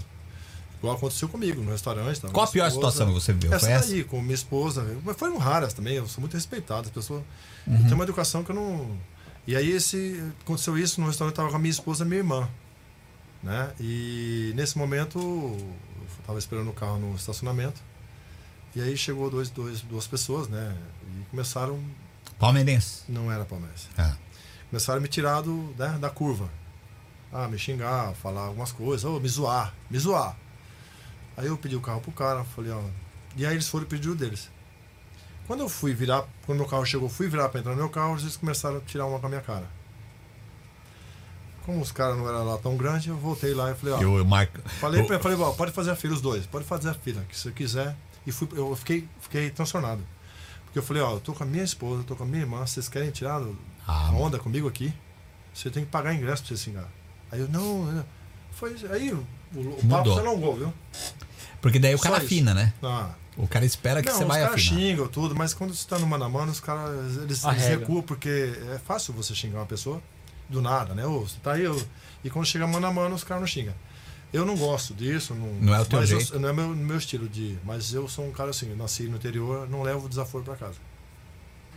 E: Igual aconteceu comigo no restaurante. tava
C: Qual a
E: minha
C: pior
E: esposa.
C: situação que você viveu?
E: Essa
C: Foi essa?
E: daí, com minha esposa. Mas foram raras também, eu sou muito respeitado. As pessoas.
C: Uhum.
E: Eu tenho uma educação que eu não. E aí esse, aconteceu isso no restaurante, eu tava com a minha esposa e minha irmã né? E nesse momento eu tava esperando o carro no estacionamento. E aí chegou dois, dois, duas pessoas, né? E começaram,
C: Palmeirense.
E: não era palmeirense.
C: Ah.
E: Começaram a me tirar do, né, da curva. Ah, me xingar, falar algumas coisas, ou me zoar, me zoar. Aí eu pedi o carro pro cara, falei, ó. E aí eles foram pedir o deles. Quando eu fui virar, quando meu carro chegou, fui virar pra entrar no meu carro, eles começaram a tirar uma com a minha cara. Como os caras não eram lá tão grandes, eu voltei lá e falei, ó.
C: Eu, eu marco.
E: Falei
C: eu,
E: pra ele, falei, "Bom, pode fazer a fila os dois, pode fazer a fila, que se você quiser. E fui, eu fiquei, fiquei transtornado. Porque eu falei, ó, eu tô com a minha esposa, eu tô com a minha irmã, vocês querem tirar o-
C: Ah,
E: a onda comigo aqui? Você tem que pagar ingresso pra você se enganar. Aí eu, não, eu- foi, aí o, o papo
C: Mudou.
E: se alongou, viu?
C: Porque daí o
E: Só
C: cara
E: isso.
C: afina, né?
E: Ah,
C: O cara espera É que
E: não,
C: você
E: os
C: vai
E: caras
C: afinar.
E: xingam tudo, mas quando você tá no mano a mano, os caras eles, eles
D: Arrega.
E: recuam, porque é fácil você xingar uma pessoa. do nada, né? Ô, você tá aí, ô. E quando chega mano a mano, os caras não xingam. Eu não gosto disso, não,
C: Não é o teu
E: mas eu-
C: jeito.
E: não é meu, meu estilo de. Mas eu sou um cara assim, eu nasci no interior, não levo o desaforo pra casa.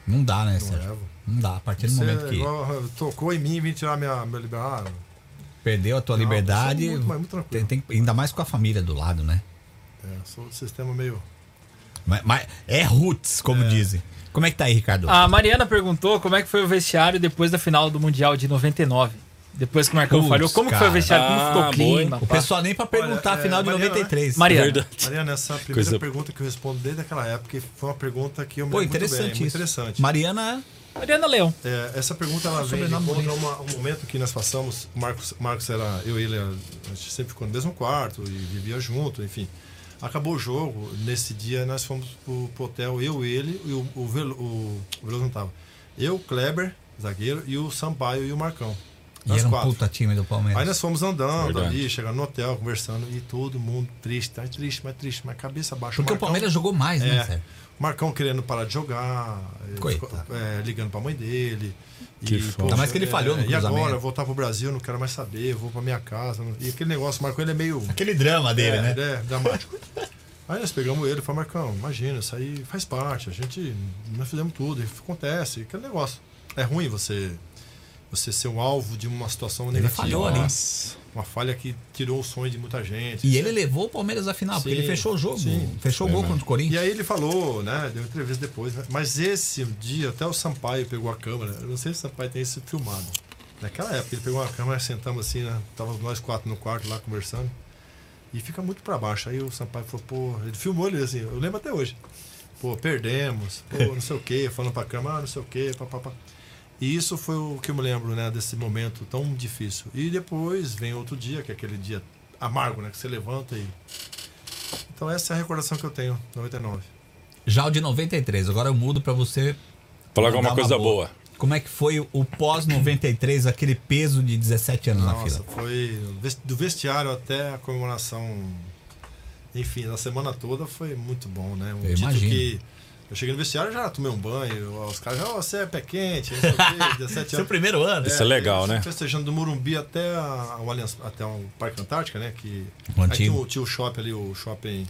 C: Não dá, né,
E: Não
C: Sérgio?
E: levo.
C: Não dá. A partir do
E: Você
C: um
E: é
C: momento que
E: igual, ah, tocou em mim, vim tirar minha, minha liberdade. Ah,
C: perdeu a tua
E: Não,
C: liberdade,
E: eu sou muito, mas muito
C: tem,
E: tranquilo.
C: tem que- ainda mais com a família do lado, né?
E: É, sou do sistema meio.
C: Mas, mas é roots, como dizem. Como é que tá aí, Ricardo?
D: A Mariana perguntou como é que foi o vestiário depois da final do Mundial de 99. Depois que o Marcão
C: Putz,
D: falhou, como que foi o
C: cara.
D: vestiário?
A: Ah,
D: como ficou o
A: boa,
D: clima?
C: o
D: pá?
C: pessoal nem pra perguntar
E: Olha, é,
C: final de
E: Mariana,
C: 93.
D: Mariana,
E: Mariana, essa é a primeira
A: Coisa-
E: pergunta que eu respondo desde aquela época, e foi uma pergunta que eu me
C: Pô,
E: lembro muito
C: interessante
E: bem, muito
C: isso.
E: interessante.
C: Mariana,
D: Mariana
C: [LAUGHS]
D: Leão.
E: É, essa pergunta ela vem de
C: Sobrenome
E: encontro a uma- um momento que nós passamos. O Marcos, Marcos era eu e ele, a gente sempre ficou no mesmo quarto e vivia junto, enfim. Acabou o jogo, nesse dia nós fomos pro, pro hotel, eu, ele e o, o, Velo, o, o Veloso não tava. Eu, o Kleber, zagueiro, e o Sampaio e o Marcão.
C: e
E: Nós
C: era um
E: quatro.
C: puta time do Palmeiras.
E: Aí nós fomos andando
A: Verdade.
E: ali, chegando no hotel, conversando, e todo mundo triste, tá triste, mas triste, mas cabeça baixa.
C: Porque o
E: Marcão-
C: Palmeiras jogou mais, né,
E: é,
C: Sérgio?
E: Marcão querendo parar de jogar, eh,
C: Coitado.
E: ficou, eh, ligando pra mãe dele.
A: Que foda.
E: poxa,
C: mais que ele
E: eh,
C: falhou no
E: E
C: cruzamento.
E: agora, eu voltar pro Brasil, não quero mais saber, eu vou pra minha casa. não- E aquele negócio, o Marcão ele é meio.
C: Aquele drama dele,
E: é,
C: né?
E: é, dramático. Aí nós pegamos ele e falamos, Marcão, imagina, isso aí faz parte, a gente. Nós fizemos tudo, isso acontece, aquele negócio. É ruim você. Você ser um alvo de uma situação negativa.
C: falhou ali.
E: Nossa, Uma falha que tirou o sonho de muita gente.
C: E ele levou o Palmeiras à final, porque
E: Sim,
C: ele fechou o jogo.
E: sim.
C: Fechou o gol contra o
E: E
C: Corinthians.
E: aí ele falou, né? Deu entrevista depois, né? Mas esse dia, até o Sampaio pegou a câmera. Eu não sei se o Sampaio tem isso filmado. Naquela época, ele pegou uma câmera, sentamos assim, né? Tava nós quatro no quarto lá conversando. E fica muito pra baixo. Aí o Sampaio falou, pô, ele filmou ele assim, eu lembro até hoje. Pô, perdemos, pô, não sei o quê, falando pra câmera, ah, não sei o quê, papapá. E isso foi o que eu me lembro, né, desse momento tão difícil. E depois vem outro dia, que é aquele dia amargo, né, que você levanta e. Então essa é a recordação que eu tenho, 99.
C: Já o de 93. Agora eu mudo pra você.
A: Falar
C: dar
A: alguma coisa boa.
C: Como é que foi o pós-93, aquele peso de 17 anos na
E: Nossa,
C: fila?
E: foi ves- do vestiário até a comemoração, enfim, na semana toda foi muito bom, né? Um
C: Eu
E: título
C: imagino.
E: que eu cheguei no vestiário já tomei um banho, os caras já, "Ó, você é pé quente, não sei
C: [LAUGHS]
E: o quê, 17
C: Seu
E: anos.
C: primeiro ano.
A: Isso é legal, né?
E: Festejando do Morumbi até a- o Allianz, até o Parque Antártica, né? Que
C: O
E: aí tinha
C: antigo.
E: o, tinha o shopping ali, o shopping.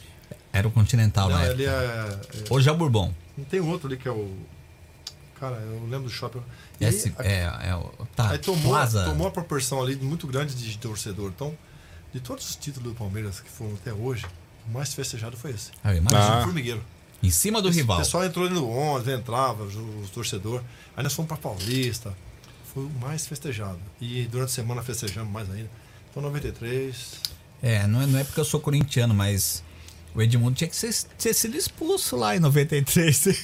C: Era o Continental,
E: Não,
C: né?
E: ali é, é-
C: Hoje é o Bourbon.
E: não tem outro ali que é o Cara, eu lembro do shopping. E
C: É,
E: aí,
C: esse-
E: a-
C: é, é o- tá,
E: Aí tomou,
C: Plaza.
E: tomou uma proporção ali muito grande de torcedor. Então, de todos os títulos do Palmeiras que foram até hoje, o mais festejado foi esse.
C: Ah, imagina.
A: Ah.
E: Formigueiro.
C: Em cima do
E: O
C: rival.
E: pessoal entrou no ônibus, entrava, os, os torcedor. Aí nós fomos pra Paulista. Foi o mais festejado. E durante a semana festejamos mais ainda. Então, 93.
C: É não, é, não é porque eu sou corintiano, mas o Edmundo tinha que ser, ter sido expulso lá em 93.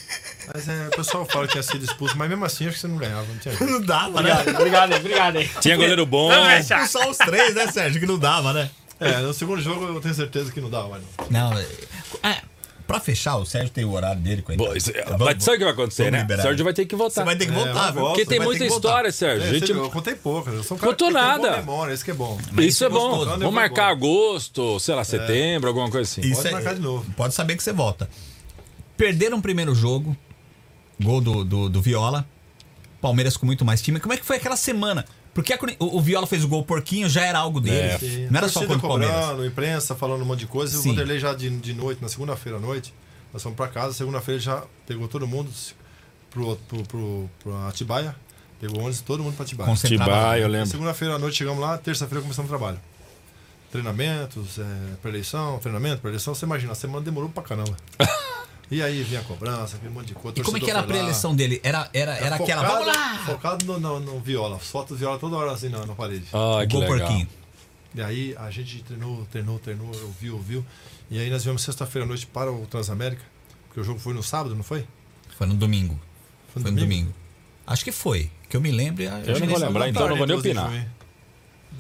E: Mas é, o pessoal fala que ia ser expulso, mas mesmo assim acho que você não ganhava, não tinha
C: [LAUGHS]
E: jeito.
C: Não dava, né?
D: Obrigado, obrigado, obrigado. hein?
A: Tinha goleiro bom.
C: Expulsar os três, né, Sérgio? Que não dava, né?
E: É, no segundo jogo eu tenho certeza que não dava, não.
C: Não, é, é, pra fechar, o Sérgio tem o horário dele, coitado.
A: Bom, isso-
C: Vamos-
A: Mas sabe o que é, vai acontecer,
C: vamos
A: né?
C: liberar.
A: Sérgio vai ter que
C: Você
A: voltar.
C: vai ter que
E: É,
C: voltar,
E: mas
C: viu?
E: volta,
A: Porque tem
C: Vai ter
A: muita
C: que voltar.
A: história, Sérgio.
E: É,
A: A gente-
E: você viu, eu contei poucas. Eu sou um cara
A: Contou
E: que tem boa
A: nada.
E: memória, isso que é bom.
A: Isso é
C: gostoso.
A: bom.
E: Quando
A: Vamos
E: eu
A: marcar
E: vou-
A: agosto, sei lá,
C: É.
A: setembro, alguma coisa assim.
C: Isso
E: Pode marcar de novo.
C: Pode saber que você volta. Perderam o primeiro jogo, gol do, do, do Viola, Palmeiras com muito mais time. Como é que foi aquela semana? Porque a Cori- o, o Viola fez o gol porquinho, já era algo dele.
E: Sim,
C: Não era só
E: É. torcida
C: contra o Palmeiras.
E: cobrando, imprensa falando um monte de coisa. E o
C: Sim.
E: Vanderlei já de, de noite, na segunda-feira à noite, nós fomos pra casa. Segunda-feira já pegou todo mundo se- pro, pro, pro, pra Atibaia. Pegou ônibus, todo mundo pra Atibaia.
C: Concentrado.
A: Tibai, eu
E: Na
A: lembro.
E: Segunda-feira à noite chegamos lá, terça-feira começamos o trabalho. Treinamentos, é, pré-eleição, treinamento, pré-eleição. Você imagina, a semana demorou
C: [LAUGHS]
E: pra caramba. e aí vinha a cobrança, aquele monte de coisa.
C: E como é que
E: torcedor
C: era a
E: foi lá.
C: pré-eleição dele? Era, era, era aquela.
E: Focado-
C: Vamos lá!
E: Focado no, no, no viola, foto do viola toda hora assim na, na parede.
A: Ah, que legal.
C: Gol é um porquinho.
E: E aí a gente treinou, treinou, treinou, ouviu, ouviu. E aí nós viemos sexta-feira à noite para o Transamérica, porque o jogo foi no sábado, não foi?
C: Foi no domingo. Foi no domingo. Acho que foi. Que eu me lembro.
A: Eu não vou lembrar, então não vou nem
E: Inclusive,
A: opinar.
E: foi.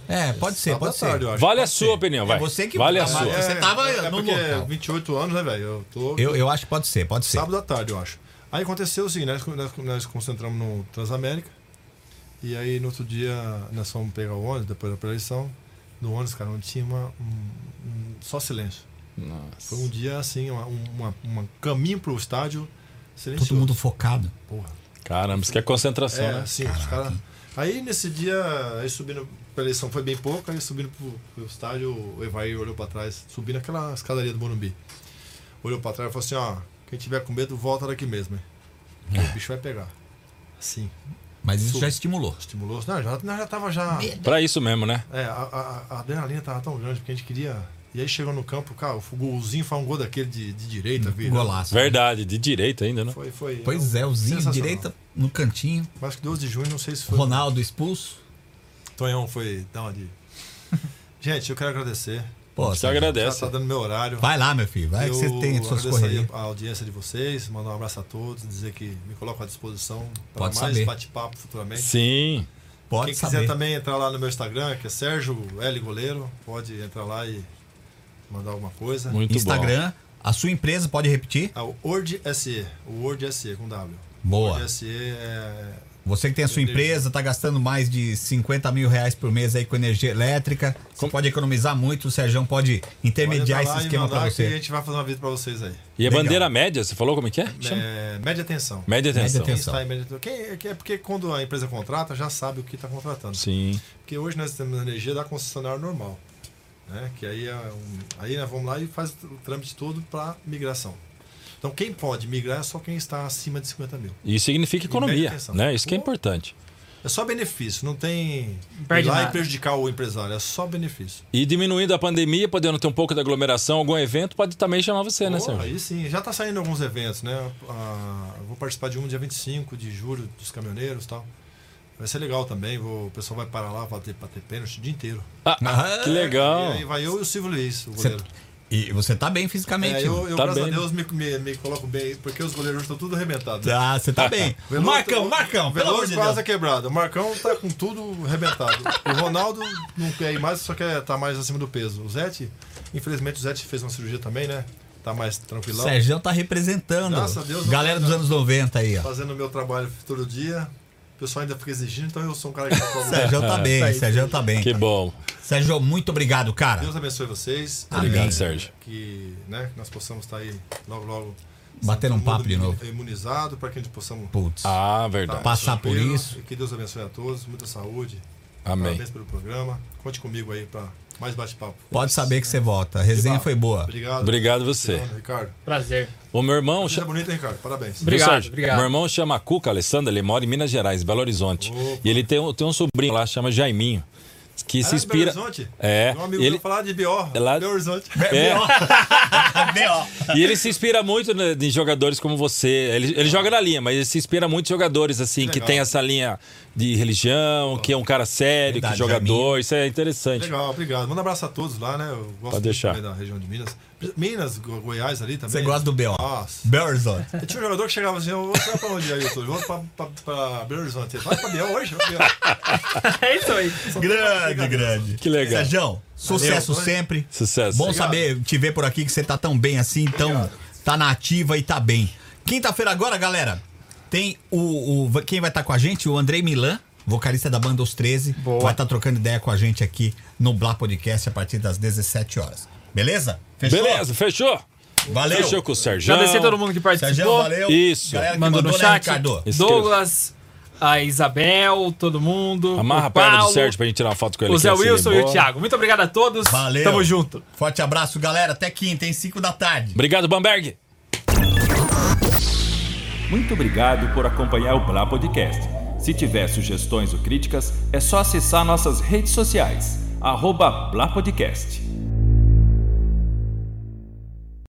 C: É, pode ser,
E: Sábado à
C: pode ser.
E: tarde, eu acho.
A: Vale a
E: Pode
A: sua opinião, vai.
C: É você que
A: Vale a
C: trabalha.
A: sua.
C: É, Você tava
E: é
C: no
E: porque
C: local.
E: 28 anos, né, velho? Eu tô
C: Eu, eu acho que pode ser, pode ser.
E: sábado à tarde, eu acho. Aí aconteceu o seguinte, nós, nós, nós concentramos no Transamérica. E aí no outro dia nós fomos pegar o ônibus depois da pré-eleição. No ônibus, cara, não tinha uma, um- um- só silêncio. Foi um dia assim, uma, uma, uma caminho pro estádio.
C: Todo
E: silencioso.
C: mundo focado.
E: Porra.
A: Caramba, isso que é concentração,
E: É,
A: né?
E: assim, os caras. Aí nesse dia, aí subindo pra eleição foi bem pouco, aí subindo pro, pro estádio, o Evair olhou pra trás, subindo aquela escadaria do Morumbi. Olhou pra trás e falou assim, ó, quem tiver com medo, volta daqui mesmo, hein? Que O bicho vai pegar. Assim,
C: Mas isso já estimulou.
E: estimulou. Não, já, nós já tava já.
A: Pra isso mesmo, né?
E: É, a, a- a adrenalina tava tão grande porque a gente queria. E aí chegou no campo, cara, o golzinho foi um gol daquele de, de direita, viu?
C: Hum, Golaço.
A: Verdade, de direita ainda, né?
E: Foi, foi.
C: Pois é, o Zinho
E: Sensacional.
C: direita no cantinho.
E: Acho que 12 de junho, não sei se foi.
C: Ronaldo expulso.
E: Tonhão foi
C: [LAUGHS]
E: dar uma de. Gente, eu quero agradecer.
C: Pô,
A: Você
C: Sérgio,
E: Já
A: agradece.
E: tá dando meu horário.
C: vai lá, meu filho. Vai que você
E: Eu
C: tem suas
E: agradeço aí
C: correrias.
E: A audiência de vocês, mandar um abraço a todos, dizer que me coloco à disposição para
C: Pode
E: mais
C: saber.
E: bate-papo futuramente.
A: Sim.
C: Pode
E: Quem
C: saber.
E: quiser também entrar lá no meu Instagram, que é Sérgio L Goleiro, pode entrar lá e mandar alguma coisa.
A: Muito bom.
C: Instagram, a sua empresa, pode repetir?
E: Ah, o Word SE, o Word SE com W.
C: Boa.
E: Word SE é.
C: Você que tem a sua empresa, tá gastando mais de 50 mil reais por mês aí com energia elétrica. Você pode economizar muito, o Sérgio pode intermediar
E: Pode
C: esse esquema
E: entrar tá lá e
C: pra
E: mandar que a
C: você.
E: gente vai fazer uma vídeo pra vocês aí.
A: E a
C: Legal.
A: bandeira média, você falou como é que é? Chama?
E: É, média atenção.
A: Média atenção.
C: atenção.
E: Está em média atenção. Quem- que é porque quando a empresa contrata, já sabe o que está contratando.
A: Sim.
E: Porque hoje nós temos energia da concessionária normal. Né? Que aí, é um- aí nós vamos lá e faz o trâmite todo para migração. Então quem pode migrar é só quem está acima de 50 mil.
A: E isso significa
E: média
A: economia,
E: atenção.
A: né? Isso que é
E: Pô.
A: importante.
E: É só benefício, não tem
D: Perde
E: ir lá
D: nada.
E: e prejudicar o empresário, é só benefício.
A: E diminuindo a pandemia, podendo ter um pouco de aglomeração, algum evento, pode também chamar você, né,
E: Pô,
A: Sérgio?
E: aí sim, já está saindo alguns eventos, né? Ah, eu vou participar de um dia 25 de julho dos caminhoneiros e tal. Vai ser legal também, vou, o pessoal vai parar lá, vai ter, bater pênalti o dia inteiro.
A: Ah,
C: Ah,
A: que legal.
E: E aí vai eu e o Silvio Luiz, o
C: Você-
E: goleiro.
C: E você tá bem fisicamente.
E: É, eu, eu
A: Tá
E: graças
A: bem,
E: a Deus, me, me, me coloco bem, porque os goleiros estão tudo arrebentados. né?
C: Ah, você tá bem.
E: [LAUGHS] Veloso-
C: Marcão, Marcão, pelo amor
E: Veloso
C: de
E: quase
C: Deus.
E: é quebrado. O Marcão tá com tudo arrebentado. O Ronaldo não quer ir mais, só quer tá mais acima do peso. O Zete, infelizmente, o Zete fez uma cirurgia também, né? Tá mais tranquilão.
C: Sérgio tá representando.
E: Graças a Deus, não
C: Galera
E: vai
C: dos
E: dar.
C: anos 90 aí, ó.
E: Fazendo o meu trabalho todo dia. O pessoal ainda fica exigindo, então eu sou um cara
C: [LAUGHS]
E: que tá
C: Sérgio
A: [LAUGHS]
C: tá bem, Sérgio tá bem.
A: Que bom.
C: Sérgio, muito obrigado, cara.
E: Deus abençoe vocês.
A: Obrigado, Sérgio.
E: Que né, que nós possamos estar aí logo, logo.
C: Batendo um
E: todo mundo
C: papo de novo.
E: Imunizado, para que a gente possamos
C: Putz.
A: Ah,
E: Tá,
A: verdade.
C: Passar por
E: tranquilo.
C: isso.
E: E que Deus abençoe a todos, muita saúde.
A: Amém.
E: Parabéns pelo programa. Conte comigo aí para mais bate-papo.
C: Pode saber que você volta. A resenha foi boa.
E: Obrigado.
A: Obrigado você.
E: Obrigado, Ricardo.
C: [LAUGHS]
D: Prazer.
A: O meu irmão.
E: Você é
A: cha-
E: bonito, hein, Ricardo? Parabéns.
A: Viu,
D: Obrigado,
A: Sérgio?
D: obrigado.
A: Meu irmão chama Cuca Alessandro, ele mora em Minas Gerais, Belo Horizonte. E ele tem um, tem um sobrinho lá, chama Jaiminho, que
E: Ah,
A: se inspira.
E: Belo Horizonte?
A: É,
E: Meu amigo
A: ele-
E: ele... falar de B.O.
A: É lá-
E: Belo Horizonte.
A: É.
C: B.O.
A: E ele se inspira muito né, em jogadores como você. Ele, ele joga na linha, mas ele se inspira muito em jogadores, assim, que
E: Legal.
A: tem essa linha de religião, que é um cara sério,
C: Verdade,
A: que jogador. Isso é interessante.
E: Legal, obrigado. Manda um abraço a todos lá, né? Eu gosto muito
A: deixar.
E: também da região de Minas. Minas, Go- Goiás ali também.
C: Você gosta do B.O.
E: Nossa.
C: Belo Horizonte.
E: Eu tinha um jogador que chegava assim, eu vou pra onde aí, Túlio? Vou pra, pra, pra Belo Horizonte. Ele, Vai pra B.O. hoje? Vai pra B.O.
D: É isso aí.
C: Grande, grande.
A: Que legal.
C: Sérgio, sucesso
E: Valeu.
C: sempre.
A: Sucesso.
C: Bom saber te ver por aqui que você tá tão bem assim, então tá na ativa e tá bem. Quinta-feira agora, galera, tem o, o- quem vai estar com a gente, o Andrei Milan, vocalista da banda Os 13, vai estar trocando ideia com a gente aqui no Blá Podcast a partir das 17 horas. Beleza? Fechou?
A: Beleza, fechou?
C: Valeu.
A: Fechou com o Sérgio.
D: Agradecer a todo mundo que participou.
C: Sérgio, valeu.
A: Isso.
C: Galera que
D: Mandou,
C: mandou,
D: no
C: né,
D: chat.
C: Ricardo?
A: Esquerda.
D: Douglas, a Isabel, todo mundo.
A: Amarra
D: o
A: a perna do
D: Paulo,
A: Sérgio pra gente tirar uma foto com ele.
D: O Zé
A: que assim ele
D: Wilson
A: é
D: e o
A: boa.
D: Thiago. Muito obrigado a todos.
C: Valeu.
D: Tamo junto.
C: Forte abraço, galera. Até quinta, hein? 5 da tarde.
A: Obrigado, Bamberg.
H: Muito obrigado por acompanhar o Blá Podcast. Se tiver sugestões ou críticas, é só acessar nossas redes sociais. Arroba Blá Podcast.